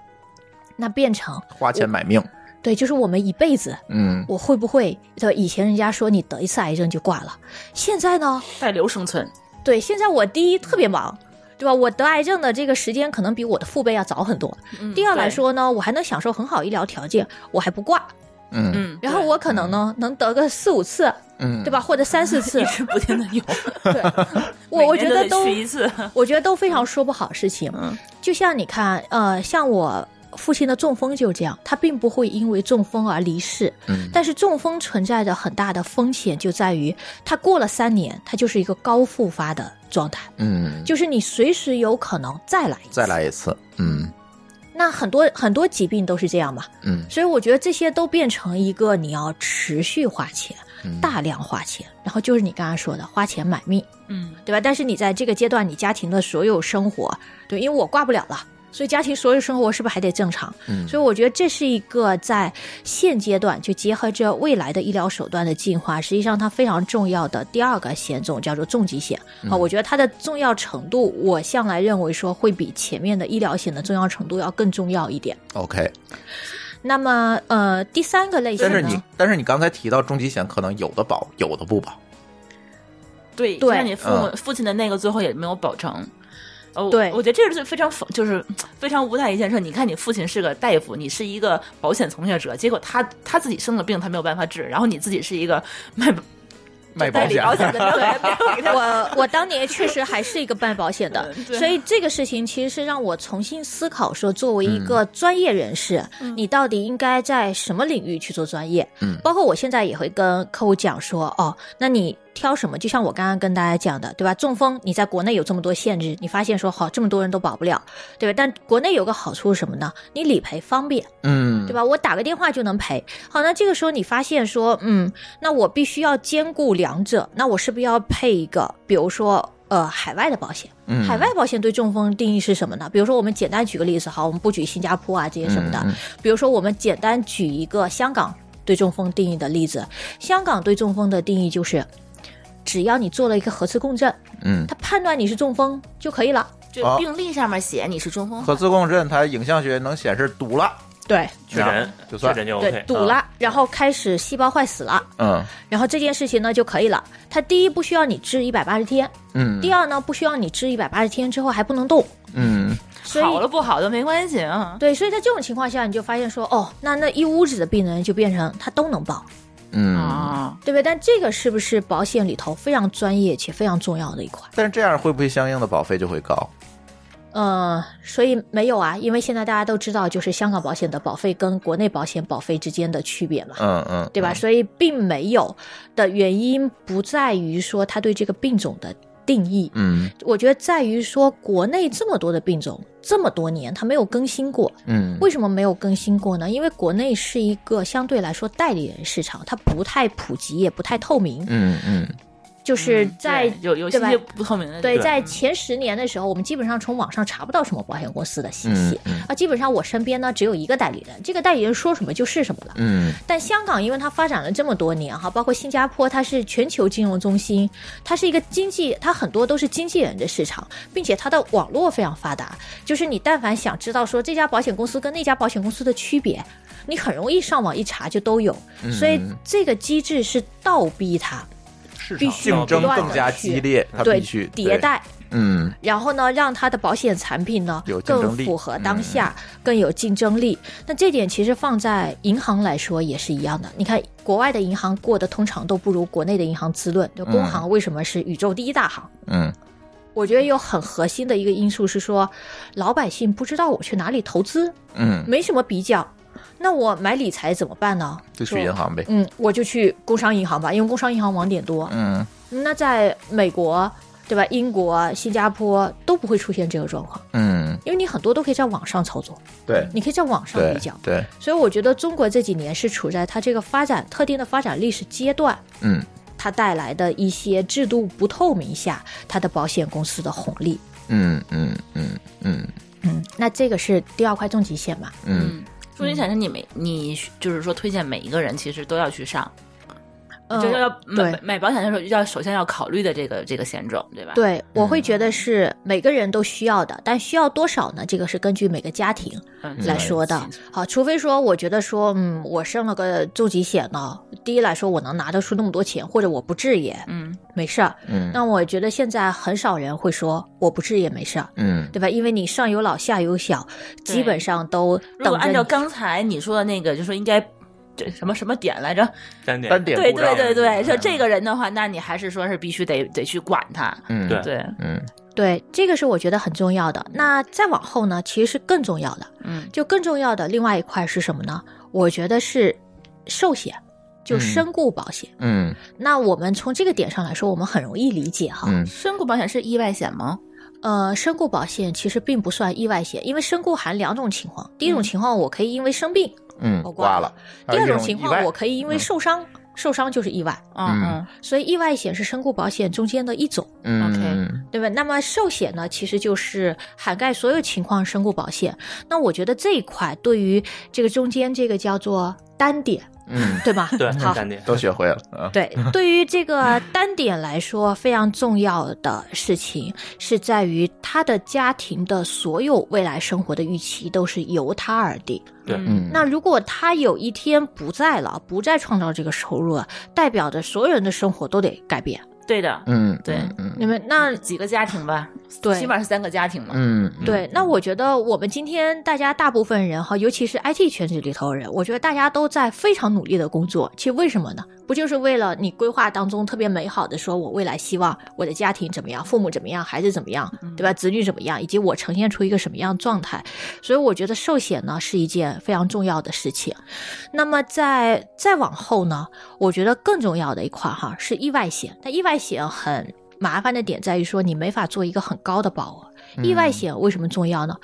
那变成
花钱买命，
对，就是我们一辈子。
嗯
我会不会？对，以前人家说你得一次癌症就挂了，现在呢？
<laughs> 带瘤生存，
对，现在我第一特别忙，对吧？我得癌症的这个时间可能比我的父辈要早很多。
嗯
第二来
对
说呢，我还能享受很好医疗条件，我还不挂。
嗯
嗯，
然后我可能呢能得个四五次，
嗯，
对吧？？或者三四
<laughs>
次
一，直不停的有，
对，我我觉
每年
得
都
都
得去一
<laughs>
次，
我觉得都非常说不好事情。
嗯，
就像你看，呃，像我父亲的中风就这样，他并不会因为中风而离世，
嗯
但是中风存在着很大的风险，就在于他过了三年，他就是一个高复发的状态。
嗯，
就是你随时有可能再来一次，
再。来一次，嗯
那很多很多疾病都是这样嘛，
嗯，
所以我觉得这些都变成一个你要持续花钱、
嗯
大量花钱，然后就是你刚刚说的花钱买命，
嗯，
对吧？但是你在这个阶段，你家庭的所有生活，对，因为我挂不了了。所以家庭所有生活是不是还得正常？
嗯
所以我觉得这是一个在现阶段就结合着未来的医疗手段的进化，实际上它非常重要的第二个险种叫做重疾险啊。
嗯
我觉得它的重要程度，我向来认为说会比前面的医疗险的重要程度要更重要一点。
OK，
那么呃，第三个类型
但
呢？
是你但是你刚才提到重疾险，可能有的保，有的不保，
<laughs> 对，
对嗯
就像你父母父亲的那个最后也没有保成。哦，
对
我觉得这是非常讽就是非常无奈一件事。你看，你父亲是个大夫，你是一个保险从业者，结果他他自己生了病，他没有办法治，然后你自己是一个卖
卖
代
保
理
险，
保险的，没
<laughs>
有给他没有给他
我我当年确实还是一个办保险的
嗯，对
所以这个事情其实是让我重新思考，说作为一个专业人士，
嗯
你到底应该在什么领域去做专业？
嗯
包括我现在也会跟客户讲说，哦，那你挑什么？就像我刚刚跟大家讲的，对吧？中风你在国内有这么多限制，你发现说好，这么多人都保不了，对吧？但国内有个好处是什么呢？你理赔方便。
嗯，
对？吧？我打个电话就能赔。好，那这个时候你发现说，嗯，那我必须要兼顾两者，那我是不是要配一个，比如说呃海外的保险？
嗯，
海外保险对中风定义是什么呢？比如说我们简单举个例子，好，我们不举新加坡啊这些什么的，
嗯嗯
比如说我们简单举一个香港对中风定义的例子，香港对中风的定义就是。只要你做了一个核磁共振，
嗯，
他判断你是中风就可以了。
<laughs> 就
哦
病历上面写你是中风
核磁共振它影像学能显示堵了，
对
确诊
啊就
确
算
诊就
对
OK，，
堵
啊
了，然后开始细胞坏死了，
嗯
然后这件事情呢就可以了。它第一不需要你治一百八十天，
嗯，
第
二
二呢不需要你治一百八十天之后还不能动，
嗯
所以
好了不好的没关系啊。
对，所以在这种情况下，你就发现说，哦，那那一屋子的病人就变成他都能报，
嗯，
啊，
对不对？但这个是不是保险里头非常专业且非常重要的一块？
但是这样会不会相应的保费就会高？
嗯，所以没有啊，因为现在大家都知道，就是香港保险的保费跟国内保险保费之间的区别嘛。
嗯嗯，
对吧？所以并没有的原因不在于说他对这个病种的定义，
嗯？
我觉得在于说，国内这么多的病种，这么多年它没有更新过。
嗯嗯，
为什么没有更新过呢？因为国内是一个相对来说代理人市场，它不太普及，也不太透明。
嗯嗯
就是在
对有有信
对吧
息不透明的
对，
地方
在前十年的时候，我们基本上从网上查不到什么保险公司的信息。
嗯
啊，基本上我身边呢只有一个代理人，这个代理人说什么就是什么了。
嗯
但香港因为它发展了这么多年哈，包括新加坡，它是全球金融中心，它是一个经济，它很多都是经纪人的市场，并且它的网络非常发达。就是你但凡想知道说这家保险公司跟那家保险公司的区别，你很容易上网一查就都有。所以
嗯
这个机制是倒逼它
市
必
场
须
竞争
不断地
更加激烈，它
对
必须
迭，代。
对嗯
然后呢，让它的保险产品呢
有竞
更
争力嗯
符合当下，更有竞争力。那这点其实放在银行来说也是一样的。你看，国外的银行过得通常都不如国内的银行滋润。就工行为什么是宇宙第一大行？
嗯
我觉得有很核心的一个因素是说，老百姓不知道我去哪里投资，
嗯，
没什么比较。那我买理财怎么办呢？
就去银行呗，
嗯，我就去工商银行吧，因为工商银行网点多。
嗯
那在美国，对吧？英国、新加坡都不会出现这个状况。
嗯，
因为你很多都可以在网上操作，
对
你可以在网上
对
比较。
对，
所以我觉得中国这几年是处在它这个发展特定的发展历史阶段，
嗯
它带来的一些制度不透明下，它的保险公司的红利。
嗯嗯嗯嗯
嗯，那这个是第二块重疾险嘛？
嗯，
重疾产生你每你就是说推荐每一个人其实都要去上，
呃
就是要买
嗯对
买保险的时候要首先要考虑的这个这个险种，对吧？，
对，我
嗯
会觉得是每个人都需要的，但需要多少呢？这个是根据每个家庭
嗯
来说的
嗯。
好，除非说我觉得说，嗯，我生了个重疾险呢，第一来说我能拿得出那么多钱，或者我不治也
嗯，
没事儿。
嗯
那我觉得现在很少人会说我不治也没事儿，
嗯
对吧？因为你上有老下有小，
对
基本上都
如果
等
按照
着
刚才你说的那个，就说应该这什么什么点来着？
单点
单点嗯
对
故障
对对对，说这个人的话，那你还是说是必须得得去管他。
嗯
对
对，
嗯
对这个是我觉得很重要的。那再往后呢，其实是更重要的，
嗯
就更重要的另外一块是什么呢？我觉得是寿险，就
嗯
身故保险。
嗯
那我们从这个点上来说，我们很容易理解哈。
嗯
身故保险是意外险吗？
呃，身故保险其实并不算意外险，因为身故含两种情况，第一种
嗯
情况我可以因为生病，
嗯，
我挂
挂
了
了，
第二
还有
种
一
情
意
况
外
我可以因为
嗯
受伤，受伤就是意外。
嗯
所以意外险是身故保险中间的一种，
嗯
OK
嗯
对吧？那么寿险呢，其实就是涵盖所有情况身故保险。那我觉得这一块对于这个中间这个叫做单点，
<laughs> 嗯，
对吧？
对
好。
单点
都学会了啊，
对，对于这个单点来说，非常重要的事情是在于他的家庭的所有未来生活的预期都是由他而定。
对
嗯
嗯，
那如果他有一天不在了，不再创造这个收入了，代表着所有人的生活都得改变。
对的，
嗯
对
嗯
你们那
几个家庭吧，
对
起码是三个家庭嘛。
嗯嗯
对，那我觉得我们今天大家大部分人哈，尤其是 IT 圈子里头的人，我觉得大家都在非常努力的工作。其实为什么呢？不就是为了你规划当中特别美好的，说我未来希望我的家庭怎么样，父母怎么样，孩子怎么样，
嗯
对吧？子女怎么样，以及我呈现出一个什么样的状态。所以我觉得寿险呢是一件非常重要的事情。那么在再往后呢，我觉得更重要的一块儿哈是意外险。但意外险很麻烦的点在于说你没法做一个很高的保额。
嗯
意外险为什么重要呢？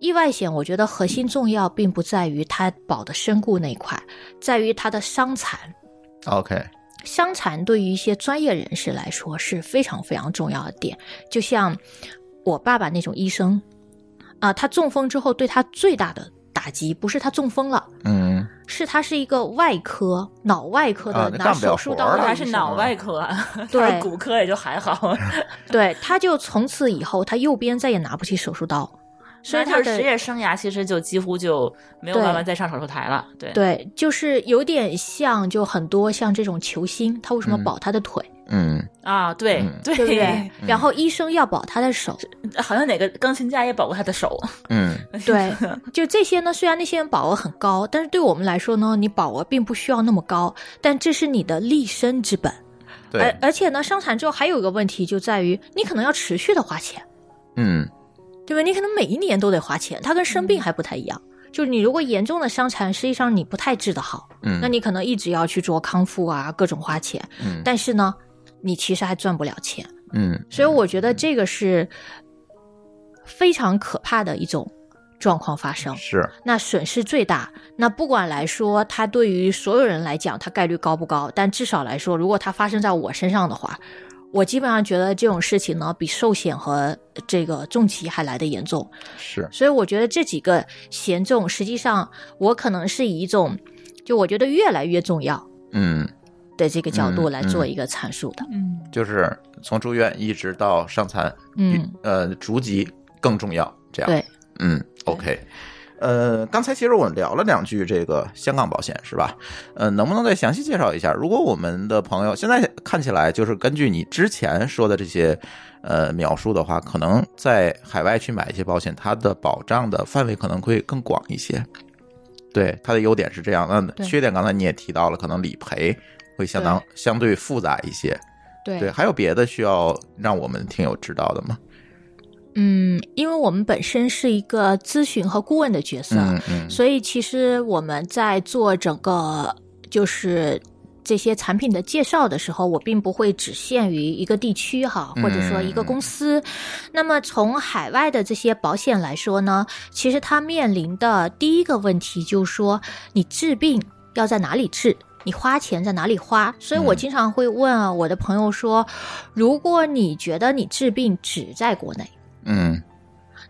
意外险我觉得核心重要并不在于它保的身故那一块，在于它的伤残。
嗯 OK，
伤残对于一些专业人士来说是非常非常重要的点。就像我爸爸那种医生啊，他中风之后对他最大的打击不是他中风了，
嗯
是他是一个外科脑外科的
啊那
拿
干不了
手术
活
刀
儿
的
了
医
还
生，
是脑外科啊，
<laughs> 对
他是骨科也就还好，
对，他就从此以后他右边再也拿不起手术刀，所以
他
他
的
的
职业生涯其实就几乎就没有
对
办法再上手术台了。对，
对，就是有点像，就很多像这种球星，他为什么
嗯
保他
<laughs>
的腿，
嗯
啊，对
嗯
对
对不对？然后医生要保他的手，
<laughs> 好像哪个钢琴家也保过他的手。 <laughs>
嗯 <laughs>
对，就这些呢。虽然那些人保额很高，但是对我们来说呢，你保额并不需要那么高，但这是你的立身之本。而
对
而且呢，伤残之后还有一个问题就在于，你可能要持续的花钱。
嗯
对吧？你可能每一年都得花钱，它跟生病还不太一样。就是你如果严重的伤残，实际上你不太治得好，
嗯，
那你可能一直要去做康复啊，各种花钱。
嗯
但是呢，你其实还赚不了钱，
嗯
所以我觉得这个是非常可怕的一种状况发生。
是
那损失最大。那不管来说，它对于所有人来讲，它概率高不高？但至少来说，如果它发生在我身上的话，我基本上觉得这种事情呢，比寿险和这个重疾还来得严重。
是
所以我觉得这几个险种，实际上我可能是以一种就我觉得越来越重要
嗯，
的这个角度
嗯
来做
嗯
一个阐述的。
嗯，
就是从住院一直到伤残，
嗯，
呃，逐级更重要，这样
对，
嗯，OK。呃，刚才其实我们聊了两句这个香港保险是吧？呃，能不能再详细介绍一下？如果我们的朋友现在看起来就是根据你之前说的这些呃描述的话，可能在海外去买一些保险，它的保障的范围可能会更广一些。对，它的优点是这样，那
对
缺点刚才你也提到了，可能理赔会相当相对复杂一些。
对
对，还有别的需要让我们听友知道的吗？
嗯，因为我们本身是一个咨询和顾问的角色，
嗯嗯，
所以其实我们在做整个就是这些产品的介绍的时候，我并不会只限于一个地区哈，
嗯
或者说一个公司。那么从海外的这些保险来说呢，其实它面临的第一个问题就是说，你治病要在哪里治？你花钱在哪里花？所以我
嗯
经常会问啊，我的朋友说，如果你觉得你治病只在国内，
嗯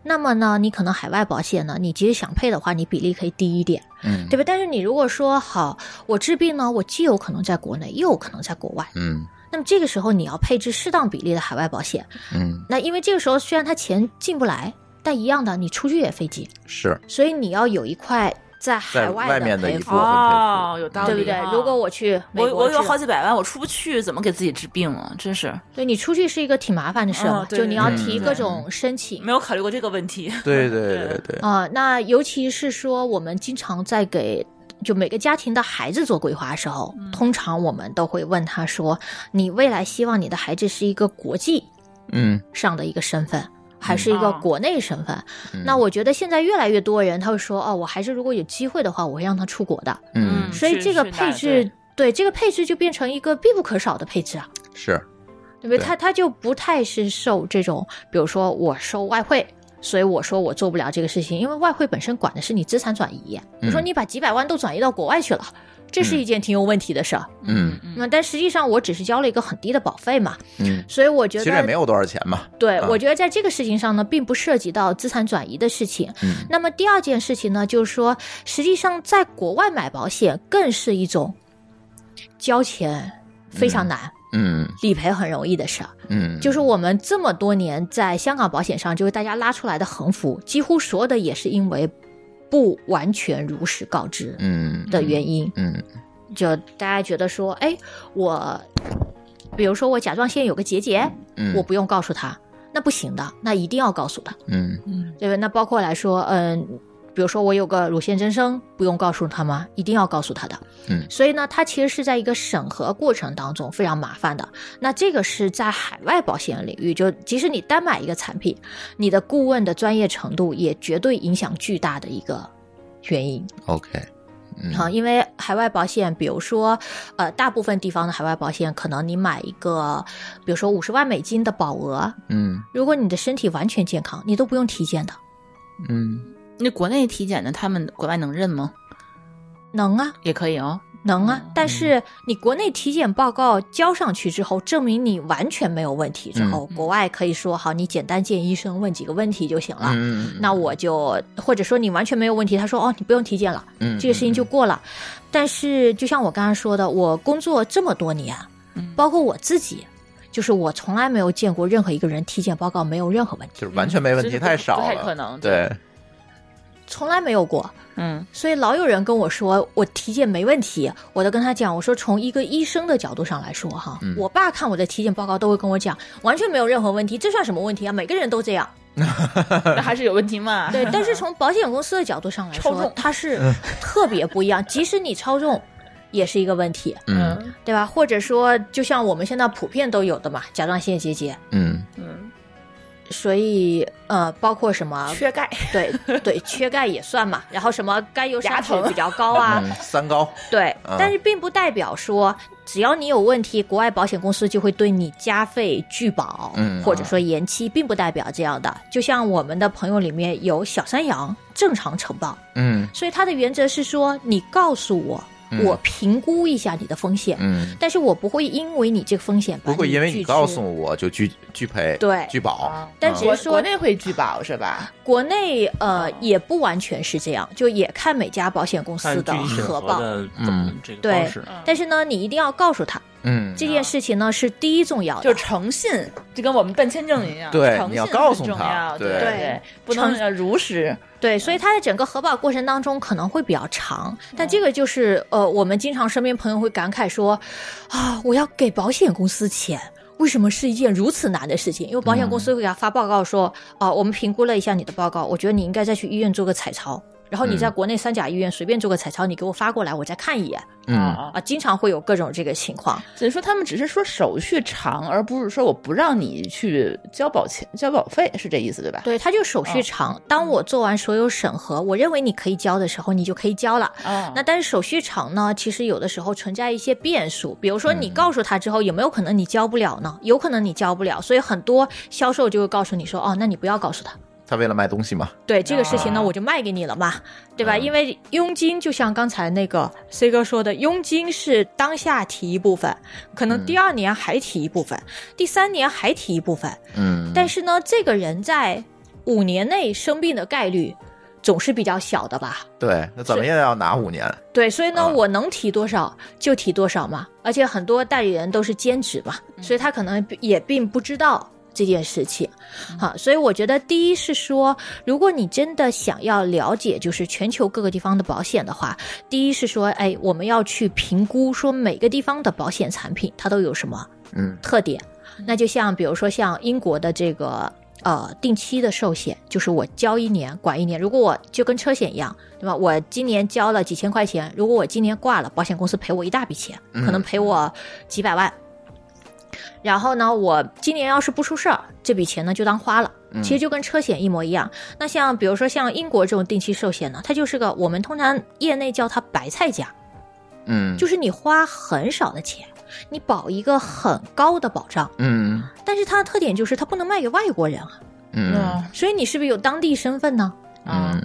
那么呢，你可能海外保险呢，你其实想配的话，你比例可以低一点。
嗯，
对吧？但是你如果说好，我治病呢，我既有可能在国内，又有可能在国外，
嗯
那么这个时候你要配置适当比例的海外保险。
嗯，
那因为这个时候虽然它钱进不来，但一样的你出去也费劲，
是
所以你要有一块在
在
海
外面的
赔
一
付
部，分
哦有道理
对不对
啊？
如果我去美
我
国
我
治
有好几百万，我出不去，怎么给自己治病啊？真是
对你出去是一个挺麻烦的事儿嘛，
哦对
就你要
对嗯
提
对
各种申请。
没有考虑过这个问题。
对对对对，
<laughs> 啊、那尤其是说我们经常在给就每个家庭的孩子做规划的时候，通常我们都会问他说：“你未来希望你的孩子是一个国际
嗯，
上的一个身份。”还是一个
哦
国内身份，
嗯
那我觉得现在越来越多人他会说哦，我还是如果有机会的话，我会让他出国的。
嗯
所以
是
这个
是那
配置，对这个配置就变成一个必不可少的配置啊，
是
对不对？
对
他他就不太是受这种，比如说我收外汇，所以我说我做不了这个事情，因为外汇本身管的是你资产转移。你说
嗯
你把几百万都转移到国外去了，这是一件挺有问题的事儿。
嗯
那、但实际上我只是交了一个很低的保费嘛，
嗯，
所以我觉
其
得
实也没有多少钱嘛，
对，
啊
我觉得在这个事情上呢，并不涉及到资产转移的事情。
嗯
那么第二件事情呢，就是说，实际上在国外买保险更是一种交钱非常难、
嗯
理赔很容易的事儿。
嗯，
就是我们这么多年在香港保险上，就是大家拉出来的横幅，几乎所有的也是因为不完全如实告知
嗯
的原因，
嗯
就大家觉得说，哎，我比如说我甲状腺有个结节，
嗯，
我不用告诉他，那不行的，那一定要告诉他，
嗯
对吧？那包括来说，嗯。比如说我有个乳腺增生，不用告诉他吗？一定要告诉他的。
嗯
所以呢，它其实是在一个审核过程当中非常麻烦的。那这个是在海外保险领域，就即使你单买一个产品，你的顾问的专业程度也绝对影响巨大的一个原因。
OK，嗯
好，因为海外保险，比如说，呃，大部分地方的海外保险，可能你买一个，比如说五十万美金的保额，
嗯
如果你的身体完全健康，你都不用体检的，
嗯
那国内体检的，他们国外能认吗？
能啊，
也可以哦。
能
嗯
啊。但是你国内体检报告交上去之后，证明你完全没有问题之
嗯
后，国外可以说好，你简单见医生问几个问题就行了。
嗯，
啊那我就或者说你完全没有问题，他说哦，你不用体检了，
嗯
这个事情就过了。但是就像我刚刚说的，我工作这么多年，啊
嗯
包括我自己，就是我从来没有见过任何一个人体检报告没有任何问题，
就是完全没问题，太少了，对，
从来没有过。
<laughs>
嗯，
所以老有人跟我说我体检没问题，我都跟他讲，我说从一个医生的角度上来说哈，
嗯
我爸看我的体检报告都会跟我讲，完全没有任何问题，这算什么问题啊？每个人都这样。
那还是有问题嘛？
对，但是从保险公司的角度上来
超
说
重，
它是特别不一样，即使你超重。也是一个问题，
嗯
对吧？或者说，就像我们现在普遍都有的嘛，甲状腺结节，
嗯
所以呃，包括什么
缺钙，
对对，缺钙也算嘛，然后什么甘油
牙
三酯
疼
比较高
<laughs>
啊，
嗯三高，
对，
嗯
但是并不代表说只要你有问题，国外保险公司就会对你加费拒保，
嗯
或者说延期，并不代表这样的。就像我们的朋友里面有小山羊正常承保，
嗯
所以它的原则是说，你告诉我
嗯
我评估一下你的风险，
嗯，
但是我不会因为你这个风险把
不会因为
拒
你告
之
诉我就拒拒赔，
对啊
拒保，
但只
国
是说
国内会拒保是吧？
国内呃
哦
也不完全是这样，就也看每家保险公
看
司
具体审
核
核
报。
的
嗯
这个
对
方式。啊
但是呢，你一定要告诉他
嗯，
这件事情呢是第一重要的，
就是诚信，就跟我们办签证一样，
对
诚
你
信
要告
很
诉
重
他
要
对
对
对，
不能呃如实，
对，所以它在整个核保过程当中可能会比较长，但这个就是呃，我们经常身边朋友会感慨说，啊，我要给保险公司钱。为什么是一件如此难的事情？因为保险公司会给他发报告说，啊、我们评估了一下你的报告，我觉得你应该再去医院做个彩超，然后你在
嗯
国内三甲医院随便做个彩超，你给我发过来，我再看一眼
嗯
啊、经常会有各种这个情况。
只是说他们只是说手续长，而不是说我不让你去交保钱、交保费，是这意思对吧？
对，它就手续长。当我做完所有审核，我认为你可以交的时候，你就可以交了。
啊，
那但是手续长呢，其实有的时候存在一些变数，比如说
嗯
你告诉他之后，有没有可能你交不了呢？有可能你交不了，所以很多销售就会告诉你说，哦，那你不要告诉他。
他为了卖东西嘛，
对这个事情呢，
啊
我就卖给你了嘛，对吧？
嗯
因为佣金就像刚才那个 C 哥说的，佣金是当下提一部分，可
嗯
能第二年还提一部分，第三年还提一部分，
嗯，
但
是
是呢，这个人在五年内生病的概率总是比较小的吧？
对，那怎么也要拿五年，
对，所以呢，
啊
我能提多少就提多少嘛。而且很多代理人都是兼职嘛，
嗯
所以他可能也并不知道这件事情。
嗯
好、所以我觉得第一是说，如果你真的想要了解就是全球各个地方的保险的话，第一是说，哎，我们要去评估说每个地方的保险产品它都有什么
嗯
特点。那就像比如说像英国的这个呃定期的寿险，就是我交一年管一年。如果我就跟车险一样，对吧？我今年交了几千块钱，如果我今年挂了，保险公司赔我一大笔钱，
嗯
可能赔我几百万。然后呢，我今年要是不出事儿，这笔钱呢就当花了。
嗯
其实就跟车险一模一样。那像比如说像英国这种定期寿险呢，它就是个我们通常业内叫它白菜价，
嗯，
就是是你花很少的钱，你保一个很高的保障。
嗯
但是它的特点就是它不能卖给外国人啊，
嗯
所以你是不是有当地身份呢？
啊
嗯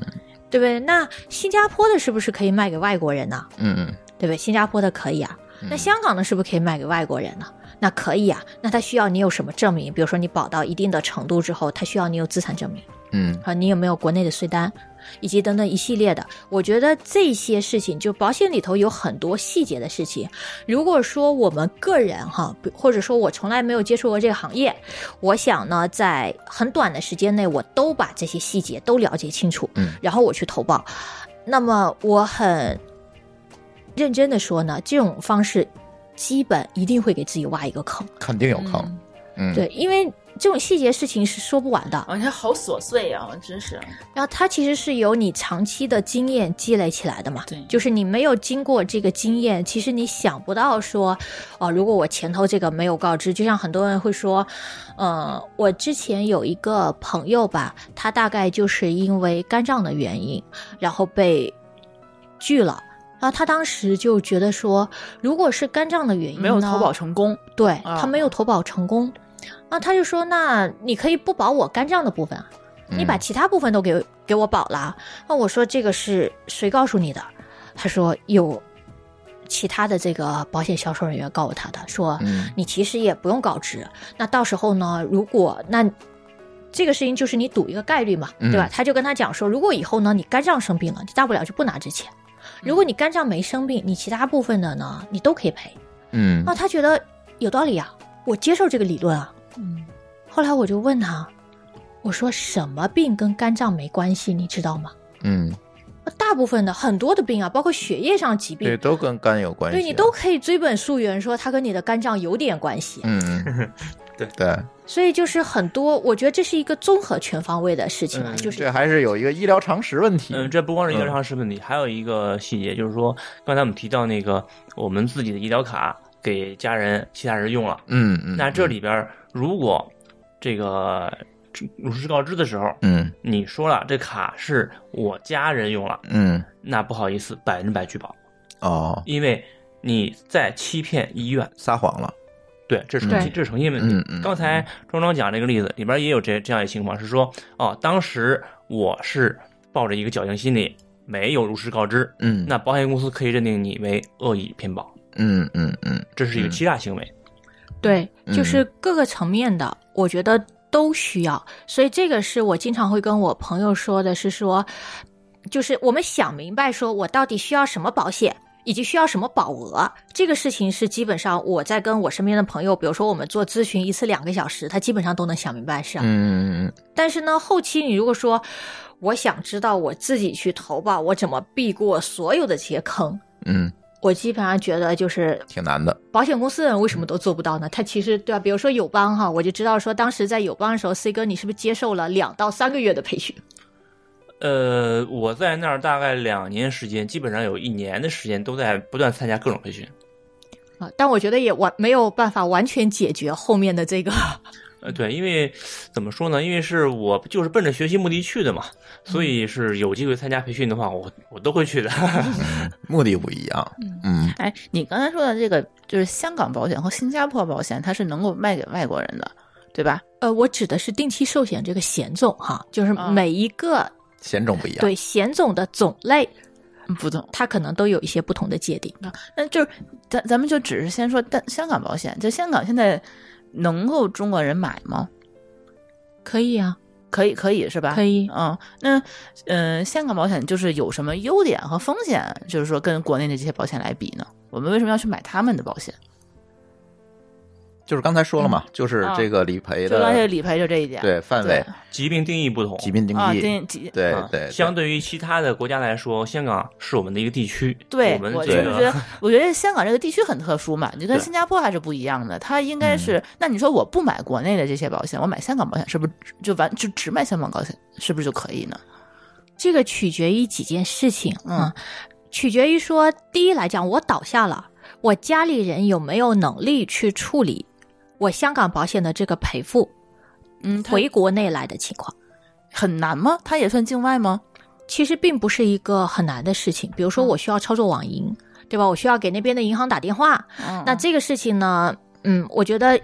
对不对？那新加坡的是不是可以卖给外国人呢？
嗯
对不对？新加坡的可以啊。
嗯
那香港的是不是可以卖给外国人呢？那可以啊。那它需要你有什么证明？比如说你保到一定的程度之后，它需要你有资产证明
嗯
啊，你有没有国内的税单，以及等等一系列的。我觉得这些事情，就保险里头有很多细节的事情。如果说我们个人哈，比或者说我从来没有接触过这个行业，我想呢，在很短的时间内，我都把这些细节都了解清楚，
嗯
然后我去投保。那么我很认真的说呢，这种方式基本一定会给自己挖一个坑，
肯定有坑，嗯，
对，因为这种细节事情是说不完的。
啊，你看好琐碎呀、真是。
然后它其实是由你长期的经验积累起来的嘛，
对
就是你没有经过这个经验，其实你想不到说，哦，如果我前头这个没有告知，就像很多人会说，呃，我之前有一个朋友吧，他大概就是因为肝脏的原因，然后被拒了。然后他当时就觉得说，如果是肝脏的原因，
没有投保，成功，
对
啊
他没有投保成功，那他就说，那你可以不保我肝脏的部分啊，
嗯
你把其他部分都给给我保了。啊那我说这个是谁告诉你的？他说有其他的这个保险销售人员告诉他的，说
嗯
你其实也不用告知。那到时候呢，如果那这个事情就是你赌一个概率嘛，
嗯
对吧？他就跟他讲说，如果以后呢你肝脏生病了，你大不了就不拿这钱；如果你肝脏没生病，你其他部分的呢你都可以赔。
嗯
啊，他觉得有道理啊，我接受这个理论啊。
嗯，
后来我就问他，我说什么病跟肝脏没关系，你知道吗？呃
嗯，
大部分的很多的病啊，包括血液上疾病，
对，都跟肝有关系，
对你都可以追本溯源，说它跟你的肝脏有点关系。
嗯，
对
对，
所以就是很多，我觉得这是一个综合全方位的事情啊，
嗯
就是
这还是有一个医疗常识问题，
嗯，这不光是医疗
嗯
常识问题，还有一个细节就是说，刚才我们提到那个我们自己的医疗卡给家人、其他人用了，
嗯嗯，
那这里边儿如果这个如实告知的时候，
嗯
你说了这卡是我家人用了，
嗯
那不好意思，百分之百拒保，
哦，
因为你在欺骗医院。
撒谎了，
对，这是诚信，这是诚信问题。
嗯嗯
刚才庄庄讲这个例子里边也有这这样一个情况，是说哦，当时我是抱着一个侥幸心理，没有如实告知，
嗯，
那保险公司可以认定你为恶意骗保，
嗯嗯嗯
这是一个
嗯
欺诈行为。
对，就
嗯
是各个层面的，我觉得都需要。所以这个是我经常会跟我朋友说的，是说，就是我们想明白，说我到底需要什么保险。以及需要什么保额，这个事情是基本上我在跟我身边的朋友，比如说我们做咨询一次两个小时，他基本上都能想明白是、啊。
嗯嗯
但是呢，后期你如果说我想知道我自己去投保，我怎么避过所有的这些坑，
嗯，
我基本上觉得就是
挺难的，
保险公司的人为什么都做不到呢？他其实对吧、啊比如说友邦哈，我就知道说当时在友邦的时候，C 哥你是不是接受了两到三个月的培训？
呃，我在那儿大概两年时间，基本上有一年的时间都在不断参加各种培训。
啊，但我觉得也完没有办法完全解决后面的这个， <laughs>
呃，对，因为怎么说呢？因为是我就是奔着学习目的去的嘛，所以是有机会参加培训的话，我我都会去的。 <laughs>
目的不一样，嗯
哎，你刚才说的这个就是香港保险和新加坡保险，它是能够卖给外国人的，对吧？
呃，我指的是定期寿险这个险种哈，就是
啊
每一个、
险种不一样，
对险种的种类，
嗯不懂。
它可能都有一些不同的界定。
那就是咱咱们就只是先说但香港保险，就香港现在能够中国人买吗？
可以啊，
可以，可以是吧？
可以
嗯，那嗯、呃香港保险就是有什么优点和风险？就是说跟国内的这些保险来比呢，我们为什么要去买他们的保险？
就是刚才说了嘛，就是这个理赔
就刚才
的
理赔就这一点，
对范围、
疾病定义不同，
疾病定
啊，
义，
对几
对
啊
对，
相对于其他的国家来说，香港是我们的一个地区。
对
我，们
我就
这
是觉
个
得，我觉得香港这个地区很特殊嘛，你跟
对
新加坡还是不一样的。它应该是，那你说我不买国内的这些保险，我买香港保险，是不是就完就只买香港保险，是不是就可以呢？
这个取决于几件事情
嗯
啊、取决于说，第一来讲，我倒下了，我家里人有没有能力去处理我香港保险的这个赔付
嗯，它
回国内来的情况。
很难吗？它也算境外吗？
其实并不是一个很难的事情，比如说
嗯
我需要操作网银，对吧？我需要给那边的银行打电话，
嗯
那这个事情呢，嗯，我觉得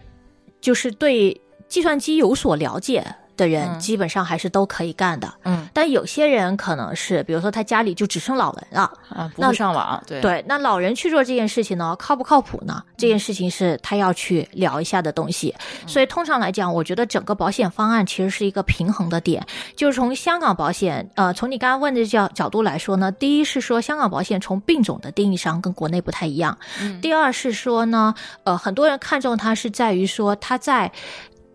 就是对计算机有所了解的人，
嗯
基本上还是都可以干的。
嗯
但有些人可能是，比如说他家里就只剩老人了，
啊，不
那
会上网，对嗯
对，那老人去做这件事情呢，靠不靠谱呢？这件事情是他要去聊一下的东西。所以通常来讲，我觉得整个保险方案其实是一个平衡的点，就是从香港保险，呃，从你刚刚问的角角度来说呢，第一是说香港保险从病种的定义上跟国内不太一样，
嗯
第二是说呢，呃，很多人看重它是在于说它在。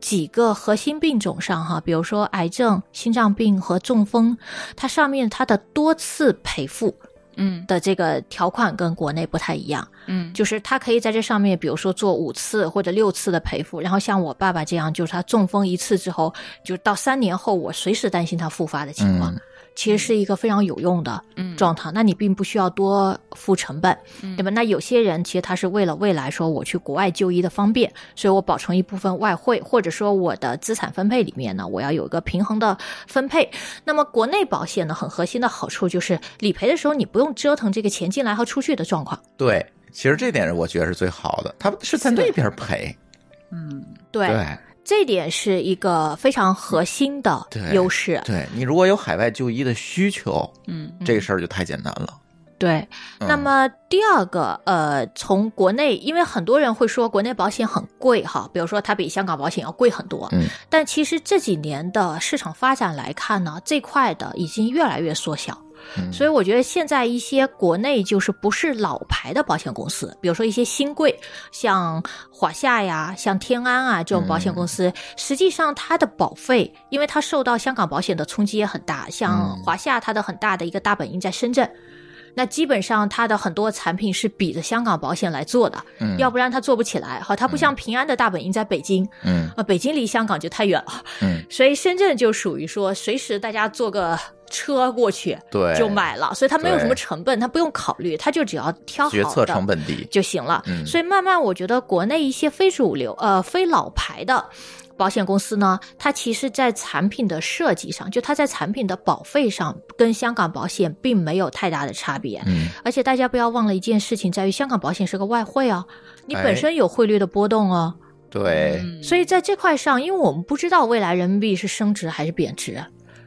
几个核心病种上，哈，比如说癌症、心脏病和中风，它上面它的多次赔付，
嗯
的这个条款跟国内不太一样，
嗯
就是他可以在这上面，比如说做五次或者六次的赔付，然后像我爸爸这样，就是他中风一次之后，就到三年后，我随时担心他复发的情况，
嗯
其实是一个非常有用的
嗯
状态。那你并不需要多付成本，
嗯
对吧？那有些人其实他是为了未来说我去国外就医的方便，所以我保存一部分外汇，或者说我的资产分配里面呢，我要有一个平衡的分配。那么国内保险呢，很核心的好处就是理赔的时候你不用折腾这个钱进来和出去的状况。
对，其实这点我觉得是最好的，他是在那边赔，
嗯
对，
对
这点是一个非常核心的
对
优势。
对，你如果有海外就医的需求，
嗯
这事儿就太简单了。
对，那
嗯
么第二个，呃，从国内，因为很多人会说国内保险很贵哈，比如说它比香港保险要贵很多，
嗯，
但其实这几年的市场发展来看呢，这块的已经越来越缩小，
嗯
所以我觉得现在一些国内就是不是老牌的保险公司，比如说一些新贵，像华夏呀、像天安啊这种保险公
嗯
司，实际上它的保费，因为它受到香港保险的冲击也很大，像
嗯
华夏它的很大的一个大本营在深圳。那基本上，它的很多产品是比着香港保险来做的，
嗯
要不然它做不起来。好，它不像平安的大本营在北京，
嗯
啊，北京离香港就太远了，
嗯，
所以深圳就属于说随时大家坐个车过去
对，
就买了，所以它没有
对
什么成本，它不用考虑，它就只要挑好的
决策成本低，
就行了。
嗯
所以慢慢我觉得国内一些非主流呃非老牌的。保险公司呢，它其实在产品的设计上，就它在产品的保费上，跟香港保险并没有太大的差别。
嗯
而且大家不要忘了一件事情，在于香港保险是个外汇啊，你
哎
本身有汇率的波动哦、
对，
嗯
所以在这块上，因为我们不知道未来人民币是升值还是贬值，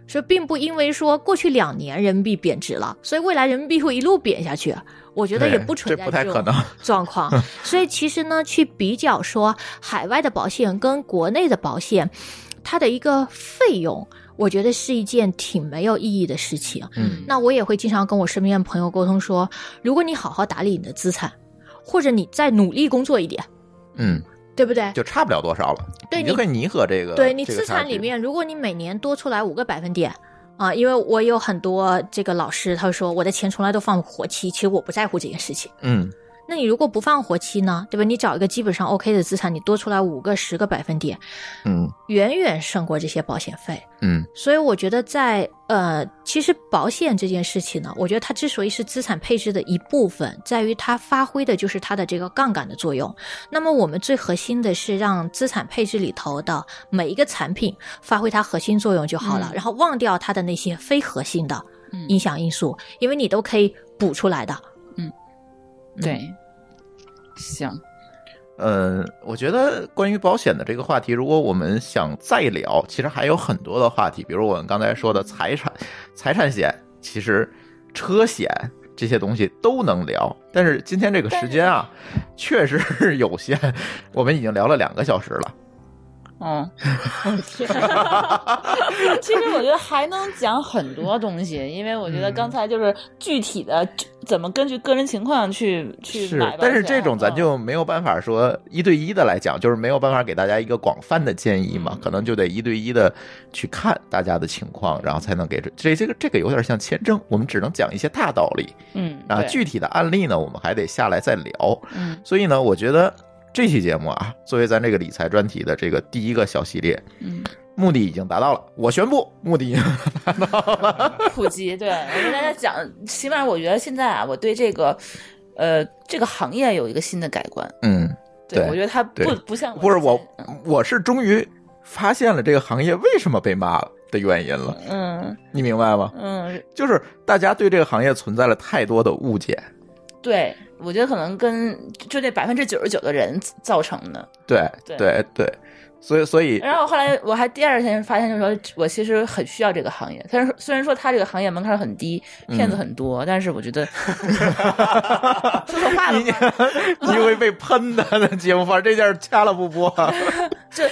所以并不因为说过去两年人民币贬值了，所以未来人民币会一路贬下去。我觉得也
对
不存
这
在
不太
种
可能 <laughs>
状况。所以其实呢，去比较说海外的保险跟国内的保险，它的一个费用，我觉得是一件挺没有意义的事情。
嗯
那我也会经常跟我身边的朋友沟通说，如果你好好打理你的资产，或者你再努力工作一点，
嗯，
对不对？
就差不了多少了。
对
你
你
就可以弥合这个。
对你
这个
资
差
产
距
里，面，如果你每年多出来五个百分点。啊，因为我有很多这个老师，他说我的钱从来都放活期，其实我不在乎这件事情。
嗯
那你如果不放活期呢，对吧？你找一个基本上 OK 的资产，你多出来五个、十个百分点，
嗯
远远胜过这些保险费。
嗯
所以我觉得在呃，其实保险这件事情呢，我觉得它之所以是资产配置的一部分，在于它发挥的就是它的这个杠杆的作用。那么我们最核心的是让资产配置里头的每一个产品发挥它核心作用就好了，
嗯
然后忘掉它的那些非核心的
嗯
影响因素，因为你都可以补出来的。嗯
对，行，
呃，我觉得关于保险的这个话题，如果我们想再聊，其实还有很多的话题，比如我们刚才说的财产、财产险，其实车险。这些东西都能聊，但是今天这个时间啊，确实是有限。我们已经聊了两个小时了，
嗯， <laughs> 其实我觉得还能讲很多东西，因为我觉得刚才就是具体的就怎么根据个人情况去去
是
买保险。，
但是这种咱
嗯
就没有办法说一对一的来讲，就是没有办法给大家一个广泛的建议
嗯
嘛，可能就得一对一的去看大家的情况，然后才能给这这这个这个有点像签证，我们只能讲一些大道理
嗯
啊，
对
具体的案例呢，我们还得下来再聊。
嗯
所以呢，我觉得这期节目啊，作为咱这个理财专题的这个第一个小系列，
嗯
目的已经达到了，我宣布目的已
<laughs>
经达到了。
普及，对我跟大家讲，起码我觉得现在啊，我对这个呃这个行业有一个新的改观。
嗯，对
我觉得嗯它
对
不不像
不是
之
我
前，
我是终于发现了这个行业为什么被骂的原因了，
嗯
你明白吗？
嗯，
就是大家对这个行业存在了太多的误解。
对，我觉得可能跟就这百分之九十九的人造成的。
对
对哎
对对，所以所以
然后后来我还第二天发现，就是说我其实很需要这个行业。虽然说虽然说他这个行业门槛很低，骗子很多，但是我觉得说实话
你
了，
<laughs> 你会被喷的。那节目反正这件儿掐了不播。
这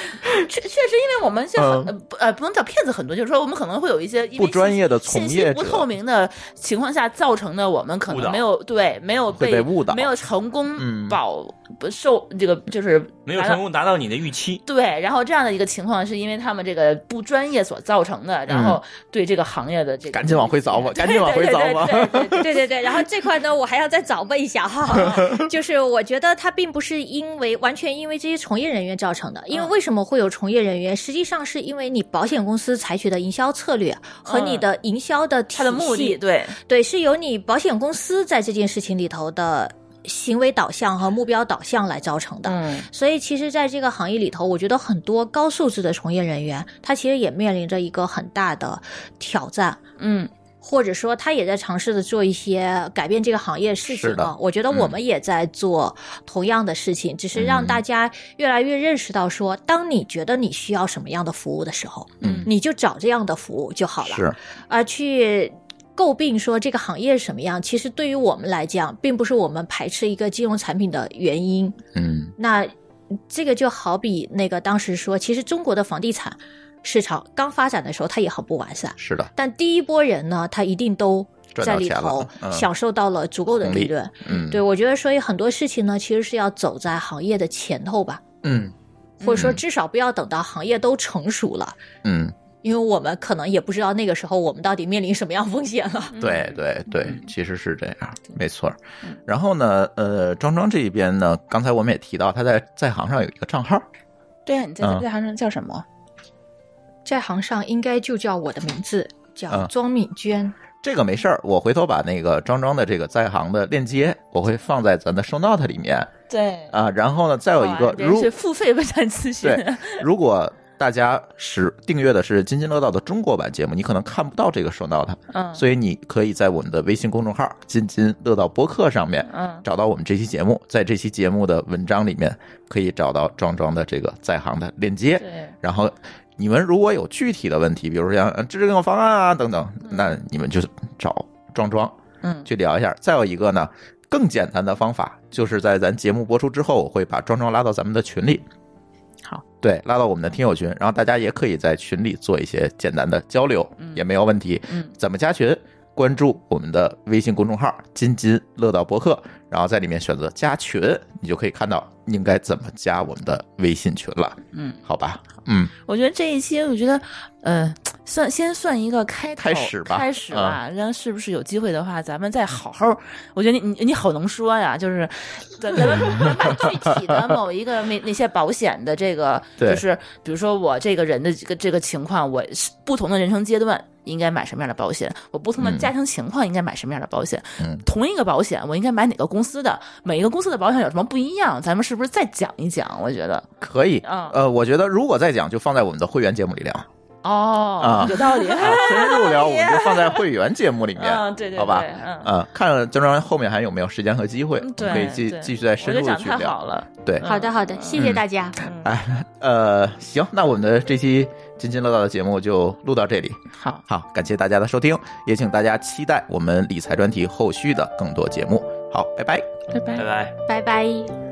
确确实因为我们现在
嗯
很呃不呃不能叫骗子很多，就是说我们可能会有一些因为
不专业的从
信息
业者
信息不透明的情况下造成的，我们可
误
能
导
没有对没有
会被误导
没有成
嗯
功保不受这个就是
没有
达到
成功达到你的预期。
对，然后这样的一个情况是因为他们这个不专业所造成的，然后对这个行业的这个
赶紧往回凿吧赶紧往回凿吧
对对对对对 <laughs> 对
对对对，然后这块呢，我还要再找问一下哈，
<laughs>
就是我觉得它并不是因为完全因为这些从业人员造成的，因为
嗯
为什么会有从业人员？实际上是因为你保险公司采取的营销策略和你的营销的体系
他的目的，对，
对，是由你保险公司在这件事情里头的行为导向和目标导向来造成的。
嗯
所以，其实，在这个行业里头，我觉得很多高素质的从业人员，他其实也面临着一个很大的挑战，
嗯
或者说他也在尝试着做一些改变这个行业的事情
是的嗯
啊。我觉得我们也在做同样的事情，只是让大家越来越认识到说，当你觉得你需要什么样的服务的时候，
嗯
你就找这样的服务就好了。
是，
而去诟病说这个行业是什么样，其实对于我们来讲，并不是我们排斥一个金融产品的原因。
嗯
那这个就好比那个当时说，其实中国的房地产市场刚发展的时候，它也很不完善。
是的，
但第一波人呢，他一定都
赚
在
到
里
钱了
头
嗯
享受到了足够的
红利
利润。
嗯
对，我觉得，所以很多事情呢，其实是要走在行业的前头吧，
嗯
或者说
嗯
至少不要等到行业都成熟了，
嗯，
因为我们可能也不知道那个时候我们到底面临什么样风险 <laughs> 了。
嗯
对对对，其实是这样，没错儿。然后呢，呃，庄庄这一边呢，刚才我们也提到，他在在行上有一个账号，
对啊，你在
嗯
在行上叫什么？
在行上应该就叫我的名字，
嗯
叫庄敏娟。
这个没事儿，我回头把那个庄庄的这个在行的链接，我会放在咱的 show note 里面
对，
啊。然后呢，再有一个，
别人
如
去付费问站咨询，
对，如果大家使订阅的是津津乐道的中国版节目，你可能看不到这个收到它，
嗯
所以你可以在我们的微信公众号“津津乐道播客”上面
嗯
找到我们这期节目，在这期节目的文章里面可以找到庄庄的这个在行的链接，
嗯对。
然后你们如果有具体的问题，比如说像呃制定个方案啊等等，那你们就找壮壮
嗯，
去聊一下。再有一个呢，更简单的方法就是在咱节目播出之后，我会把壮壮拉到咱们的群里。
好，
对，拉到我们的听友群，然后大家也可以在群里做一些简单的交流，
嗯
也没有问题。
嗯，
怎么加群？关注我们的微信公众号“津津乐道播客”，然后在里面选择加群，你就可以看到应该怎么加我们的微信群了。
嗯，
好吧，嗯，
我觉得这一期，我觉得，呃，算先算一个开头
开始吧嗯
开始吧。然后是不是有机会的话，咱们再好好。我觉得你你你好能说呀，就是咱
<laughs>
咱们咱们把具体的某一个那那些保险的这个，
对
就是比如说我这个人的这个这个情况，我是不同的人生阶段。应该买什么样的保险？我不同的
嗯
家庭情况应该买什么样的保险？
嗯
同一个保险，我应该买哪个公司的？每一个公司的保险有什么不一样？咱们是不是再讲一讲？我觉得，
可以。
嗯
呃，我觉得如果再讲，就放在我们的会员节目里聊。
哦
啊，
有道理。 <laughs>
深入聊，我们就放在会员节目里面。
嗯，对对，
好吧
对嗯。
啊，看江庄后面还有没有时间和机会，
嗯
我
对
们可以继
对
继续再深入
我觉
的
得
去
讲太
聊。
好
哎
了，嗯
对，
<laughs> 好的，好
嗯
的，谢谢大家。
呃，行，那我们的这期津津乐道的节目就录到这里。
好，
好，感谢大家的收听，也请大家期待我们理财专题后续的更多节目。好，拜拜。
拜拜
拜。拜。
拜拜。